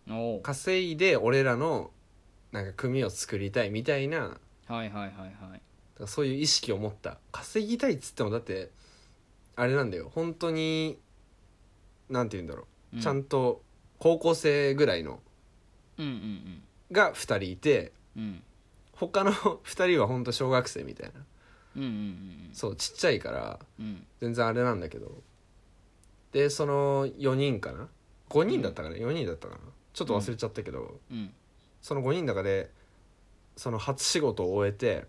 Speaker 2: な
Speaker 1: うんおう
Speaker 2: 稼いで俺らのなんか組を作りたいみたいな
Speaker 1: はいはいはいはい
Speaker 2: そういう意識を持った稼ぎたいっつってもだってあれなんだよ本当になんて言うんだろ
Speaker 1: う
Speaker 2: うちゃんと高校生ぐらいの
Speaker 1: うんうん
Speaker 2: が2人いて
Speaker 1: うんうん
Speaker 2: 他の2人は本当小学生みたいな
Speaker 1: うんうんうん
Speaker 2: そうちっちゃいから
Speaker 1: うんうん
Speaker 2: 全然あれなんだけどでその4人かな5人だったかな4人だったかなちょっと忘れちゃったけど、
Speaker 1: うん
Speaker 2: その5人の中でその初仕事を終えて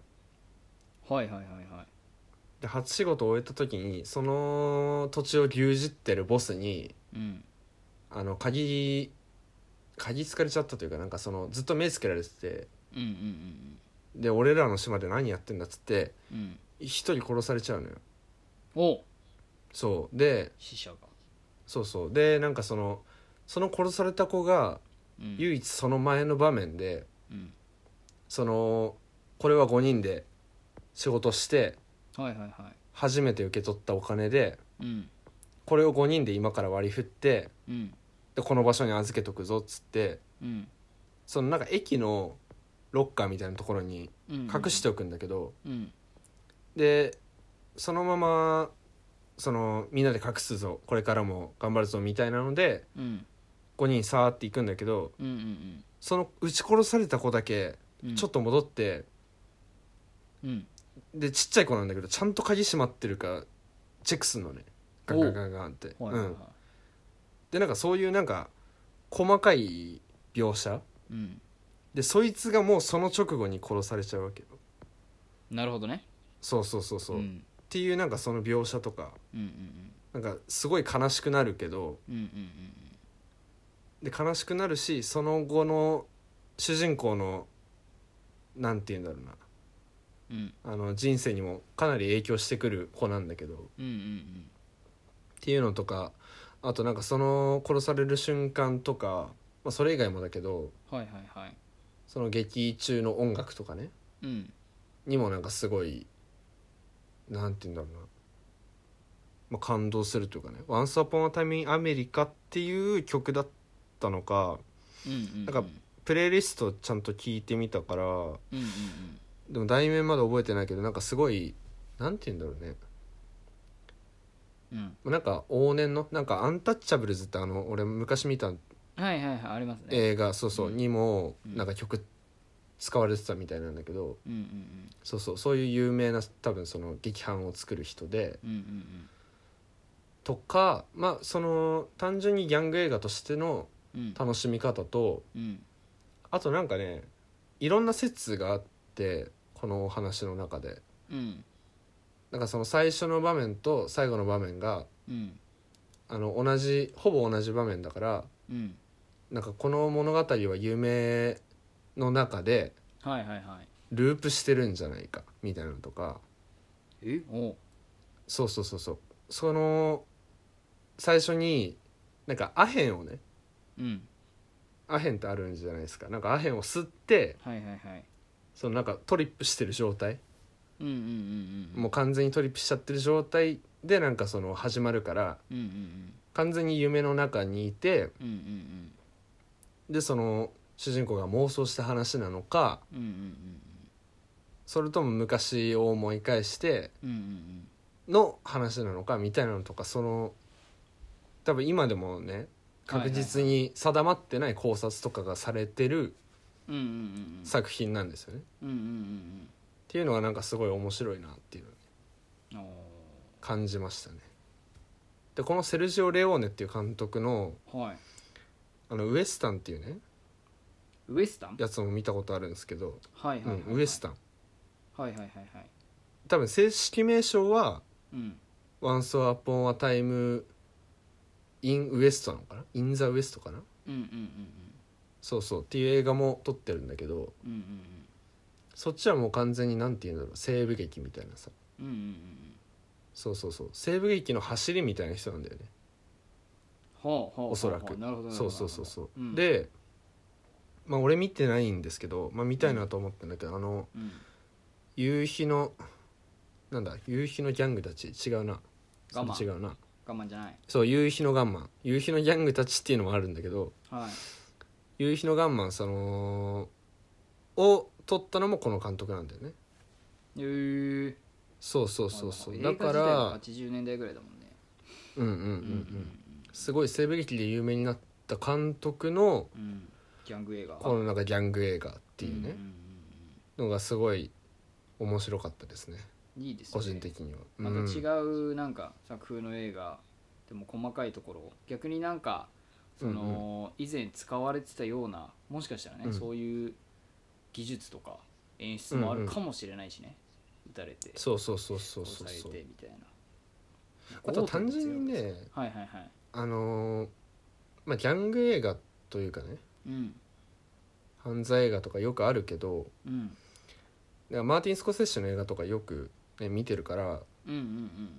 Speaker 1: はいはいはいはい
Speaker 2: で初仕事を終えた時にその土地を牛耳ってるボスに
Speaker 1: うん
Speaker 2: あの鍵鍵つかれちゃったというかなんかそのずっと目つけられてて
Speaker 1: うんうん
Speaker 2: で俺らの島で何やってんだっつって
Speaker 1: うんうんうん
Speaker 2: 一人殺されちゃうのよ
Speaker 1: おう
Speaker 2: そうで
Speaker 1: 死者が
Speaker 2: そうそうでなんかそのその殺された子が
Speaker 1: うん
Speaker 2: 唯一その前の場面で
Speaker 1: うん
Speaker 2: そのこれは5人で仕事して
Speaker 1: はいはいは
Speaker 2: 初めて受け取ったお金で
Speaker 1: いうん
Speaker 2: これを5人で今から割り振って
Speaker 1: うん
Speaker 2: でこの場所に預けとくぞっつって
Speaker 1: うん
Speaker 2: そのなんか駅のロッカーみたいなところに
Speaker 1: うん
Speaker 2: 隠しておくんだけど、
Speaker 1: うん
Speaker 2: でそのままそのみんなで隠すぞこれからも頑張るぞみたいなので
Speaker 1: うん
Speaker 2: 5人さーっていくんだけど
Speaker 1: うんうん
Speaker 2: その撃ち殺された子だけ
Speaker 1: うん
Speaker 2: ちょっと戻って、
Speaker 1: うん
Speaker 2: でちっちゃい子なんだけどちゃんと鍵閉まってるかチェックすんのねガンガンガンガンって、
Speaker 1: はいは
Speaker 2: う
Speaker 1: いはい
Speaker 2: ん、でなんかそういうなんか細かい描写
Speaker 1: うん
Speaker 2: でそいつがもうその直後に殺されちゃうわけよ
Speaker 1: なるほどね
Speaker 2: そうそうそうそう、
Speaker 1: う
Speaker 2: っ
Speaker 1: ん
Speaker 2: ていうなんかその描写とか
Speaker 1: うん
Speaker 2: なんかすごい悲しくなるけど
Speaker 1: うんうんうん
Speaker 2: で悲しくなるしその後の主人公のなんて言うんだろうな
Speaker 1: うんうん
Speaker 2: あの人生にもかなり影響してくる子なんだけどっ
Speaker 1: うんうん
Speaker 2: ていうのとかあとなんかその殺される瞬間とか、まあ、それ以外もだけど
Speaker 1: うんはいはいはい
Speaker 2: その劇中の音楽とかね
Speaker 1: うん
Speaker 2: にもなんかすごいなんて言うんだろうな、まあ、感動するというかね「Once Upon a Time in America」っていう曲だったのか
Speaker 1: うんうん
Speaker 2: なんかプレイリストちゃんと聞いてみたから
Speaker 1: うんうん
Speaker 2: でも題名まで覚えてないけどなんかすごいなんて言うんだろうね
Speaker 1: うんうん
Speaker 2: なんか往年のなんか「アンタッチャブルズ」ってあの俺昔見た
Speaker 1: はいはいはいありますね
Speaker 2: 映画そうそう
Speaker 1: うん
Speaker 2: にも
Speaker 1: うん
Speaker 2: なんか曲使われてたみたいなんだけど
Speaker 1: うんうん
Speaker 2: そうそうそういう有名な多分その劇伴を作る人で
Speaker 1: うんうんうん
Speaker 2: とかまあその単純にギャング映画としての
Speaker 1: うんうん
Speaker 2: 楽しみ方と
Speaker 1: うん
Speaker 2: あとなんかねいろんな説があってこのお話の中で
Speaker 1: うん
Speaker 2: なんかその最初の場面と最後の場面が
Speaker 1: うん
Speaker 2: あの同じほぼ同じ場面だから
Speaker 1: うん
Speaker 2: なんかこの物語は夢の中で
Speaker 1: はいはいはい
Speaker 2: ループしてるんじゃないかみたいなのとか
Speaker 1: えおう
Speaker 2: そうそうそうそうその最初になんかアヘンをね
Speaker 1: うん
Speaker 2: アヘンってあるんじゃないですかなんかアヘンを吸って
Speaker 1: はいはいはい
Speaker 2: そのなんかトリップしてる状態
Speaker 1: うんうんうんうん
Speaker 2: もう完全にトリップしちゃってる状態でなんかその始まるから
Speaker 1: うんうん
Speaker 2: 完全に夢の中にいて
Speaker 1: うんうんうん
Speaker 2: でその主人公が妄想した話なのか
Speaker 1: うんうんうん
Speaker 2: それとも昔を思い返して
Speaker 1: うんうんうん
Speaker 2: の話なのかみたいなのとかその多分今でもね確実に定まってない考察とかがされてる
Speaker 1: うんうんうん
Speaker 2: 作品なんですよね。っ
Speaker 1: うんうんうん
Speaker 2: ていうのがなんかすごい面白いなっていう
Speaker 1: うんお
Speaker 2: 感じましたね。でこのセルジオ・レオーネっていう監督の
Speaker 1: ーはい
Speaker 2: あのウエスタンっていうね
Speaker 1: ウエスタン
Speaker 2: やつも見たことあるんですけど、
Speaker 1: はいはいはい、
Speaker 2: うん、ウエスタン
Speaker 1: ンはいはいはいはい
Speaker 2: 多分正式名称は
Speaker 1: うん
Speaker 2: 「Once Upon a Time in West」なのかな「In the West」かな
Speaker 1: うんうん
Speaker 2: そうそうっていう映画も撮ってるんだけど
Speaker 1: うんうんうん
Speaker 2: そっちはもう完全になんて言うんだろう西部劇みたいなさ
Speaker 1: うんうんうん
Speaker 2: そうそうそう西部劇の走りみたいな人なんだよね
Speaker 1: うんはあはあ
Speaker 2: おそらく
Speaker 1: なるほどなるほど
Speaker 2: そうそうそうそう、
Speaker 1: うん
Speaker 2: でまあ俺見てないんですけど、まあ、見たいなと思ったんだけど、あの
Speaker 1: うん
Speaker 2: 夕日のなんだ夕日のギャングたち違うな
Speaker 1: ガンマン
Speaker 2: 違うな
Speaker 1: 我慢じゃない
Speaker 2: そう夕日のガンマン夕日のギャングたちっていうのもあるんだけど
Speaker 1: はい
Speaker 2: 夕日のガンマンそのを撮ったのもこの監督なんだよね
Speaker 1: えー
Speaker 2: そうそうそうそ
Speaker 1: ま
Speaker 2: う
Speaker 1: あまあ
Speaker 2: だか
Speaker 1: 映画
Speaker 2: ら
Speaker 1: 自体は80年代ぐらいだもんね
Speaker 2: うんうんうんう
Speaker 1: うん
Speaker 2: すごい西部劇で有名になった監督の
Speaker 1: うんうんギャング映画
Speaker 2: このなんかギャング映画っていう
Speaker 1: う
Speaker 2: ね
Speaker 1: んうん
Speaker 2: のがすごい面白かったですね
Speaker 1: うんいいですね
Speaker 2: 個人的には
Speaker 1: また
Speaker 2: うん
Speaker 1: 違うなんか作風の映画でも細かいところ逆になんかその以前使われてたようなもしかしたらね、
Speaker 2: うん
Speaker 1: そういう技術とか演出もあるかもしれないしね、打たれて
Speaker 2: そうそうそうそうそう
Speaker 1: 抑
Speaker 2: そう
Speaker 1: えてみたいな
Speaker 2: あと単純にね
Speaker 1: はいはいはい
Speaker 2: あのーまあギャング映画というかね
Speaker 1: うん
Speaker 2: 犯罪映画とかよくあるけど
Speaker 1: うん
Speaker 2: だからマーティン・スコセッシュの映画とかよく、ね、見てるから
Speaker 1: うんうんうん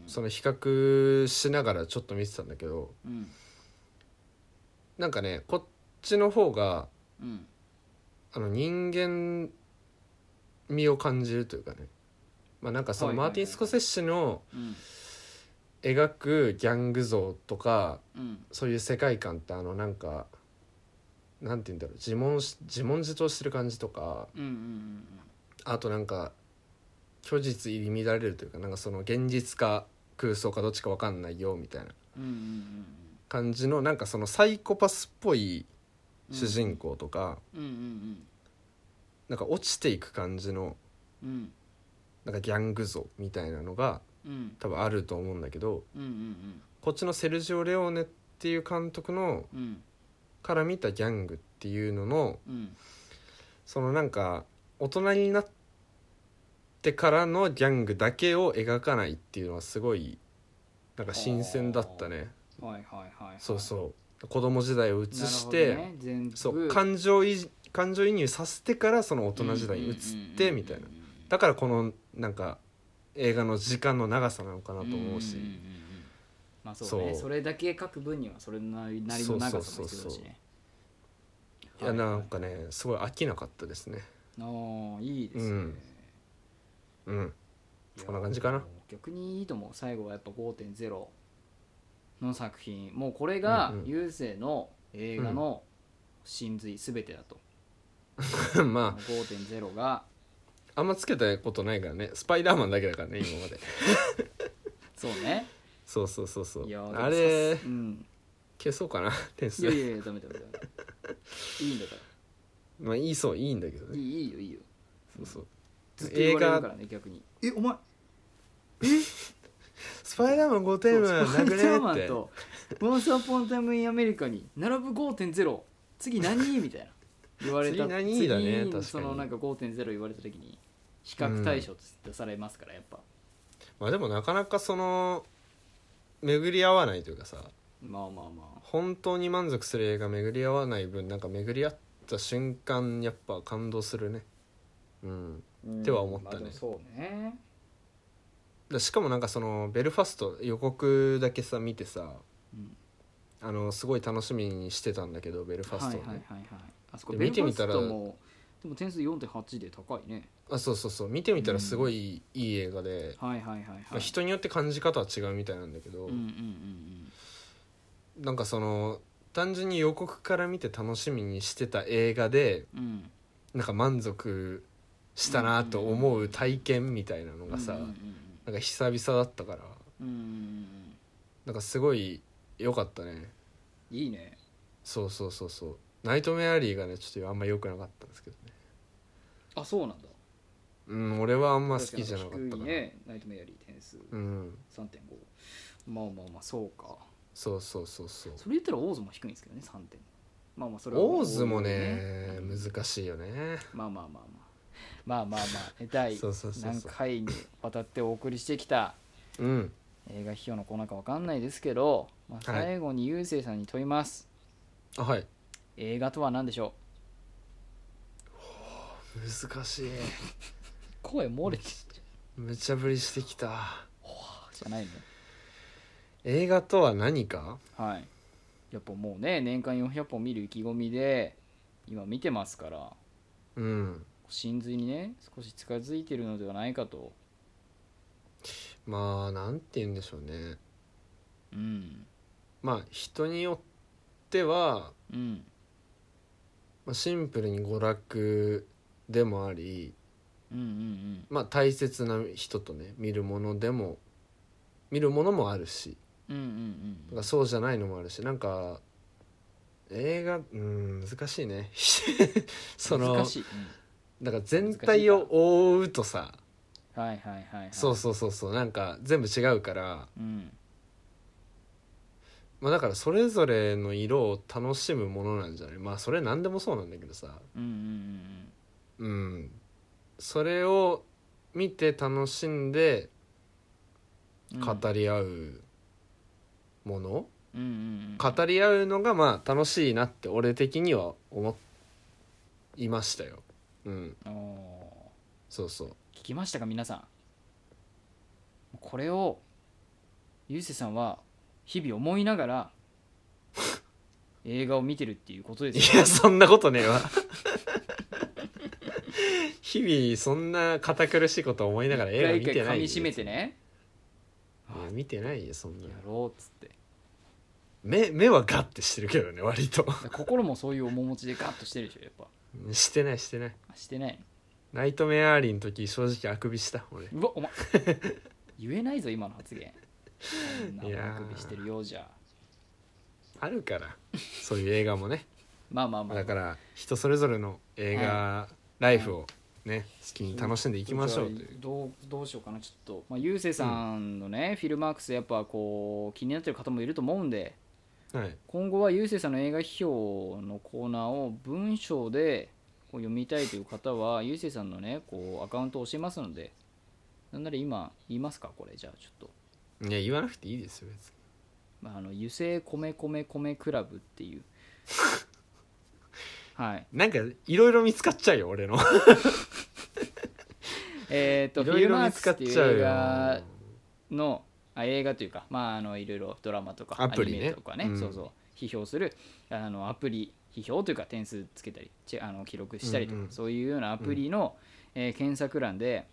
Speaker 1: うん
Speaker 2: その比較しながらちょっと見てたんだけど
Speaker 1: うん
Speaker 2: なんかねこっちの方が
Speaker 1: うん
Speaker 2: あの人間味を感じるというかねまあなんかその
Speaker 1: はいはいはい
Speaker 2: マーティン・スコセッシュの
Speaker 1: うん
Speaker 2: 描くギャング像とか
Speaker 1: うん
Speaker 2: そういう世界観ってあのなんかなんて言うんだろう自問し自問自答してる感じとか
Speaker 1: うんうんうん
Speaker 2: あとなんか虚実入り乱れるというかなんかその現実か空想かどっちか分かんないよみたいな
Speaker 1: うんうんうんうん
Speaker 2: 感じのなんかそのサイコパスっぽい
Speaker 1: うん
Speaker 2: 主人公とか、
Speaker 1: うんうん
Speaker 2: なんか落ちていく感じの
Speaker 1: うんうん
Speaker 2: なんかギャング像みたいなのが
Speaker 1: うん
Speaker 2: 多分あると思うんだけど
Speaker 1: うんうん
Speaker 2: こっちのセルジオ・レオーネっていう監督の
Speaker 1: うんうん
Speaker 2: から見たギャングっていうのの
Speaker 1: うん
Speaker 2: そのなんか大人になってからのギャングだけを描かないっていうのはすごいなんか新鮮だったね
Speaker 1: はいはいはい
Speaker 2: そうそう子供時代を
Speaker 1: な
Speaker 2: 移
Speaker 1: る
Speaker 2: し
Speaker 1: ほど
Speaker 2: て、
Speaker 1: ね、全部
Speaker 2: そう感情い感情移入させてからその大人時代に移ってみたいなだからこのなんか映画の時間の長さなのかなと思う
Speaker 1: ん
Speaker 2: し、
Speaker 1: んんんんまあそうね
Speaker 2: そ
Speaker 1: そうれだけ書く分にはそれなりなりの長さも必要だしね
Speaker 2: いや
Speaker 1: はいはい
Speaker 2: なんかねすごい飽きなかったですね
Speaker 1: ああいいですね、
Speaker 2: うんうん [laughs]
Speaker 1: いや
Speaker 2: こんな感じかな
Speaker 1: 逆にいいと思う最後はやっぱ5.0の作品もうこれが
Speaker 2: うんうん
Speaker 1: 優勢の映画の真髄全てだと、
Speaker 2: ま
Speaker 1: 5.0が
Speaker 2: ああんまつけたことないからねスパイダーマンだけだからね今まで
Speaker 1: そう
Speaker 2: [laughs]
Speaker 1: ね
Speaker 2: そうそうそうそう
Speaker 1: いやー
Speaker 2: あ
Speaker 1: でも
Speaker 2: れ
Speaker 1: さすうん
Speaker 2: 消そうかな [laughs] 点
Speaker 1: い
Speaker 2: 数
Speaker 1: やいやいやダメダ
Speaker 2: [laughs]
Speaker 1: メダメいいんだか
Speaker 2: まあいいそういいんだけど
Speaker 1: らい
Speaker 2: ね
Speaker 1: いいいよいいよ
Speaker 2: そうそう
Speaker 1: ずっと言われるからね逆にえお前
Speaker 2: スパイダーマン5
Speaker 1: そ
Speaker 2: 点
Speaker 1: う
Speaker 2: は
Speaker 1: スパ
Speaker 2: な
Speaker 1: イ
Speaker 2: く
Speaker 1: ダ
Speaker 2: ね
Speaker 1: ーマ
Speaker 2: っ
Speaker 1: ン
Speaker 2: て
Speaker 1: と「モンスターポンタイム・イン・アメリカ」に並ぶ5.0次何みたいな言われた
Speaker 2: 次何だね
Speaker 1: 次
Speaker 2: 確かに
Speaker 1: そのなんか5.0言われた時に比較対象として出されますからやっぱ、
Speaker 2: まあでもなかなかその巡り合わないというかさ
Speaker 1: まあまあまあ
Speaker 2: 本当に満足する映画巡り合わない分なんか巡り合った瞬間やっぱ感動するねうん
Speaker 1: うん
Speaker 2: ては思ったね
Speaker 1: まあでもそうね
Speaker 2: だしかもなんかそのベルファスト予告だけさ見てさ、
Speaker 1: うん
Speaker 2: あのすごい楽しみにしてたんだけどベルファストをね、
Speaker 1: はいはいはいはいあそこ
Speaker 2: で
Speaker 1: ベルファ
Speaker 2: 見てみた
Speaker 1: ス
Speaker 2: ら
Speaker 1: トもでも点数4.8で高いね
Speaker 2: あそうそうそう見てみたらすごいいい映画で、
Speaker 1: はいはいはいはい、
Speaker 2: まあ人によって感じ方は違うみたいなんだけど、
Speaker 1: うんうんうん
Speaker 2: なんかその単純に予告から見て楽しみにしてた映画で
Speaker 1: うんうん
Speaker 2: なんか満足したなと思う体験みたいなのがさ、
Speaker 1: うんうん
Speaker 2: なんか久々だったから
Speaker 1: うんうんうん
Speaker 2: なんかすごい良かったね
Speaker 1: うんいいね
Speaker 2: そうそうそうそうナイトメアリーがねちょっとあんま良くなかったんですけどね
Speaker 1: あそうなんだ
Speaker 2: うん俺はあんま好
Speaker 1: 確
Speaker 2: きじゃなかったか
Speaker 1: に
Speaker 2: な
Speaker 1: 低いねナイトメアリー点数
Speaker 2: うん
Speaker 1: 3.5まあまあまあそうか
Speaker 2: そうそうそうそう
Speaker 1: それ言ったらオーズも低いんですけどね3点まあまあそれは
Speaker 2: オーズもね
Speaker 1: うん
Speaker 2: 難しいよね
Speaker 1: まあまあまあまあまあまあまあね第
Speaker 2: そうそうそう
Speaker 1: 何
Speaker 2: そ
Speaker 1: 回にわたってお送りしてきた
Speaker 2: ううん
Speaker 1: 映画批評のコーナーかわかんないですけど、まあ、
Speaker 2: はい
Speaker 1: 最後にゆうせいさんに問います、
Speaker 2: あはい
Speaker 1: 映画とは何でしょ
Speaker 2: 難しいう
Speaker 1: 声漏れてる
Speaker 2: 無茶ぶりしてきた
Speaker 1: じゃないの
Speaker 2: 映画とは何か
Speaker 1: はいやっぱもうね年間400本見る意気込みで今見てますから
Speaker 2: うん
Speaker 1: 真髄にね少し近づいてるのではないかと
Speaker 2: まあなんて言うんでしょうね
Speaker 1: うん
Speaker 2: まあ人によっては、
Speaker 1: うん
Speaker 2: まあ、シンプルに娯楽でもあり
Speaker 1: うんうん
Speaker 2: まあ大切な人とね見るものでも見るものもあるし
Speaker 1: うんうんうん
Speaker 2: なんかそうじゃないのもあるしなんか映画うん難しいね [laughs] その
Speaker 1: 難しい、
Speaker 2: なんか全体を覆うとさ
Speaker 1: うんはいはいはい、はい、
Speaker 2: そうそうそうそうなんか全部違うから、
Speaker 1: うん
Speaker 2: まあ、だからそれぞれの色を楽しむものなんじゃないまあそれ何でもそうなんだけどさ
Speaker 1: うんうん
Speaker 2: うんそれを見て楽しんで
Speaker 1: うんうん
Speaker 2: 語り合うもの、
Speaker 1: うんうんうん
Speaker 2: 語り合うのがまあ楽しいなって俺的には思いましたようん
Speaker 1: おー
Speaker 2: そ
Speaker 1: [laughs]
Speaker 2: うそう
Speaker 1: 聞きましたか皆さんこれをゆうせいさんは日々思いながら映画を見てるっていうことで
Speaker 2: い
Speaker 1: すよ
Speaker 2: やそんなことねえわ [laughs] 日々そんな堅苦しいこと思いながら映画見て
Speaker 1: 一
Speaker 2: ない
Speaker 1: 回一回噛
Speaker 2: よ
Speaker 1: みしめてね
Speaker 2: いや見てないよそんな
Speaker 1: やろうっつって
Speaker 2: 目目はガッてしてるけどね割と [laughs]
Speaker 1: で心もそういう面持ちでガッとしてるでしょやっぱ
Speaker 2: してないしてない
Speaker 1: あしてない
Speaker 2: ナイトメアリーの時正直あくびした俺
Speaker 1: うわお前 [laughs] 言えないぞ今の発言あん
Speaker 2: いや
Speaker 1: な
Speaker 2: ー
Speaker 1: あくびしてるようじゃ
Speaker 2: あるからそういう映画もね
Speaker 1: まあまあまあ
Speaker 2: だから人それぞれの映画ライフをね好きに楽しんでいきましょうという
Speaker 1: どうどうしようかなちょっと、まあ、ゆうせいさんのね、フィルマークスやっぱこう気になってる方もいると思うんで
Speaker 2: はい
Speaker 1: 今後はゆうせいさんの映画批評のコーナーを文章でこう読みたいという方はゆうせいさんのねこうアカウントを教えますのでなんなら今言いますかこれじゃあちょっと
Speaker 2: いや言わなくていいですよ別に
Speaker 1: まああの油性米米米クラブって
Speaker 2: [laughs]
Speaker 1: いうはい
Speaker 2: なんかいろいろ見つかっちゃうよ
Speaker 1: [laughs]
Speaker 2: 俺の
Speaker 1: えっ、と
Speaker 2: い
Speaker 1: フ
Speaker 2: ろ
Speaker 1: ィ
Speaker 2: い
Speaker 1: ル
Speaker 2: ろ
Speaker 1: マー
Speaker 2: 見
Speaker 1: ク
Speaker 2: つ
Speaker 1: ス
Speaker 2: か
Speaker 1: っ
Speaker 2: って
Speaker 1: い
Speaker 2: ちゃ
Speaker 1: う
Speaker 2: う
Speaker 1: 映
Speaker 2: よ
Speaker 1: 画のあ映画というかまああのいろいろドラマとか
Speaker 2: アプリね
Speaker 1: アニメとかね、
Speaker 2: うん
Speaker 1: そうそう批評するあのアプリ批評というか点数つけたりチェあの記録したりとか、
Speaker 2: うんうん
Speaker 1: そういうようなアプリの、えー検索欄で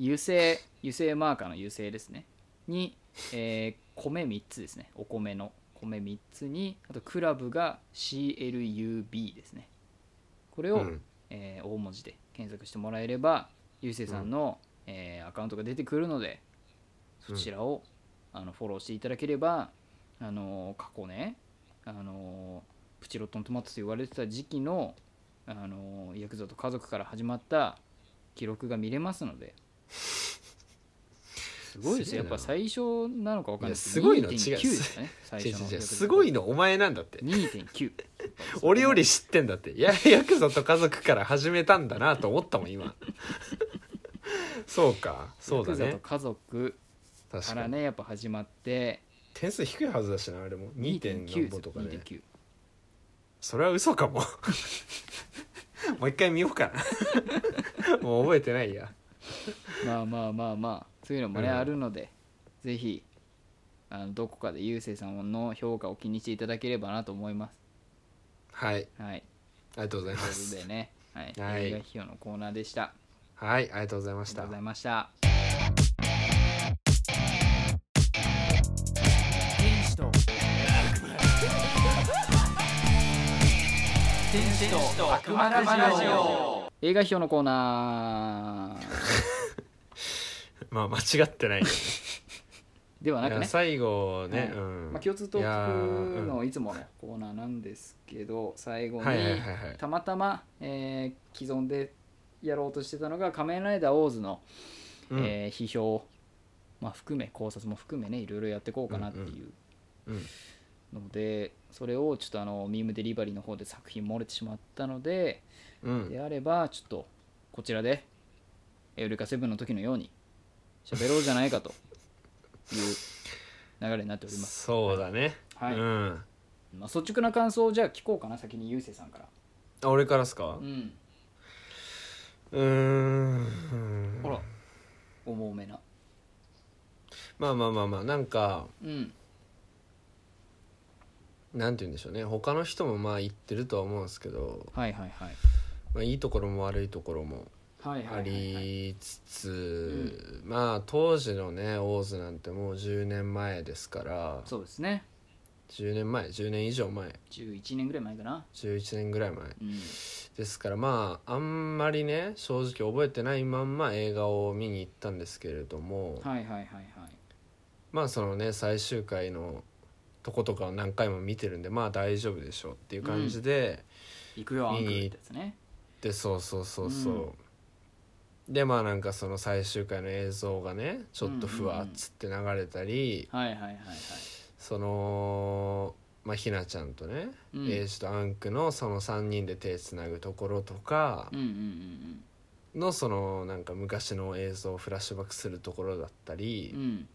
Speaker 1: 油性油性マーカーの油性ですねに、えー米3つですねお米の米3つにあとクラブが CLUB ですねこれを、
Speaker 2: うん
Speaker 1: えー大文字で検索してもらえればゆうせいさんの、えーアカウントが出てくるのでそちらを、あのフォローしていただければあのー過去ねあのープチロットントマトと言われてた時期のあのーヤクザと家族から始まった記録が見れますのですごいですよ
Speaker 2: すげえな
Speaker 1: やっぱ最初なのか分かんないですけ
Speaker 2: い
Speaker 1: ど
Speaker 2: やすごいの違う
Speaker 1: 2.9ですね最
Speaker 2: 違う
Speaker 1: 初の
Speaker 2: 違う違
Speaker 1: ヤ
Speaker 2: う
Speaker 1: クザ
Speaker 2: すごいのお前なんだって
Speaker 1: 2.9
Speaker 2: [laughs] 俺より知ってんだっていやヤクザと家族から始めたんだなと思ったも
Speaker 1: [laughs]
Speaker 2: ん今そうかそうだ
Speaker 1: ヤクザ
Speaker 2: ね
Speaker 1: と家族
Speaker 2: 確
Speaker 1: か
Speaker 2: からに
Speaker 1: ねやっぱ始まって
Speaker 2: 点数低いはずだしなあれも 2. 点何歩とかね
Speaker 1: 2.9
Speaker 2: [laughs] それは嘘かももう一回見ようか
Speaker 1: [laughs]
Speaker 2: なもう覚えてないや
Speaker 1: まあまあまあまあそういうのもね、
Speaker 2: うん
Speaker 1: あるのでぜひあのどこかでゆうせいさんの評価を気にしていただければなと思います
Speaker 2: はい
Speaker 1: はい
Speaker 2: ありがとうございま
Speaker 1: ということ
Speaker 2: す
Speaker 1: で
Speaker 2: [laughs]
Speaker 1: ね、はい、
Speaker 2: はい
Speaker 1: 映画批評のコーナーでしたあ
Speaker 2: はいありがとうございま
Speaker 1: り
Speaker 2: し
Speaker 1: がと
Speaker 2: た
Speaker 1: うございました
Speaker 3: 天使と悪魔天使と悪魔ラジオ
Speaker 1: 映画批評のコーナー
Speaker 2: まあ間違ってない
Speaker 1: ではなく
Speaker 2: いや
Speaker 1: ね
Speaker 2: 最後ね、
Speaker 1: はい
Speaker 2: うん
Speaker 1: まあ、共通ト
Speaker 2: いや
Speaker 1: ーク
Speaker 2: ーう
Speaker 1: の
Speaker 2: ん
Speaker 1: いつものコーナーなんですけど最後に
Speaker 2: はいはいはいはい
Speaker 1: たまたま、えー既存でやろうとしてたのが「仮面ライダーオーズの」
Speaker 2: うん
Speaker 1: えー批評、まあ、含め考察も含めねいろいろやっていこうかなっていう
Speaker 2: うんうん
Speaker 1: ので、それをちょっとあのミームデリバリーの方で作品漏れてしまったので、
Speaker 2: うん
Speaker 1: であればちょっとこちらで「エウレカセブンの時のように喋ろうじゃないかという流れになっており
Speaker 2: [laughs]
Speaker 1: ます。
Speaker 2: そうだね、
Speaker 1: はい
Speaker 2: うん
Speaker 1: まあ、率直な感想をじゃあ聞こうかな先にゆうせいさんから
Speaker 2: あ俺からっすか
Speaker 1: うん
Speaker 2: うーん
Speaker 1: ほら重めな
Speaker 2: まあまあまあまあなんか
Speaker 1: うん
Speaker 2: なんて言うんでしょうね他の人もまあ言ってるとは思うんですけど、
Speaker 1: はいはいはい
Speaker 2: まあ、いいところも悪いところも
Speaker 1: はいはい
Speaker 2: あ
Speaker 1: はいはい
Speaker 2: りつつ、まあ当時のねオーズなんてもう10年前ですから
Speaker 1: そうですね
Speaker 2: 10年前10年以上前
Speaker 1: 11年ぐらい前かな
Speaker 2: 11年ぐらい前
Speaker 1: うん
Speaker 2: ですからまああんまりね正直覚えてないまんま映画を見に行ったんですけれども、
Speaker 1: はいはいはいはい
Speaker 2: まあそのね最終回のとことかを何回も見てるんでまあ大丈夫でしょうっていう感じで、
Speaker 1: 行くよアンクルっ
Speaker 2: いい
Speaker 1: てやつね
Speaker 2: でそうそうそうそう、でまあなんかその最終回の映像がねちょっとふわっつって流れたり、
Speaker 1: はいはいはいはい
Speaker 2: そのまあひなちゃんとね、
Speaker 1: う
Speaker 2: エ
Speaker 1: ん
Speaker 2: イジとアンクのその3人で手つなぐところとか
Speaker 1: うんうんうん
Speaker 2: のそのなんか昔の映像をフラッシュバックするところだったり、
Speaker 1: うんう
Speaker 2: っ
Speaker 1: ん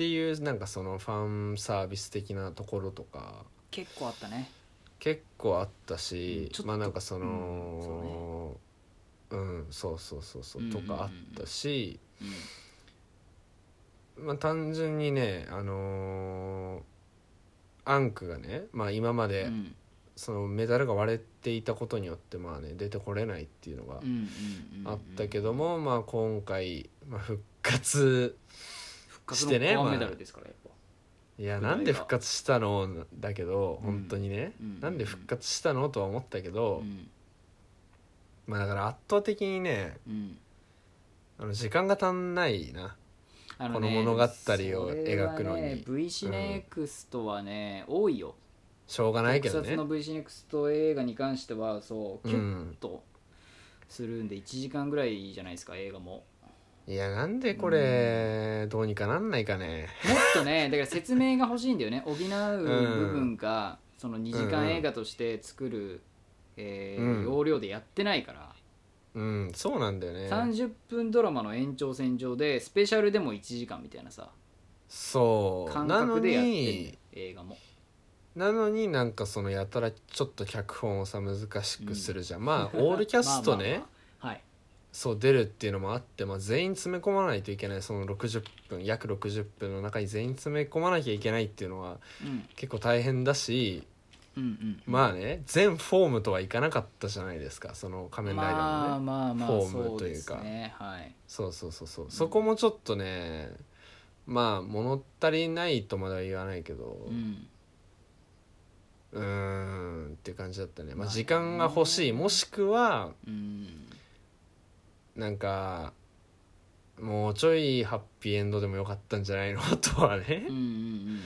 Speaker 2: ていうなんかそのファンサービス的なところとか
Speaker 1: 結構あったね
Speaker 2: 結構あった
Speaker 1: うん
Speaker 2: し、
Speaker 1: ちょっと
Speaker 2: まあなんかそ
Speaker 1: うん
Speaker 2: のうんそうそうそうそうとかあったし、
Speaker 1: うん
Speaker 2: まあ単純にねあのーアンクがね、まあ、今ま
Speaker 1: う
Speaker 2: で
Speaker 1: ん
Speaker 2: そのメダルが割れていたことによってまあね出てこれないっていうのが
Speaker 1: うんうんうんうん
Speaker 2: あったけども、まあ今回、まあ、復活
Speaker 1: 復活
Speaker 2: してね
Speaker 1: のコア
Speaker 2: まあ
Speaker 1: メダルですからやっぱ
Speaker 2: いや
Speaker 1: 舞台が
Speaker 2: なんで復活したのだけど本当にね、
Speaker 1: うん
Speaker 2: なんで復活したのとは思ったけど、
Speaker 1: うん
Speaker 2: まあだから圧倒的にね
Speaker 1: うん
Speaker 2: あの時間が足んないな
Speaker 1: あ
Speaker 2: この物語を描く
Speaker 1: それは
Speaker 2: のに
Speaker 1: ね V シネクストはね、多いよ
Speaker 2: しょうがないけど
Speaker 1: 特撮
Speaker 2: ね
Speaker 1: の V シネクスト映画に関してはそう
Speaker 2: う
Speaker 1: キュッ
Speaker 2: ん
Speaker 1: とするんで1時間ぐらいじゃないですか映画もも
Speaker 2: いやなんでこれどうにかなんないか
Speaker 1: っ
Speaker 2: ね
Speaker 1: と
Speaker 2: [laughs]
Speaker 1: ねだから説明が欲しいんだよね補う部分が、その2時
Speaker 2: うん
Speaker 1: 間
Speaker 2: うん
Speaker 1: 映画として作る、えー
Speaker 2: うん
Speaker 1: 要領でやってないから、
Speaker 2: うんそうなんだよね
Speaker 1: 30分ドラマの延長線上でスペシャルでも1時間みたいなさ
Speaker 2: そう
Speaker 1: 感
Speaker 2: なの
Speaker 1: 覚でやってんだよ
Speaker 2: に
Speaker 1: 映画も
Speaker 2: なのになんかそのやたらちょっと脚本をさ難しくするじゃん、まあ
Speaker 1: [laughs]
Speaker 2: オールキャストね
Speaker 1: まあまあまあはい
Speaker 2: そう出るっていうのもあって、まあ、全員詰め込まないといけないその60分約60分の中に全員詰め込まなきゃいけないっていうのは
Speaker 1: うん
Speaker 2: 結構大変だし
Speaker 1: うんうん
Speaker 2: まあね全フォームとはいかなかったじゃないですかその仮面ライダーのね、
Speaker 1: まあまあまあ
Speaker 2: フォー
Speaker 1: そ
Speaker 2: ム
Speaker 1: う
Speaker 2: と
Speaker 1: で
Speaker 2: いう
Speaker 1: す
Speaker 2: か
Speaker 1: ねはい
Speaker 2: そうそうそうそうそこもちょっとねまあ物足りないとまでは言わないけど
Speaker 1: うん
Speaker 2: うーんっていう感じだったね、
Speaker 1: ま
Speaker 2: まあ、
Speaker 1: あね
Speaker 2: 時間が欲しいもしくは
Speaker 1: うん
Speaker 2: なんかもうちょいハッピーエンドでもよかったんじゃないのとはね
Speaker 1: うんうんうんうんうん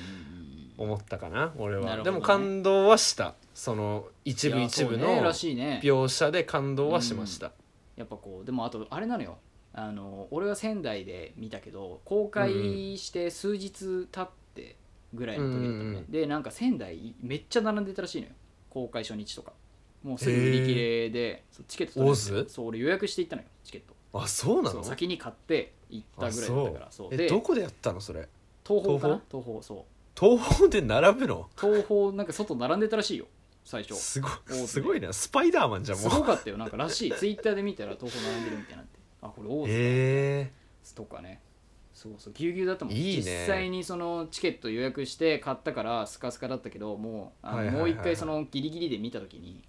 Speaker 2: 思ったかな俺
Speaker 1: な
Speaker 2: は、
Speaker 1: るほ
Speaker 2: で
Speaker 1: どね
Speaker 2: も感動はしたその一
Speaker 1: い
Speaker 2: 部
Speaker 1: や
Speaker 2: 一
Speaker 1: そ
Speaker 2: 部
Speaker 1: うね
Speaker 2: の
Speaker 1: らしいね
Speaker 2: 描写で感動はしました、
Speaker 1: やっぱこうでもあとあれなのよあの俺は仙台で見たけど公開して数日経ってぐらいの時だったのね、
Speaker 2: うんうんうん
Speaker 1: でなんか仙台めっちゃ並んでたらしいのよ公開初日とかもうすぐ売り切れでそうチケット取れなくて
Speaker 2: オーズ
Speaker 1: そう俺予約して行ったのよチケット
Speaker 2: あそうな
Speaker 1: そ
Speaker 2: の
Speaker 1: う先に買って行ったぐらいだったからそう
Speaker 2: え
Speaker 1: で
Speaker 2: どこでやったのそれ
Speaker 1: 東宝かな東宝そう
Speaker 2: 東宝で並ぶの
Speaker 1: 東宝なんか外並んでたらしいよ最初
Speaker 2: すご
Speaker 1: 大手
Speaker 2: いすごいなスパイダーマンじゃん
Speaker 1: す
Speaker 2: も
Speaker 1: ご
Speaker 2: う
Speaker 1: かったよなんからしいツイッターで見たら投稿並んでるみたいになってあこれ大手
Speaker 2: え
Speaker 1: とかねそうそうぎゅうぎゅうだったもん
Speaker 2: いいね
Speaker 1: 実際にそのチケット予約して買ったからスカスカだったけどもうあの、
Speaker 2: はいはいはいはい
Speaker 1: もう一回そのギリギリで見た時に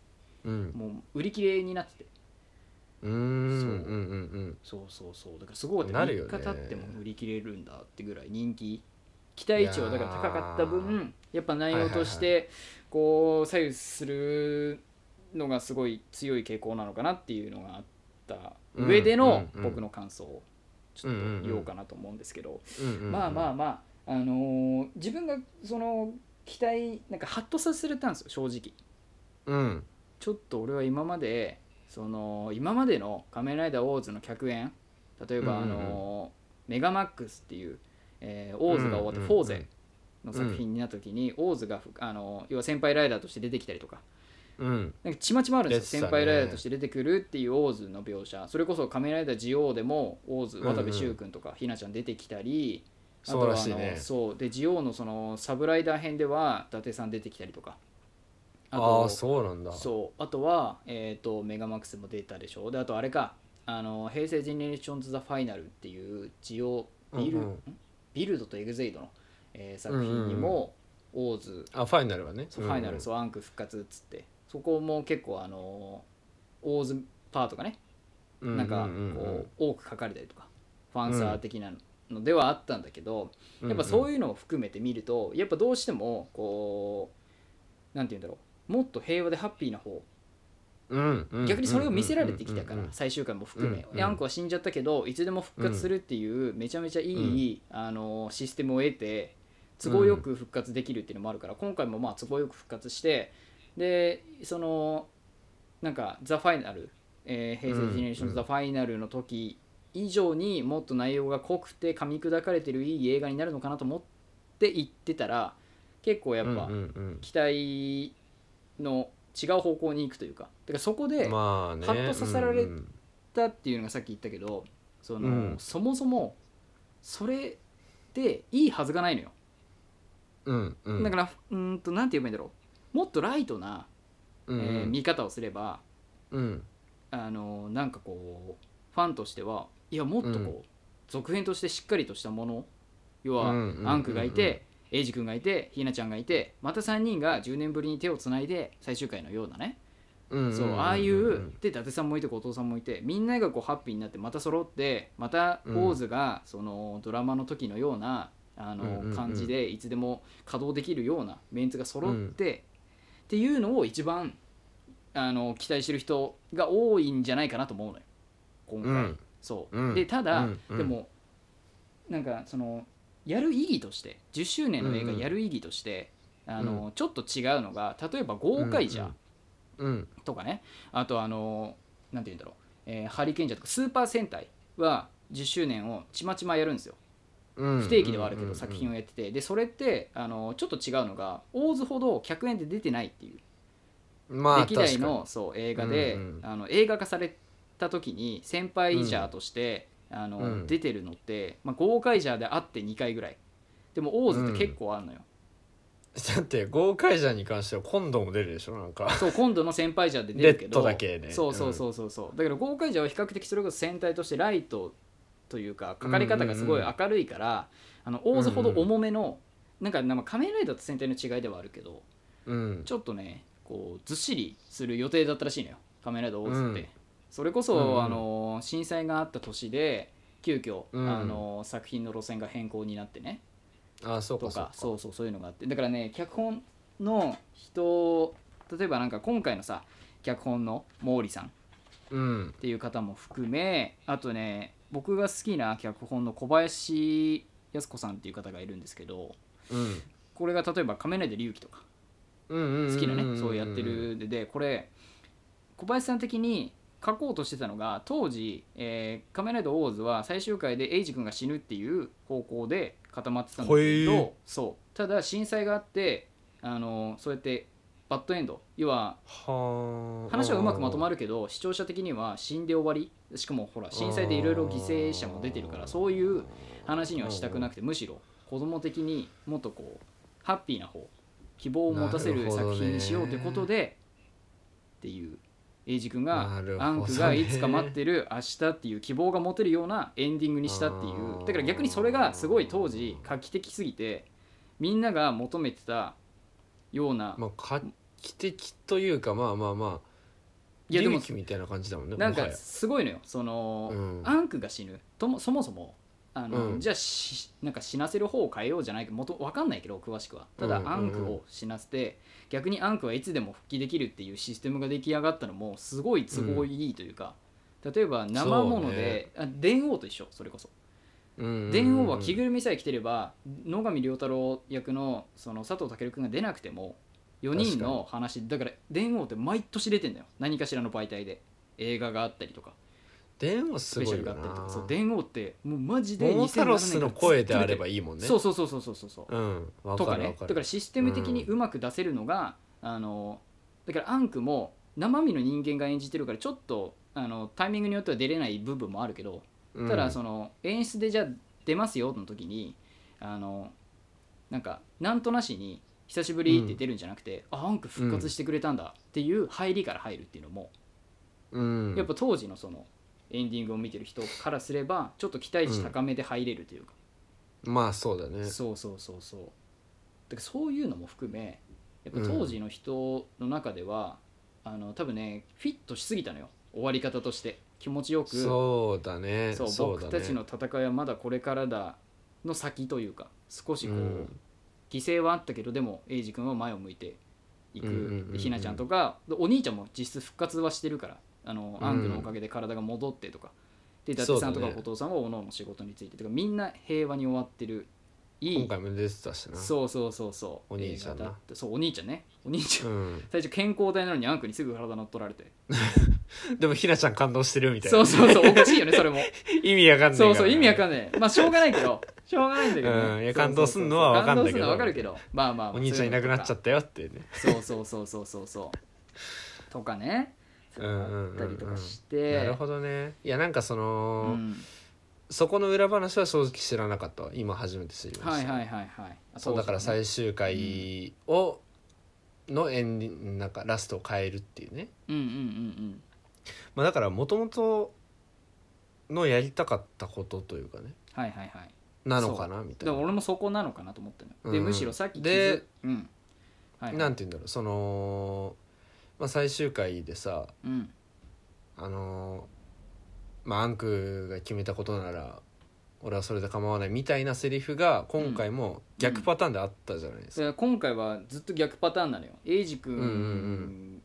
Speaker 2: えー、うん
Speaker 1: もう売り切れになってて
Speaker 2: うーん
Speaker 1: そう
Speaker 2: うんうん
Speaker 1: そうそうそうだからすごい
Speaker 2: なるよ
Speaker 1: 3
Speaker 2: ね
Speaker 1: 日経っても売り切れるんだってぐらい人気期待値はだから高かった
Speaker 2: いや
Speaker 1: 分やっぱ内容としてこう左右するのがすごい強い傾向なのかなっていうのがあった上での
Speaker 2: うんうんうん
Speaker 1: 僕の感想をちょっと言おうかなと思うんですけど
Speaker 2: うんうんうん
Speaker 1: まあまあまあ、あのー自分がその期待なんかハッとさせれたんですよ正直
Speaker 2: うん
Speaker 1: ちょっと俺は今までその今までの「仮面ライダーオーズ」の客演例えば、
Speaker 2: うんうんうん
Speaker 1: あのメガマックスっていう、えーオーズが終わって「
Speaker 2: うんうんうん
Speaker 1: フォーゼ」の作品になった時に、オーズがふあの要は先輩ライダーとして出てきたりとか
Speaker 2: うん
Speaker 1: なんかちまちまあるんですよ、
Speaker 2: 出てた
Speaker 1: 先
Speaker 2: ね
Speaker 1: 輩ライダーとして出てくるっていうオーズの描写それこそ「仮面ライダージオー」でもオーズ
Speaker 2: うんうん
Speaker 1: 渡部柊君とかひなちゃん出てきたり、あと
Speaker 2: そう
Speaker 1: は
Speaker 2: らしい
Speaker 1: あ
Speaker 2: ね
Speaker 1: のそうでジオーのそのサブライダー編では伊達さん出てきたりとか
Speaker 2: あ
Speaker 1: と
Speaker 2: あーそうなんだ
Speaker 1: そうあとは、えー、とメガマックスも出たでしょであとあれかあの「平成ジェネレーションズ・ザ・ファイナル」っていうジオビル,、
Speaker 2: うんうん
Speaker 1: ビルドとエグゼイドの、えー作品にも、オーズ
Speaker 2: あファイナルはね
Speaker 1: そうファイナル、
Speaker 2: うん
Speaker 1: そうアンク復活っつってそこも結構あのーオーズパートがね
Speaker 2: うん
Speaker 1: なんか
Speaker 2: うう
Speaker 1: こう多く書かれたりとかファンサー的なのではあったんだけど、
Speaker 2: うん
Speaker 1: やっぱそう
Speaker 2: う
Speaker 1: いうのを含めて見るとやっぱどうしてもこうなんて言うんだろうもっと平和でハッピーな方
Speaker 2: うんうん
Speaker 1: 逆にそれを見せられてきたか
Speaker 2: うん
Speaker 1: ら
Speaker 2: うん
Speaker 1: 最終回も含め
Speaker 2: うん
Speaker 1: でアンコは死んじゃったけどいつでも復活するっていうめちゃめちゃいいあのシステムを得て都合よく復活できるっていうのもあるから今回もまあ都合よく復活してでそのなんか「ザ・ファイナル」えー「平成ジェネレーション
Speaker 2: う
Speaker 1: ズ・
Speaker 2: ん
Speaker 1: ザ・ファイナル」の時以上にもっと内容が濃くて噛み砕かれてるいい映画になるのかなと思って行ってたら結構やっぱ
Speaker 2: うんうん
Speaker 1: 期待の違う方向に行くというかだからそこ
Speaker 2: う
Speaker 1: で
Speaker 2: ん、まあね
Speaker 1: ハッとさせられ
Speaker 2: うんうん
Speaker 1: ったっていうのがさっき言ったけどその、
Speaker 2: うん
Speaker 1: そもそもそれでいいはずがないのよ、
Speaker 2: うんうん
Speaker 1: だからうーんとなんて言えばいいんだろうもっとライトな、
Speaker 2: うんうん
Speaker 1: えー見方をすれば
Speaker 2: うん
Speaker 1: あのなんかこうファンとしてはいやもっとこう、
Speaker 2: うん
Speaker 1: 続編としてしっかりとしたもの要は、
Speaker 2: うんうんうんうん
Speaker 1: アンクがいてエイジ君がいてひなちゃんがいてまた3人が10年ぶりに手をつないで最終回のようなね
Speaker 2: うんん
Speaker 1: そうああい
Speaker 2: うん
Speaker 1: うで伊達さんもいてお父さんもいてみんながこうハッピーになってまた揃ってまた
Speaker 2: うん
Speaker 1: オーズがそのドラマの時のようなあ
Speaker 2: うんうんう
Speaker 1: の
Speaker 2: ん
Speaker 1: 感じでいつでも稼働できるようなメンツが揃ってっていうのを一番あの期待してる人が多いんじゃないかなと思うのよ今
Speaker 2: う
Speaker 1: 回
Speaker 2: ん
Speaker 1: そう、
Speaker 2: うん
Speaker 1: でただ、
Speaker 2: うんうん
Speaker 1: でもなんかそのやる意義として10周年の映画
Speaker 2: うんうん
Speaker 1: やる意義として、あのちょっと違うのが例えば豪快じゃん、
Speaker 2: うん
Speaker 1: とかねあとあのなんて言うんだろう、えーハリケーンジャーとかスーパー戦隊は10周年をちまちまやるんですよ
Speaker 2: うん
Speaker 1: 不定期ではあるけど作品を
Speaker 2: を
Speaker 1: やっててでそれってあのちょっと違うのがオーズほど100円で出てないっていう
Speaker 2: まあ
Speaker 1: 歴代のそう映画で、
Speaker 2: うんうん
Speaker 1: あの映画化された時に先輩ジャーとして、あの
Speaker 2: うん
Speaker 1: 出てるのって、まあ、豪快ジャーであって2回ぐらいでもオーズって結構あるのよ、
Speaker 2: 確かにだって豪快じゃんに関しては今度も出るでしょなんか
Speaker 1: そう今度の先輩じゃで出るけど
Speaker 2: レッドだけね
Speaker 1: そうそうそうそうそうだから豪快じゃは比較的それこそ戦隊としてライトというかかかり方がすごい明るいから、あのオーズほど重めの、なんかなんか仮面ライダーと戦隊の違いではあるけど
Speaker 2: うん
Speaker 1: ちょっとねこうずっしりする予定だったらしいのよ仮面ライダーオーズって、
Speaker 2: うん
Speaker 1: それこそ、
Speaker 2: うんうん
Speaker 1: あの震災があった年で急遽、
Speaker 2: うん
Speaker 1: あの作品の路線が変更になってね、
Speaker 2: あそう
Speaker 1: と
Speaker 2: か
Speaker 1: か
Speaker 2: そう
Speaker 1: そうそうそういうのがあってだからね脚本の人例えばなんか今回のさ脚本の毛利さんっ
Speaker 2: かうん
Speaker 1: ていう方も含めあとね僕が好きな脚本の小林靖子さんっていう方がいるんですけど
Speaker 2: うん
Speaker 1: これが例えば「仮面ライダー龍騎」とか
Speaker 2: うんうんうん
Speaker 1: 好きなねそうやってるででこれ小林さん的に書こうとしてたのが当時「えー仮面ライダーオーズ」は最終回でエイジ君が死ぬっていう方向で固まってたんだけ
Speaker 2: へー
Speaker 1: どそうただ震災があってあのそうやってバッドエンド要は
Speaker 2: はあ
Speaker 1: 話はうまくまとまるけど視聴者的には死んで終わりしかもほら震災でいろいろ犠牲者も出てるからそういう話にはしたくなくてむしろ子供的にもっとこうハッピーな方希望を持たせ
Speaker 2: なる
Speaker 1: る
Speaker 2: ほどね
Speaker 1: 作品にしようってことでっていう英二君が、
Speaker 2: なるほどね
Speaker 1: アンクがいつか待ってる明日っていう希望が持てるようなエンディングにしたってい
Speaker 2: あー
Speaker 1: うだから逆にそれがすごい当時画期的すぎてみんなが求めてたような、
Speaker 2: まあ画期的というかまあまあまあ
Speaker 1: いやでも
Speaker 2: 利益みたいな感じだもんね
Speaker 1: なん
Speaker 2: も
Speaker 1: か
Speaker 2: はや
Speaker 1: すごいのよその、
Speaker 2: うん
Speaker 1: アンクが死ぬともそもそもあの、
Speaker 2: うん
Speaker 1: じゃあしなんか死なせる方を変えようじゃないけどもと分かんないけど詳しくはただ、
Speaker 2: うんうんうん
Speaker 1: アンクを死なせて逆にアンクはいつでも復帰できるっていうシステムが出来上がったのもすごい都合いいというか、例えば生もので、あ電王と一緒それこそ
Speaker 2: うんうんうん
Speaker 1: 電王は着ぐるみさえ着てれば野上良太郎役のその佐藤健君が出なくても4人の話だから電王って毎年出てんだよ何かしらの媒体で映画があったりとか
Speaker 2: 電話
Speaker 1: ス
Speaker 2: す
Speaker 1: ペシャ
Speaker 2: ごい
Speaker 1: ルが
Speaker 2: よ
Speaker 1: あったりと
Speaker 2: な
Speaker 1: かそう電王ってもうマジで
Speaker 2: モノサロスの声であれば
Speaker 1: いい
Speaker 2: いいもんね
Speaker 1: そうそうそうそうそうそうそう
Speaker 2: う、ん、わ
Speaker 1: と
Speaker 2: か
Speaker 1: か
Speaker 2: るわ
Speaker 1: ね
Speaker 2: か
Speaker 1: だ
Speaker 2: る
Speaker 1: からシステム的にうまく出せるのが、あのだからアンクも生身の人間が演じてるからちょっとあのタイミングによっては出れない部分もあるけど
Speaker 2: うん
Speaker 1: ただその演出でじゃあ出ますよの時にあのなんかなんとなしに久しぶりって出るんじゃなくて、あアンク復活してくれたんだっていう入りから入るっていうのも、
Speaker 2: うん
Speaker 1: やっぱ当時のそのエンディングを見てる人からすればちょっと期待値高めで入れるというか、
Speaker 2: まあそうだね
Speaker 1: そうそうそうそうだからそういうのも含めやっぱ当時の人の中では、あの多分ねフィットしすぎたのよ終わり方として気持ちよく
Speaker 2: そうだね
Speaker 1: そう
Speaker 2: そうだ
Speaker 1: 僕
Speaker 2: ね
Speaker 1: たちの戦いはまだこれからだの先というか少しこう、
Speaker 2: うん
Speaker 1: 犠牲はあったけどでも英二君は前を向いていく、
Speaker 2: うんうんうんうん
Speaker 1: でひなちゃんとかでお兄ちゃんも実質復活はしてるからあの、
Speaker 2: うん
Speaker 1: アンクのおかげで体が戻ってとかで伊達さんとか
Speaker 2: そうだね
Speaker 1: 後藤さんはおのおの仕事についてとかみんな平和に終わってるい
Speaker 2: 今
Speaker 1: い
Speaker 2: 回も出てたしな
Speaker 1: そうそうそうそう
Speaker 2: お兄ちゃんな
Speaker 1: 映画だったそうお兄ちゃんねお兄ちゃん、
Speaker 2: うん、
Speaker 1: 最初健康体なのにアンクにすぐ体乗っ取られて
Speaker 2: でもひなちゃん感動してるみたいな
Speaker 1: そうそうそうおかしいよねそれも
Speaker 2: 意味わかんないか
Speaker 1: そ
Speaker 2: ら
Speaker 1: うそう意味わかんないまあしょうがないけどしょうがないんだけど、ね
Speaker 2: うんいや感動すんのはわかんな
Speaker 1: 感動
Speaker 2: いけど
Speaker 1: すんのはわかるけどまあまあまあ
Speaker 2: お兄ちゃんいなくなっちゃ
Speaker 1: っ
Speaker 2: ったよってね
Speaker 1: たそうそうそうそうそうそうとかねそう
Speaker 2: うんうんうんう
Speaker 1: あ
Speaker 2: ん
Speaker 1: ったりとかして、
Speaker 2: なるほどねいやなんかそうの、
Speaker 1: ん、
Speaker 2: そこの裏話は正直知らなかったわ今初めて知りました、
Speaker 1: はいはいはいはいあ
Speaker 2: そうだから最終回を、のエンディングなんかラストを変えるっていうね、
Speaker 1: うんうんうんうん
Speaker 2: まあ、だからもともとのやりたかったことというかね
Speaker 1: はいはいはい
Speaker 2: なのかなみた
Speaker 1: で
Speaker 2: いな
Speaker 1: も俺もそこなのかなと思ったのよ、
Speaker 2: うんう
Speaker 1: で
Speaker 2: ん
Speaker 1: むしろさっき気づ
Speaker 2: で、
Speaker 1: うんはいはい、
Speaker 2: なんて言うんだろうその、まあ、最終回でさ
Speaker 1: うん
Speaker 2: あのーまあアンクが決めたことなら俺はそれで構わないみたいなセリフが今回も逆パターンであったじゃないで
Speaker 1: そ
Speaker 2: すか、
Speaker 1: れは今回はずっと逆パターンなのよ英二
Speaker 2: うんうんう
Speaker 1: 君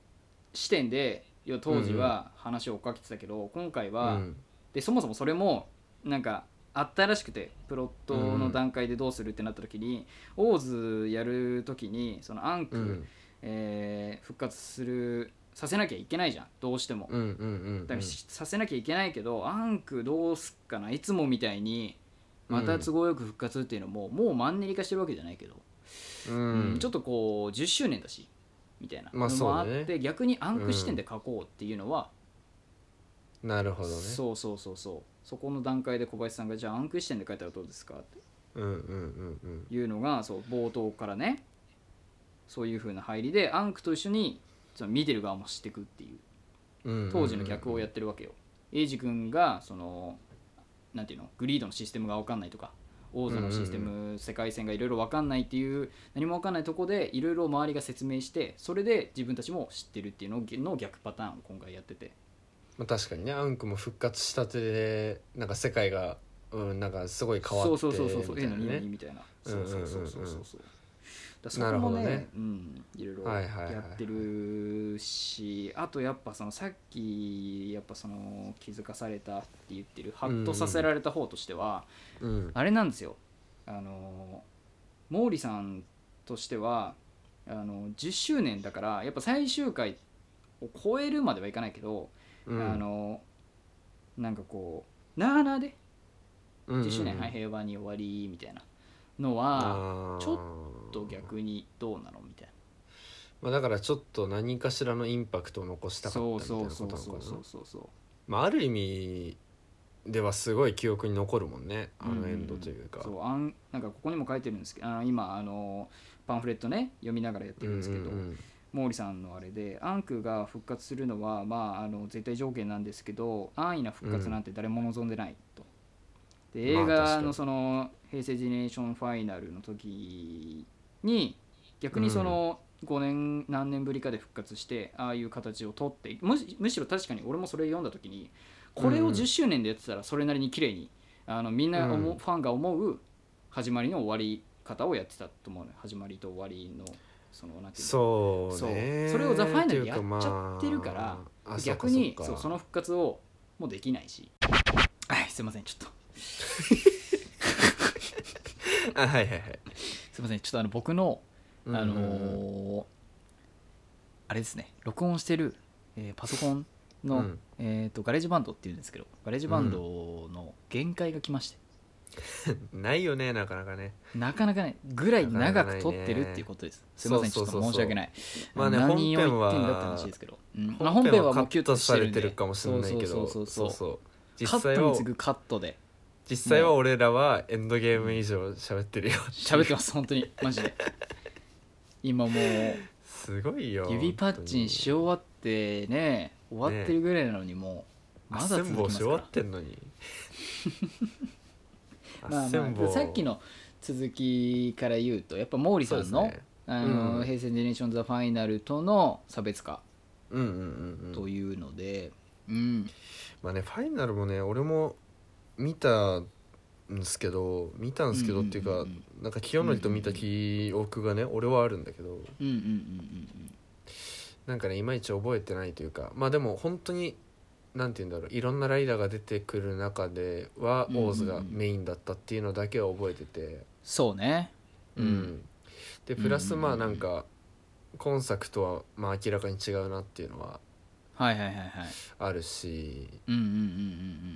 Speaker 1: 視点でいや当時は話を追っかけてたけど、今回は、
Speaker 2: うん
Speaker 1: でそもそもそれもなんかあったらしくてプロットの段階でどうするってなった時に、オーズやる時にそのアンク、
Speaker 2: うん
Speaker 1: えー復活するさせなきゃいけないじゃんどうしても。
Speaker 2: うんうんうん
Speaker 1: だからしさせなきゃいけないけど、アンクどうすっかないつもみたいにまた都合よく復活っていうのも、もうマンネリ化してるわけじゃないけど、
Speaker 2: うん
Speaker 1: ちょっとこう10周年だしみたいな
Speaker 2: まあ
Speaker 1: のもあって、
Speaker 2: そうだ
Speaker 1: 逆にアンク視点で書こうっていうのは、
Speaker 2: なるほどね
Speaker 1: そうそうそうそうそこの段階で小林さんがじゃあアンク視点で書いたらどうですかっ
Speaker 2: うんうんうんうん
Speaker 1: ていうのがそう冒頭からねそういう風な入りでアンクと一緒にその見てる側も知ってくっていう
Speaker 2: うん
Speaker 1: 当時の逆をや
Speaker 2: っ
Speaker 1: ってるわけよ。英二君がそのなんていうのグリードのシステムが分かんないとか王座のシステム、
Speaker 2: う
Speaker 1: 世界線がいろいろ分かんないっていう何も分かんないとこでいろいろ周りが説明してそれで自分たちも知ってるっていうのをの逆パターンを今回やってて
Speaker 2: まあ、確かにねアンクも復活したてでなんか世界が、うん、なんかすごい変わって
Speaker 1: そうそうそうそうそう
Speaker 2: み
Speaker 1: え
Speaker 2: たいな
Speaker 1: 何
Speaker 2: ね
Speaker 1: 何みたいなそうそうそうそうそうそうだか
Speaker 2: な
Speaker 1: ら
Speaker 2: る
Speaker 1: そこ
Speaker 2: ほ
Speaker 1: も
Speaker 2: ど
Speaker 1: ね
Speaker 2: ね
Speaker 1: うん、いろいろ
Speaker 2: はいはいはいはい
Speaker 1: やってるしあとやっぱそのさっきやっぱその気づかされたって言ってるハッとさせられた方としては、
Speaker 2: うん
Speaker 1: あれなんですよあの毛利さんとしてはあの10周年だからやっぱ最終回を超えるまではいかないけど、
Speaker 2: うん
Speaker 1: あのなんかこうなあなあで
Speaker 2: うんうん
Speaker 1: 10周年、はい、平和に終わりみたいなのは
Speaker 2: あー
Speaker 1: ちょっと逆にどうなのみたい
Speaker 2: まあ、だからちょっと何かしらのインパクトを残した
Speaker 1: な
Speaker 2: かった
Speaker 1: そう
Speaker 2: みたいな
Speaker 1: そう
Speaker 2: こと
Speaker 1: そう
Speaker 2: なの
Speaker 1: そ
Speaker 2: か
Speaker 1: う
Speaker 2: な
Speaker 1: そうそうそう
Speaker 2: まあある意味ではすごい記憶に残るもんねあ
Speaker 1: うん
Speaker 2: のエンドというか、
Speaker 1: そうあんなんかここにも書いてるんですけどあの今あのパンフレットね読みながらやって
Speaker 2: う
Speaker 1: るん
Speaker 2: ん
Speaker 1: ですけど、
Speaker 2: うん
Speaker 1: 毛利さんのあれでアンクが復活するのは、まあ、あの絶対条件なんですけど安易な復活なんて誰も望んでないと。で
Speaker 2: まあ
Speaker 1: 映
Speaker 2: 確
Speaker 1: 画
Speaker 2: か
Speaker 1: の
Speaker 2: に
Speaker 1: その平成ジェネレーションファイナルの時に逆にその5年何年ぶりかで復活してああいう形を取ってむしむしろ確かに俺もそれ読んだ時にこれを10周年でやってたらそれなりに綺麗にあのみんな思う
Speaker 2: うん
Speaker 1: ファンが思う始まりの終わり方をやってたと思うのよ始まりと終わりのそのなんていうの
Speaker 2: そう
Speaker 1: そう
Speaker 2: ね
Speaker 1: それをザ・ファイナルでやっ
Speaker 2: というか
Speaker 1: ちゃってるから、
Speaker 2: まああ
Speaker 1: 逆に
Speaker 2: そ
Speaker 1: そうう
Speaker 2: か
Speaker 1: その復活をもうできないしはいすいませんちょっと
Speaker 2: そうかあはいはいはい
Speaker 1: すいませんちょっとあの僕の、あのー
Speaker 2: うん
Speaker 1: あれですね録音してる、えーパソコンの、
Speaker 2: うん
Speaker 1: えー、とガレージバンドっていうんですけどガレージバンドの限界が来まして、
Speaker 2: ないよねなかなかね
Speaker 1: なかなかねぐらい長
Speaker 2: なかなかない
Speaker 1: く
Speaker 2: ね
Speaker 1: 撮ってるっていうことです、すいませんち
Speaker 2: そ
Speaker 1: ょ
Speaker 2: う
Speaker 1: っ
Speaker 2: そうそ
Speaker 1: と
Speaker 2: うそう
Speaker 1: 申し訳ない
Speaker 2: まあね
Speaker 1: 何を言ってんだって
Speaker 2: 本編は
Speaker 1: 話ですけど、うんまあ
Speaker 2: 本編はカ
Speaker 1: もうキュ
Speaker 2: ッ
Speaker 1: ッと
Speaker 2: ト
Speaker 1: して
Speaker 2: さ
Speaker 1: る
Speaker 2: れ
Speaker 1: ん
Speaker 2: て
Speaker 1: で
Speaker 2: るかもしれないけど
Speaker 1: そうそうそうそう
Speaker 2: そう実
Speaker 1: カッ
Speaker 2: 際
Speaker 1: トに
Speaker 2: は
Speaker 1: 次ぐカットで
Speaker 2: 実際は俺らはエンドゲーム以上喋ってるよ
Speaker 1: 喋ってます本当にマジで今もう
Speaker 2: すごいよ
Speaker 1: 指パッチンし終わってね終わってるぐらいなのにもうまだ続
Speaker 2: 全
Speaker 1: き
Speaker 2: 部
Speaker 1: ま
Speaker 2: し
Speaker 1: す
Speaker 2: 終
Speaker 1: か
Speaker 2: わ
Speaker 1: ら
Speaker 2: ってんのに
Speaker 1: [laughs] まあまあさっきの続きから言うとやっぱ毛利さんの,、
Speaker 2: そうですね
Speaker 1: あ
Speaker 2: うん
Speaker 1: の
Speaker 2: うん
Speaker 1: 平成ジェネレーション・ザ・ファイナルとの差別化
Speaker 2: うんうんうんう
Speaker 1: と
Speaker 2: ん
Speaker 1: いうので、うん
Speaker 2: まあねファイナルもね俺も見たんですけど見たんですけどってい
Speaker 1: う
Speaker 2: う
Speaker 1: ん
Speaker 2: か
Speaker 1: うんうん
Speaker 2: なんか清則と見た記憶がね俺はあるんだけど
Speaker 1: うん、うんうん
Speaker 2: なんかねいまいち覚えてないというかまあでも本当になんて言うんだろういろんなライダーが出てくる中では
Speaker 1: うんうんうん
Speaker 2: オーズがメインだったっていうのだけは覚えてて
Speaker 1: そうね
Speaker 2: うん、でプラス
Speaker 1: うんうん
Speaker 2: ま
Speaker 1: う
Speaker 2: あ
Speaker 1: ん
Speaker 2: なんか今作とはまあ明らかに違うなっていうのは
Speaker 1: はいはいはいはい
Speaker 2: あるし
Speaker 1: うんうん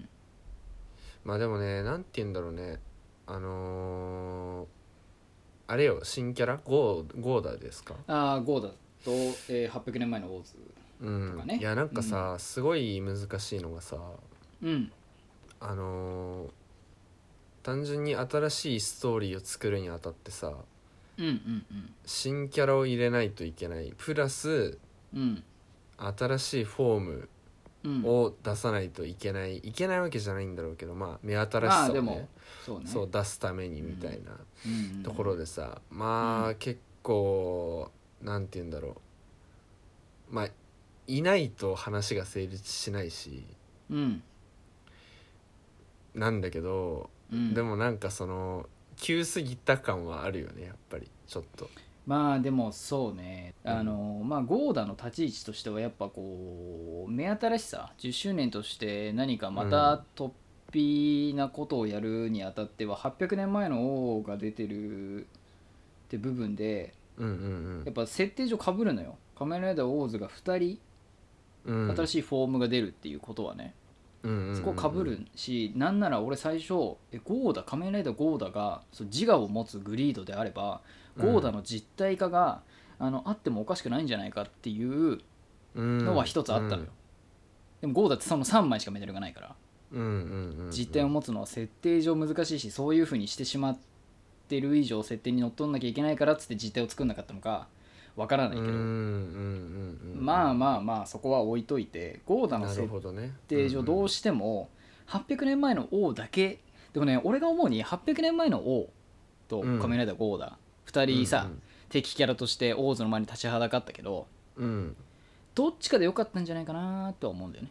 Speaker 2: まあでもねなんて言うんだろうねあのーあれよ新キャラゴーゴーダですか、
Speaker 1: うんうんうんああゴーダと、えー、800年前のオーズ
Speaker 2: うん
Speaker 1: とかね
Speaker 2: いやなんかさ、すごい難しいのがさ
Speaker 1: うん
Speaker 2: あのー単純に新しいストーリーを作るにあたってさ
Speaker 1: うんうん
Speaker 2: 新キャラを入れないといけないプラス
Speaker 1: うん
Speaker 2: 新しいフォーム
Speaker 1: うんうん
Speaker 2: を出さないといけない、いけないわけじゃないんだろうけどまあ目新し
Speaker 1: まあ
Speaker 2: さ
Speaker 1: で
Speaker 2: を、ね
Speaker 1: もそうね
Speaker 2: そう出すためにみたいな
Speaker 1: うんうん
Speaker 2: ところでさ、まあ、結構なんて言うんだろうまあいないと話が成立しないし
Speaker 1: うん
Speaker 2: なんだけど、
Speaker 1: うん
Speaker 2: でもなんかその急すぎた感はあるよねやっぱりちょっと。
Speaker 1: まあでもそうね
Speaker 2: うん
Speaker 1: あの、まあゴーダの立ち位置としてはやっぱこう目新しさ10周年として何かま
Speaker 2: うん
Speaker 1: た突飛なことをやるにあたっては800年前の王が出てるって部分で
Speaker 2: うんうん
Speaker 1: やっぱ設定上かぶるのよ仮面ライダーオーズが2
Speaker 2: うんうん
Speaker 1: 人新しいフォームが出るっていうことはね、
Speaker 2: うんうんうんうん
Speaker 1: そこかぶるし、なんなら俺最初えゴーダ仮面ライダーゴーダがそう自我を持つグリードであればゴーダの実体化が、あのあってもおかしくないんじゃないかっていうのは一つあったのよ、でもゴーダってその3枚しかメダルがないから
Speaker 2: うんうんうんうんうん
Speaker 1: 実体を持つのは設定上難しいしそういうふうにしてしまってる以上設定にのっとんなきゃいけないからっつって実体を作んなかったのかわからないけど、
Speaker 2: うんうんうんうん
Speaker 1: まあまあまあそこは置いといてゴーダの
Speaker 2: な
Speaker 1: 設
Speaker 2: るほどね
Speaker 1: 定上どうしても800年前の王だけでもね俺が思うに800年前の王と
Speaker 2: うん
Speaker 1: 仮面ライダーゴーダ2人さ、
Speaker 2: うん
Speaker 1: 敵キャラとして王子の前に立ちはだかったけど
Speaker 2: うん
Speaker 1: どっちかでよかったんじゃないかなとは思うんだよね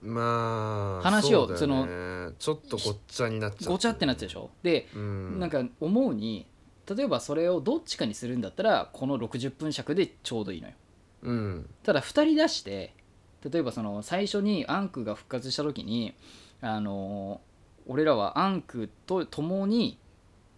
Speaker 2: まあ
Speaker 1: 話を
Speaker 2: うだよねちょっとごっちゃになっちゃ
Speaker 1: ごちゃってなっちゃうでし
Speaker 2: ょ、
Speaker 1: ょで、
Speaker 2: うん、
Speaker 1: なんか思うに例えばそれをどっちかにするんだったらこの60分尺でちょうどいいのよ
Speaker 2: うん
Speaker 1: ただ2人出して例えばその最初にアンクが復活した時にあの俺らはアンクと共に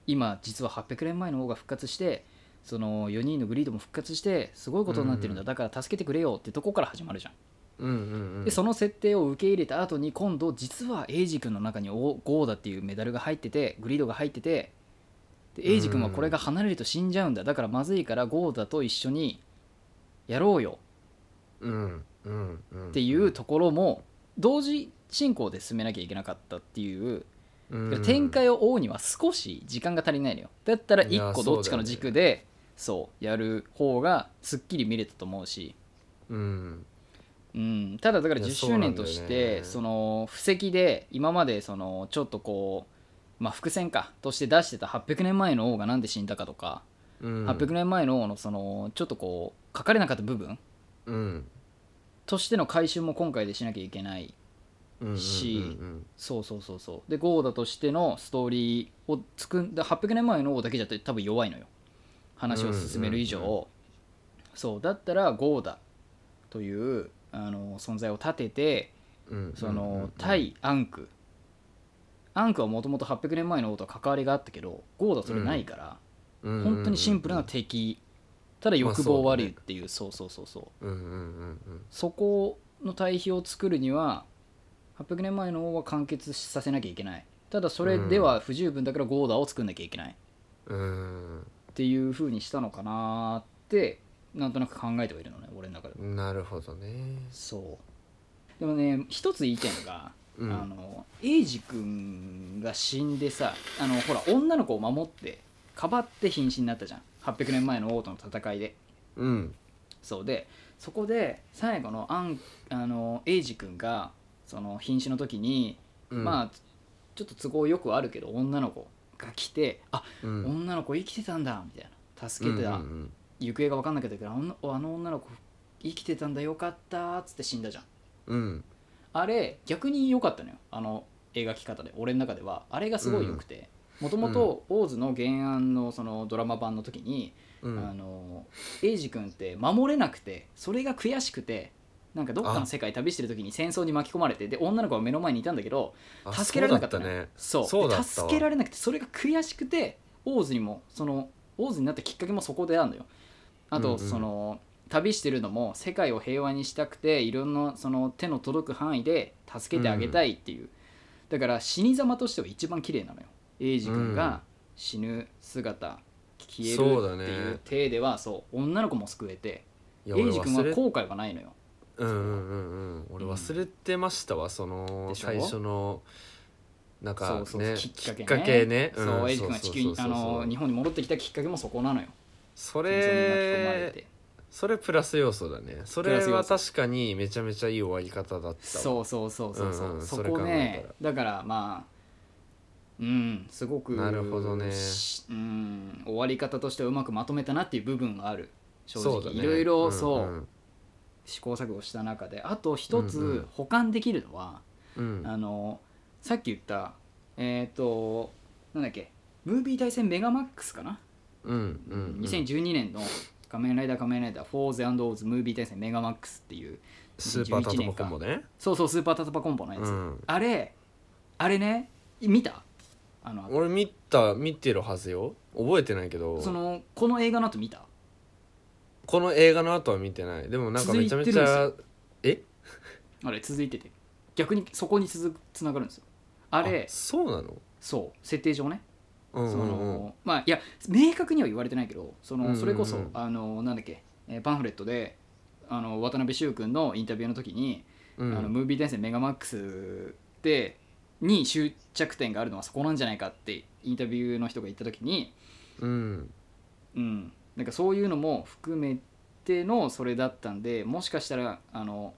Speaker 1: 今実は800年前の王が復活してその4人のグリードも復活してすごいことになってるんだ、
Speaker 2: うん
Speaker 1: だから助けてくれよってとこから始まるじゃん、
Speaker 2: うんうんうん
Speaker 1: でその設定を受け入れた後に今度実はエイジ君の中におゴーダっていうメダルが入っててグリードが入っててでエイジ君はこれが離れると死んじゃうんだだからまずいからゴーダと一緒にやろうよ
Speaker 2: うんうんうん
Speaker 1: っていうところも同時進行で進めなきゃいけなかったっていう
Speaker 2: うん
Speaker 1: 展開を追うには少し時間が足りないのよだったら1個どっちかの軸でそうやる方がすっきり見れたと思うし、
Speaker 2: うん
Speaker 1: うん、ただだから
Speaker 2: いや
Speaker 1: 10
Speaker 2: そうな
Speaker 1: 周
Speaker 2: んだ
Speaker 1: 年
Speaker 2: よね
Speaker 1: としてそ,、の布石で今までそのちょっとこうまあ伏線かとして出してた800年前の王がなんで死んだかとか、
Speaker 2: うん
Speaker 1: 800年前の王のそのちょっとこう書かれなかった部分
Speaker 2: うん
Speaker 1: としての回収も今回でしなきゃいけない
Speaker 2: うん
Speaker 1: し
Speaker 2: うん
Speaker 1: そうそうそうそうでゴーダとしてのストーリーを作んで800年前の王だけじゃ多分弱いのよ話を進める以上、
Speaker 2: うんうんう
Speaker 1: そうだったらゴーダというあの存在を立てて
Speaker 2: うん
Speaker 1: その、
Speaker 2: うんうんうん
Speaker 1: 対アンクアンクはもともと800年前の王とは関わりがあったけどゴーダはそれないから、
Speaker 2: うんうんうん
Speaker 1: 本当にシンプルな敵ただ欲望悪いっていう,、そうそうそうそう
Speaker 2: うんうんうんうん
Speaker 1: そこの対比を作るには800年前の王は完結させなきゃいけないただそれでは不十分だからゴーダを作んなきゃいけない
Speaker 2: うん
Speaker 1: っていう風にしたのかなーってなんとなく考えてはいるのね俺の中では
Speaker 2: うんなるほどね
Speaker 1: そうでもね一つ言いたいのが、
Speaker 2: うん
Speaker 1: あのエイジ君が死んでさあのほら女の子を守ってかばって瀕死になったじゃん800年前の王との戦いで
Speaker 2: うん
Speaker 1: そうでそこで最後のアンあのエイジ君がその瀕死の時に、
Speaker 2: うん
Speaker 1: まあちょっと都合よくはあるけど女の子が来て「あ、
Speaker 2: うん
Speaker 1: 女の子生きてたんだ」みたいな「助けてた、
Speaker 2: うんうん
Speaker 1: 行方が分かんなかったけどあのあの女の子生きてたんだよかった」っつって死んだじゃん
Speaker 2: うん
Speaker 1: あれ逆に良かったのよあの描き方で俺の中ではあれがすごい良くてもともと「オーズ」の原案のそのドラマ版の時に、
Speaker 2: うん
Speaker 1: あのエイジ君って守れなくてそれが悔しくてなんかどっかの世界旅してる時に戦争に巻き込まれてで女の子は目の前にいたんだけど
Speaker 2: あ
Speaker 1: 助けられなかった
Speaker 2: そうだ
Speaker 1: ね
Speaker 2: ね
Speaker 1: そう
Speaker 2: そうだ
Speaker 1: で
Speaker 2: ったわ
Speaker 1: 助けられなくてそれが悔しくてオーズにもそのオーズになったきっかけもそこであるのよあと、
Speaker 2: うんうん
Speaker 1: その旅してるのも世界を平和にしたくていろんなその手の届く範囲で助けてあげたいっていう、だから死に様としては一番綺麗なのよエイジ君が死ぬ姿、消え
Speaker 2: そうだ
Speaker 1: るっ
Speaker 2: ね
Speaker 1: ていう体ではそう,、女の子も救えて
Speaker 2: いや
Speaker 1: エイ
Speaker 2: 俺
Speaker 1: ジ君は
Speaker 2: 忘れ
Speaker 1: 後悔はないのよ
Speaker 2: うんうんうんうん俺忘れてましたわその
Speaker 1: でしょ
Speaker 2: 最初のなん
Speaker 1: そ
Speaker 2: か
Speaker 1: うそうそう
Speaker 2: ね
Speaker 1: きっかけね
Speaker 2: ね
Speaker 1: そう、
Speaker 2: ん
Speaker 1: エイジ君が地球
Speaker 2: そ
Speaker 1: に
Speaker 2: うそ
Speaker 1: あ
Speaker 2: うそうそう
Speaker 1: の日本に戻ってきたきっかけもそこなのよ
Speaker 2: そ
Speaker 1: 戦争に巻き込まれ
Speaker 2: れ
Speaker 1: て
Speaker 2: それプラス要素だねそ
Speaker 1: プ
Speaker 2: れ
Speaker 1: ラス要
Speaker 2: は
Speaker 1: 素
Speaker 2: 確かにめちゃめちゃいい終わり方だったわ
Speaker 1: そうそうそうそうそう、
Speaker 2: うんうん
Speaker 1: そ
Speaker 2: それ
Speaker 1: こ
Speaker 2: 考え
Speaker 1: ねだからまあうんすごく
Speaker 2: なるほどね
Speaker 1: しうん終わり方としてはうまくまとめたなっていう部分がある正
Speaker 2: そうだ
Speaker 1: 直、
Speaker 2: ね
Speaker 1: いろいろそう、
Speaker 2: ん
Speaker 1: 試行錯誤した中であと一
Speaker 2: うんう
Speaker 1: つ
Speaker 2: ん
Speaker 1: 保管できるのは、
Speaker 2: うん
Speaker 1: あのさっき言ったえっ、となんだっけムービー対戦メガマックスかな、
Speaker 2: うんうんうん
Speaker 1: 2012年の「仮面ライダー仮面ライダーフォーゼオーズムービー対戦メガマックス」っていう
Speaker 2: スーパータトコンボね
Speaker 1: そうそうスーパータタパコンボのやつ、
Speaker 2: うん
Speaker 1: あれあれね見たあの
Speaker 2: 俺見た見てるはずよ覚えてないけど
Speaker 1: そのこの映画の後見た
Speaker 2: この映画の後は見てないでもなんかめちゃめちゃえ
Speaker 1: あれ続いてて逆にそこにつつながるんですよあれ
Speaker 2: そうなの
Speaker 1: そう設定上ね
Speaker 2: うん
Speaker 1: そ
Speaker 2: うんうん
Speaker 1: のまあいや明確には言われてないけどそ
Speaker 2: うんうんう
Speaker 1: の
Speaker 2: ん
Speaker 1: それこそあのなんだっけえーパンフレットであの渡辺修君のインタビューの時に
Speaker 2: う
Speaker 1: あ
Speaker 2: ん
Speaker 1: のムービー大戦メガマックスでに終着点があるのはそこなんじゃないかってインタビューの人が言った時に
Speaker 2: うん
Speaker 1: うんなんかそういうのも含めてのそれだったんでもしかしたらあの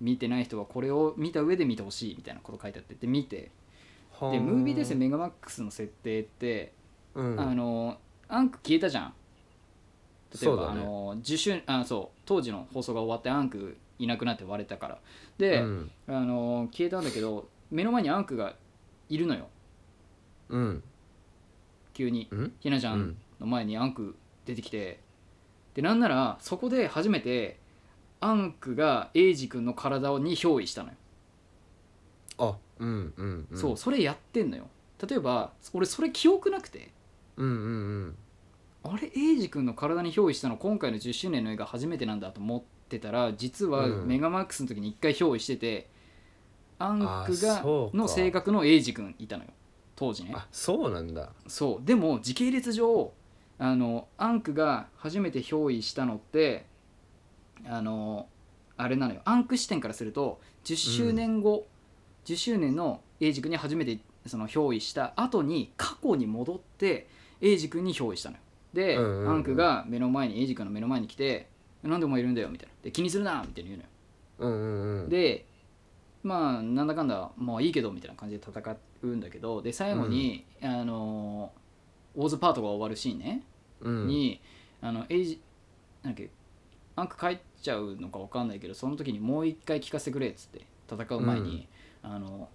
Speaker 1: 見てない人はこれを見た上で見てほしいみたいなこと書いてあってで見て
Speaker 2: は
Speaker 1: でムービー大戦メガマックスの設定って
Speaker 2: うん
Speaker 1: あのアンク消えたじゃん例え
Speaker 2: そう
Speaker 1: ば、
Speaker 2: だ
Speaker 1: あ
Speaker 2: ね
Speaker 1: の10周あそう当時の放送が終わってアンクいなくなって割れたからで、
Speaker 2: うん
Speaker 1: あの消えたんだけど目の前にアンクがいるのよ
Speaker 2: うん
Speaker 1: 急に
Speaker 2: うん
Speaker 1: ひなちゃ
Speaker 2: うんん
Speaker 1: の前にアンク出てきて、でなんならそこで初めてアンクがエイジ君の体をに憑依したのよ、
Speaker 2: あうんうんうん
Speaker 1: そうそれやってんのよ例えば俺それ記憶なくて
Speaker 2: うんうん
Speaker 1: あれエイジ君の体に憑依したの今回の10周年の映画初めてなんだと思ってたら実は
Speaker 2: うん
Speaker 1: メガマックスの時に1回憑依してて、アンク
Speaker 2: あ
Speaker 1: が
Speaker 2: そうか
Speaker 1: の性格のエイジ君いたのよ当時
Speaker 2: う
Speaker 1: ね
Speaker 2: んあそうなんだ
Speaker 1: そうでも時系列上あのアンクが初めて憑依したのってあのあれなのよアンク視点からすると10周年後、10周年のエイジ君に初めてその憑依した後に過去に戻ってエイジ君に憑依したのよで、
Speaker 2: うんうんうん
Speaker 1: アンクが目の前にエイジ君の目の前に来て「なんでお前いるんだよ」みたいなで「気にするな」みたいな言うのよ
Speaker 2: うんうんうん
Speaker 1: でまあなんだかんだまあいいけどみたいな感じで戦うんだけどで最後に、あのオーズパートが終わるシーンね、
Speaker 2: うん
Speaker 1: にあのエイジなんだっけアンク帰っちゃうのか分かんないけどその時にもう一回聞かせてくれっつって戦う前に、あの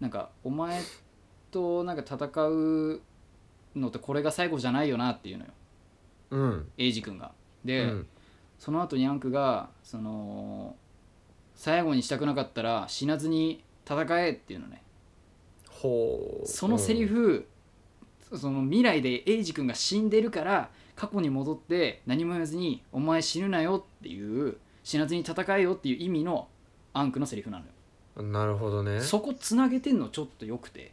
Speaker 1: なんかお前となんか戦うのってこれが最後じゃないよなっていうのよ
Speaker 2: うん
Speaker 1: エイジ君が。で、
Speaker 2: うん
Speaker 1: その後にアンクがその最後にしたくなかったら死なずに戦えっていうのね
Speaker 2: ほう
Speaker 1: そのセリフ、その未来でエイジ君が死んでるから過去に戻って何も言わずに「お前死ぬなよ」っていう死なずに戦えよっていう意味のアンクのセリフなのよ
Speaker 2: うんなるほどね
Speaker 1: そこつなげてんのちょっとよくて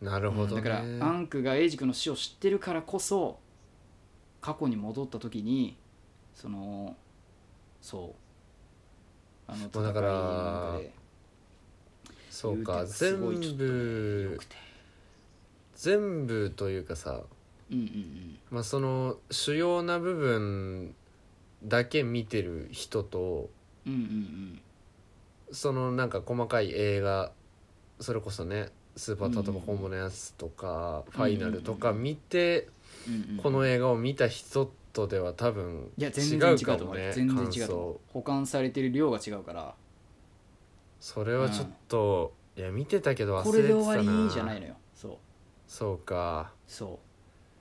Speaker 2: なるほど
Speaker 1: だ
Speaker 2: ね
Speaker 1: からアンクがエイジ君の死を知ってるからこそ過去に戻った時にそのそうあの
Speaker 2: もうだからそう
Speaker 1: 言
Speaker 2: か
Speaker 1: うてす
Speaker 2: 全
Speaker 1: ごいちょっと
Speaker 2: 部
Speaker 1: よくて
Speaker 2: 全部というかさ
Speaker 1: うんうんうん
Speaker 2: まあその主要な部分だけ見てる人と
Speaker 1: うんうん
Speaker 2: そのなんか細かい映画それこそねスーパータとか本物のやつとか、ファイナルとか見て、
Speaker 1: うんうんうん
Speaker 2: この映画を見た人とでは多分
Speaker 1: いや
Speaker 2: 違
Speaker 1: 全然違う
Speaker 2: うか
Speaker 1: と
Speaker 2: も
Speaker 1: 思う
Speaker 2: ね
Speaker 1: 全然
Speaker 2: 感
Speaker 1: 違うと思う
Speaker 2: 想
Speaker 1: 保管されてる量が違うから
Speaker 2: それはちょっと、いや見てたけど
Speaker 1: こ
Speaker 2: 忘れ
Speaker 1: れで
Speaker 2: てたな
Speaker 1: 終わりじゃないのよそう
Speaker 2: そうか
Speaker 1: そ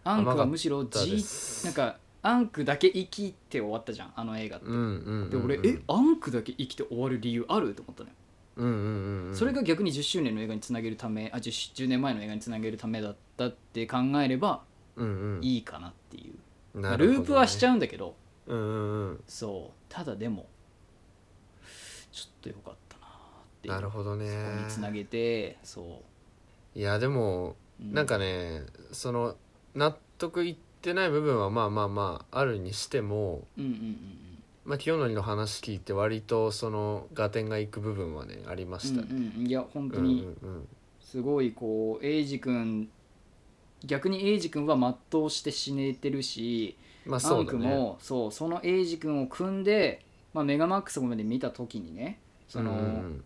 Speaker 1: うアンクはむしろ
Speaker 2: だで
Speaker 1: G
Speaker 2: す
Speaker 1: なんかアンクだけ生きて終わったじゃんあの映画って、
Speaker 2: うんうんうん
Speaker 1: で俺、えアンクだけ生きて終わる理由あると思ったのよ
Speaker 2: うんうんうん
Speaker 1: それが逆に10周年の映画につなげるためあ 10, 10年前の映画につなげるためだったって考えれば
Speaker 2: うんうん
Speaker 1: いいかなっていう、ま
Speaker 2: な
Speaker 1: あ
Speaker 2: るほどね
Speaker 1: ループはしちゃうんだけど
Speaker 2: うんうんうん
Speaker 1: そうただでもちょっとよかったなっていう
Speaker 2: なるほどね
Speaker 1: そこにつなげてそ
Speaker 2: いやでも
Speaker 1: う、う
Speaker 2: なんかねその納得いってない部分はまあまあまああるにしても、
Speaker 1: うんうんうん
Speaker 2: まあ、清則の話聞いて割とその合点がいく部分はねありま
Speaker 1: う
Speaker 2: し
Speaker 1: ん
Speaker 2: た
Speaker 1: う
Speaker 2: ね。
Speaker 1: んうんいや本当
Speaker 2: うん
Speaker 1: に
Speaker 2: うん
Speaker 1: すごいこうエイジ君逆にエイジ君は全うして死ねてるし、
Speaker 2: まあ
Speaker 1: ア
Speaker 2: そ
Speaker 1: ン
Speaker 2: うだ
Speaker 1: ク
Speaker 2: ね。
Speaker 1: もそうそのエイジ君を組んで、まあ、メガマックスまで見た時にねその、
Speaker 2: うんうん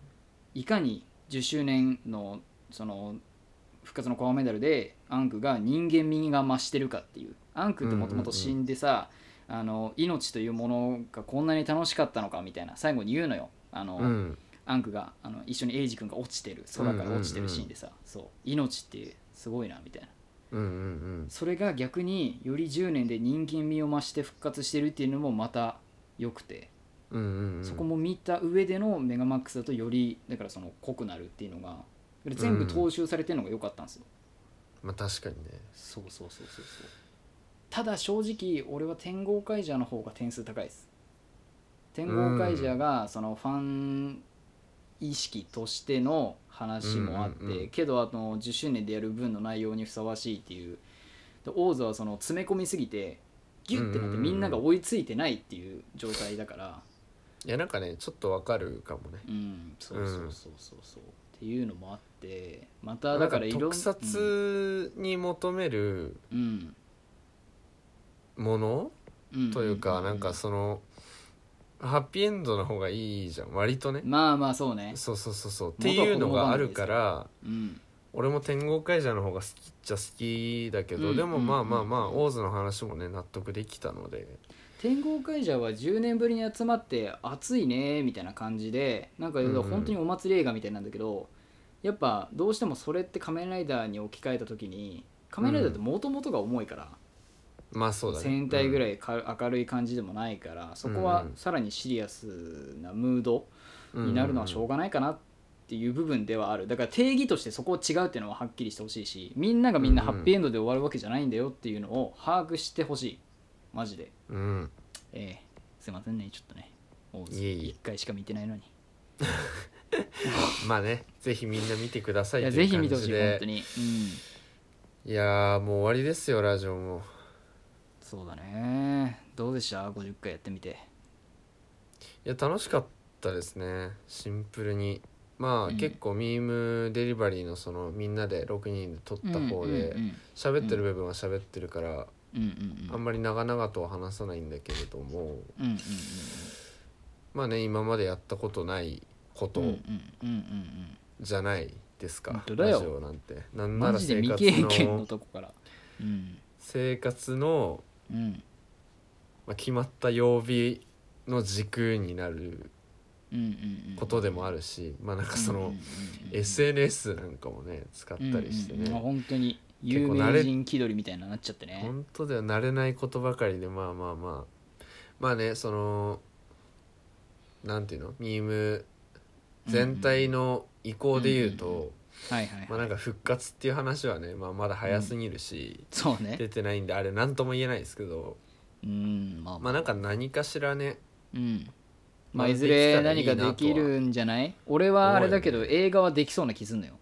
Speaker 1: いかに10周年のその復活のコアメダルでアンクが人間味が増してるかっていうアンクってもともと死んでさ、あの命というものがこんなに楽しかったのかみたいな最後に言うのよあの、
Speaker 2: うんうん
Speaker 1: アンクがあの一緒にエイジ君が落ちてる空から落ちてるシーンでさ、そう命ってすごいなみたいな
Speaker 2: うんうん
Speaker 1: それが逆により10年で人間味を増して復活してるっていうのもまた良くて、
Speaker 2: うんうんうん
Speaker 1: そこも見た上でのメガマックスだとよりだからその濃くなるっていうのがで全部踏襲されてるのが良かったんですよ、
Speaker 2: まあ確かにね。
Speaker 1: そうそうそうそうそうただ正直俺は天豪カイジャーの方が点数高いです天豪カイジャーがそのファン意識としての話もあって、
Speaker 2: うんうんうん
Speaker 1: けどあの10周年でやる分の内容にふさわしいっていうでオーズはその詰め込みすぎてギュッてな
Speaker 2: うん
Speaker 1: っ
Speaker 2: う
Speaker 1: て
Speaker 2: んうん
Speaker 1: みんなが追いついてないっていう状態だから
Speaker 2: いやなんかねちょっとわかるかもね。
Speaker 1: うんそうそうそうそうそう、っていうのもあってまた
Speaker 2: だ
Speaker 1: だ
Speaker 2: か
Speaker 1: から
Speaker 2: ら
Speaker 1: いろん
Speaker 2: 特撮に求める
Speaker 1: うん
Speaker 2: もの
Speaker 1: うん
Speaker 2: というかなんかそのハッピーエンドの方がいいじゃん割とね。
Speaker 1: まあまあそうね
Speaker 2: そうそうそうそうって
Speaker 1: 元
Speaker 2: いうのがあるから
Speaker 1: うん
Speaker 2: 俺も天豪会社の方が好きっちゃ好きだけど、
Speaker 1: うん
Speaker 2: でもまあ
Speaker 1: うんうん
Speaker 2: ま
Speaker 1: う
Speaker 2: あ
Speaker 1: ん
Speaker 2: まあオーズの話もね納得できたので
Speaker 1: 天豪会社は10年ぶりに集まって暑いねみたいな感じでなんか
Speaker 2: うんうん
Speaker 1: 本当にお祭り映画みたいなんだけど、やっぱどうしてもそれって仮面ライダーに置き換えた時に仮面ライダーってもともとが重いから、
Speaker 2: まあそうだね
Speaker 1: 戦隊ぐら
Speaker 2: い、
Speaker 1: いか明るい感じでもないからそこはさらにシリアスなムード
Speaker 2: うん
Speaker 1: になるのはしょ
Speaker 2: うん
Speaker 1: うがないかなっていう部分ではあるだから定義としてそこを違うっていうのははっきりしてほしいしみんながみんなハッピーエンドで終わるわけじゃないんだよっていうのを把握してほしいマジで。
Speaker 2: うん
Speaker 1: ええすいませんねちょっとねもう
Speaker 2: いえいえ
Speaker 1: 1回しか見てないのに
Speaker 2: まあねぜひみんな見てくださ
Speaker 1: い
Speaker 2: い
Speaker 1: や
Speaker 2: とい
Speaker 1: ぜ
Speaker 2: う
Speaker 1: ひ見て
Speaker 2: 感
Speaker 1: ほし
Speaker 2: じ
Speaker 1: い
Speaker 2: で
Speaker 1: 本当にうん
Speaker 2: いやーもう終わりですよラジオも
Speaker 1: そうだねどうでした50回やってみて
Speaker 2: いや楽しかったですねシンプルにまあ、
Speaker 1: うん
Speaker 2: 結構ミームデリバリーのそのみんなで6人で撮った方
Speaker 1: う
Speaker 2: で
Speaker 1: んうんうん
Speaker 2: 喋ってる部分は喋ってるから、
Speaker 1: うん
Speaker 2: あんまり長々とは話さないんだけれども
Speaker 1: うんうんうん
Speaker 2: まあね今までやったことないこ
Speaker 1: うんうんうん
Speaker 2: と
Speaker 1: うんうん
Speaker 2: じゃないです
Speaker 1: 本
Speaker 2: か、
Speaker 1: 当だよ
Speaker 2: ラジオなんてなん
Speaker 1: うん
Speaker 2: な
Speaker 1: マ
Speaker 2: ら
Speaker 1: ジで
Speaker 2: 生
Speaker 1: 未
Speaker 2: 活
Speaker 1: 経験の
Speaker 2: の
Speaker 1: とこからうん
Speaker 2: 生活の、
Speaker 1: うん
Speaker 2: まあ、決まった曜日の時空になる
Speaker 1: うんうんうん
Speaker 2: ことでもあるし、まあなんかその、
Speaker 1: うんうんうんうん
Speaker 2: SNS なんかもね使ったりして
Speaker 1: う
Speaker 2: ね、
Speaker 1: んうんうんあ本当に
Speaker 2: 結
Speaker 1: 有
Speaker 2: 構慣れ
Speaker 1: 名人気取りみたいになっちゃってね
Speaker 2: 本当では慣れないことばかりでまあまあまあまあねそのなんていうのミーム全体の意向で言うと、
Speaker 1: うんうんうんはいはい
Speaker 2: ま
Speaker 1: は
Speaker 2: あ
Speaker 1: い
Speaker 2: なんか復活っていう話はね、まあ、まだ早すぎるし、
Speaker 1: そうね
Speaker 2: 出てないんであれ何とも言えないですけど
Speaker 1: うんまあ
Speaker 2: まあなんか何かしらね
Speaker 1: うん
Speaker 2: ま
Speaker 1: ま
Speaker 2: あ
Speaker 1: あいずれ
Speaker 2: でき
Speaker 1: 何
Speaker 2: たらいいな
Speaker 1: か
Speaker 2: とは
Speaker 1: できるんじゃない俺はあれだけど映画はできそうな気すんのよ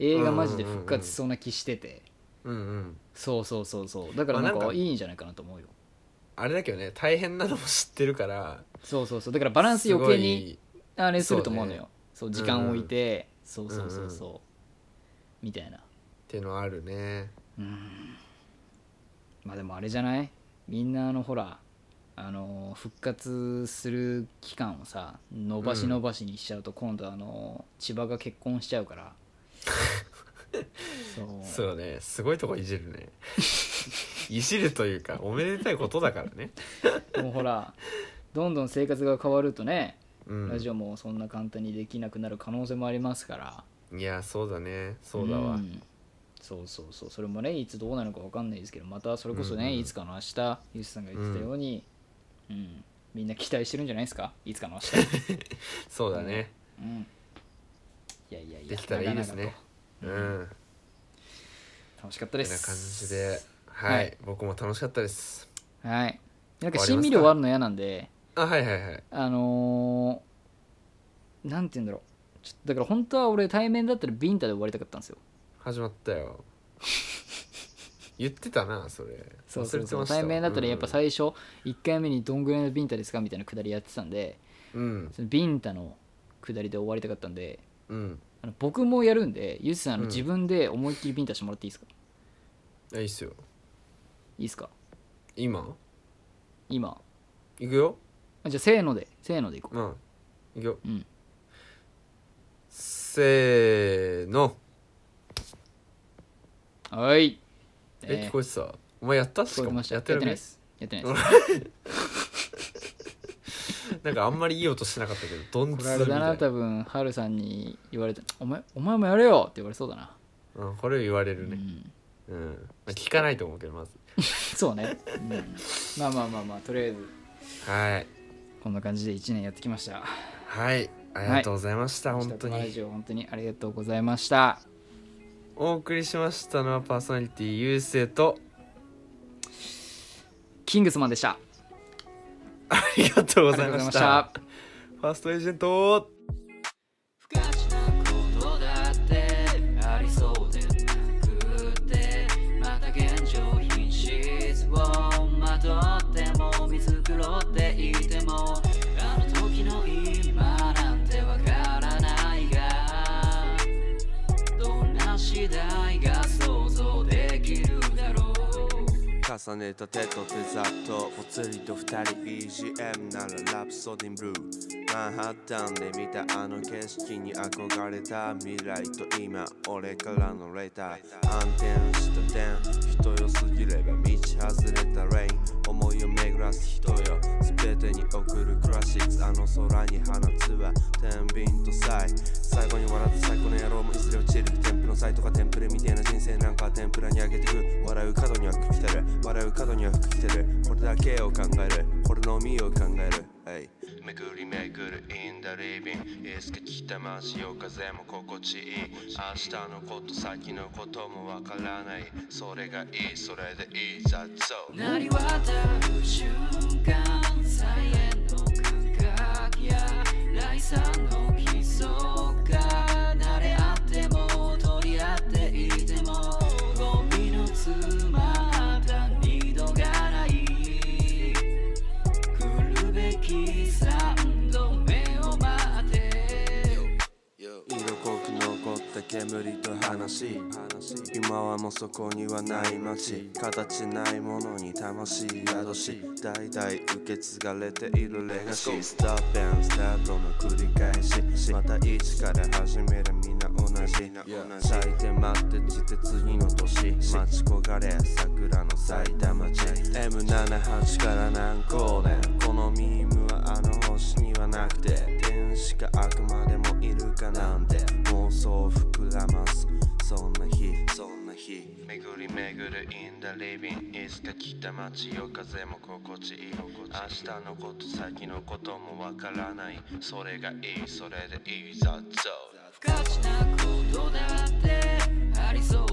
Speaker 1: 映画マジで復活しそうな気してて
Speaker 2: うんうん
Speaker 1: そうそうそうそうだからなん
Speaker 2: まあなん
Speaker 1: か
Speaker 2: か
Speaker 1: いいんじゃないかなと思うよ
Speaker 2: あれだけどね大変なのも知ってるから
Speaker 1: そうそうそうだからバ
Speaker 2: バ
Speaker 1: ランス余計にあれすると思うの
Speaker 2: そう
Speaker 1: よそう時間を置いてそううそうそうそうみたいな
Speaker 2: っていうのはあるね
Speaker 1: うんまあでもあれじゃないみんなあのほらあのー復活する期間をさ伸ばし伸ばしにしちゃうと今度あのー千葉が結婚しちゃうから
Speaker 2: [laughs]
Speaker 1: そう
Speaker 2: そうねすごいとこいじるね
Speaker 1: [laughs]
Speaker 2: いじるというかおめでたいことだからね、
Speaker 1: もうほらどんどん生活が変わるとね、
Speaker 2: うん、
Speaker 1: ラジオもそんな簡単にできなくなる可能性もありますから
Speaker 2: いやそうだねそうだわ、
Speaker 1: んそうそうそうそれもねいつどうなるか分かんないですけどまたそれこそね、
Speaker 2: うんうん
Speaker 1: いつかの明日ゆうすさんが言ってたように、うんみんな期待してるんじゃないですかいつかの明
Speaker 2: [laughs]
Speaker 1: 日
Speaker 2: そうだね
Speaker 1: うんいやいやいや
Speaker 2: できたらいいです
Speaker 1: 長
Speaker 2: ね
Speaker 1: 々と
Speaker 2: うん、
Speaker 1: 楽しかったで
Speaker 2: てな感
Speaker 1: す
Speaker 2: じではい、
Speaker 1: はい
Speaker 2: 僕も楽しかったです
Speaker 1: はいなんか新味料あるの嫌なんで
Speaker 2: あはいはいはい
Speaker 1: あのー、なんて言うんだろうちょっとだから本当は俺対面だったらビンタで終わりたかったんですよ
Speaker 2: 始まったよ [laughs] 言ってたなそれ
Speaker 1: そうそうそう
Speaker 2: 忘れてましたわ
Speaker 1: 対面だったらやっぱ最初1回目にどんぐらいのビンタですかみたいなくだりやってたんで
Speaker 2: うんうん、
Speaker 1: そのビンタのくだりで終わりたかったんで
Speaker 2: うん
Speaker 1: あの僕もやるんでゆうすさんあの、
Speaker 2: うん
Speaker 1: 自分で思いっきりビンタしてもらっていいですか
Speaker 2: あいいっすよ
Speaker 1: いいですか
Speaker 2: 今
Speaker 1: 今
Speaker 2: いくよ
Speaker 1: あじゃあせーのでせーのでいこ
Speaker 2: うんいくよ、
Speaker 1: うん
Speaker 2: せーの
Speaker 1: うはい
Speaker 2: え、
Speaker 1: えー
Speaker 2: 聞こえてたお前やった
Speaker 1: 聞こえてました
Speaker 2: や
Speaker 1: や
Speaker 2: っ
Speaker 1: ってて
Speaker 2: る
Speaker 1: ない
Speaker 2: ね
Speaker 1: ですやってないです
Speaker 2: なんかあんまりいい音しなかったけどどん
Speaker 1: こ
Speaker 2: つ
Speaker 1: れ
Speaker 2: る
Speaker 1: あ
Speaker 2: み
Speaker 1: れ
Speaker 2: た
Speaker 1: だ
Speaker 2: い
Speaker 1: な
Speaker 2: な
Speaker 1: 多分ハルさんに言われたお前お前もやれよって言われそうだな、
Speaker 2: うん、これ言われる
Speaker 1: う
Speaker 2: ね、
Speaker 1: ん、
Speaker 2: うんまあ、聞かないと思うけどまず
Speaker 1: そうね、うん、まあまあまあまあとりあえず
Speaker 2: はい
Speaker 1: こんな感じで1年やってきました
Speaker 2: はいありがとうございました、本当
Speaker 1: ラ
Speaker 2: に
Speaker 1: ジオ本当にありがとうございました
Speaker 2: お送りしましたのはパーソナリティゆうせいと
Speaker 1: キングスマンでした
Speaker 2: ありがとう
Speaker 1: あ
Speaker 2: ご
Speaker 1: りが
Speaker 2: ざい
Speaker 1: とうございました
Speaker 2: ましたファーストエージェント
Speaker 3: 不可視なことだってありそうでなくてまた現状品質をまとっても見繕っていてもあの時の今なんてわからないがどんな次第が想像できるだろう
Speaker 4: 重ねた手と手ざっとぽつりと二人 BGM ならラプソディンブルーマンハッタンで見たあの景色に憧れた未来と今俺からのレーター暗転した点人よすぎれば道外れたレイン思いを巡らす人よ全てに送るクラシックあの空に放つは天秤とサイ最後に笑って最高の野郎もいずれ落ちる天ぷらのサイとかテンプレみたいな人生なんかは天ぷらにあげてく笑う角には服着てる笑う角には服着てるこれだけを考えるこれのみを考えるはいめぐりめぐるインダリビンいつか来た街を風も心地いい明日のこと先のこともわからないそれがいいそれでいい That's all
Speaker 3: なりわたる瞬間菜園の感覚や第三の基礎が慣れ合っても取り合っていてもゴミのつまった二度がない来るべき三度目を待て
Speaker 4: 色濃く残った景煙と話今はもうそこにはない街形ないものに魂宿し代々受け継がれているレガシースターペンスタートの繰り返しまた一から始める皆同じ咲いて待ってちて次の年待ち焦がれ桜の咲いた街 M78 から何光年このミームはあの星にはなくて天使か悪魔でもいるかなんて妄想膨らますそんな日そんな日巡り巡るインダリビンいつか来た街よ風も心地いい明日のこと先のこともわからないそれがいいそれでいい That's all
Speaker 3: 不可知なことだってありそう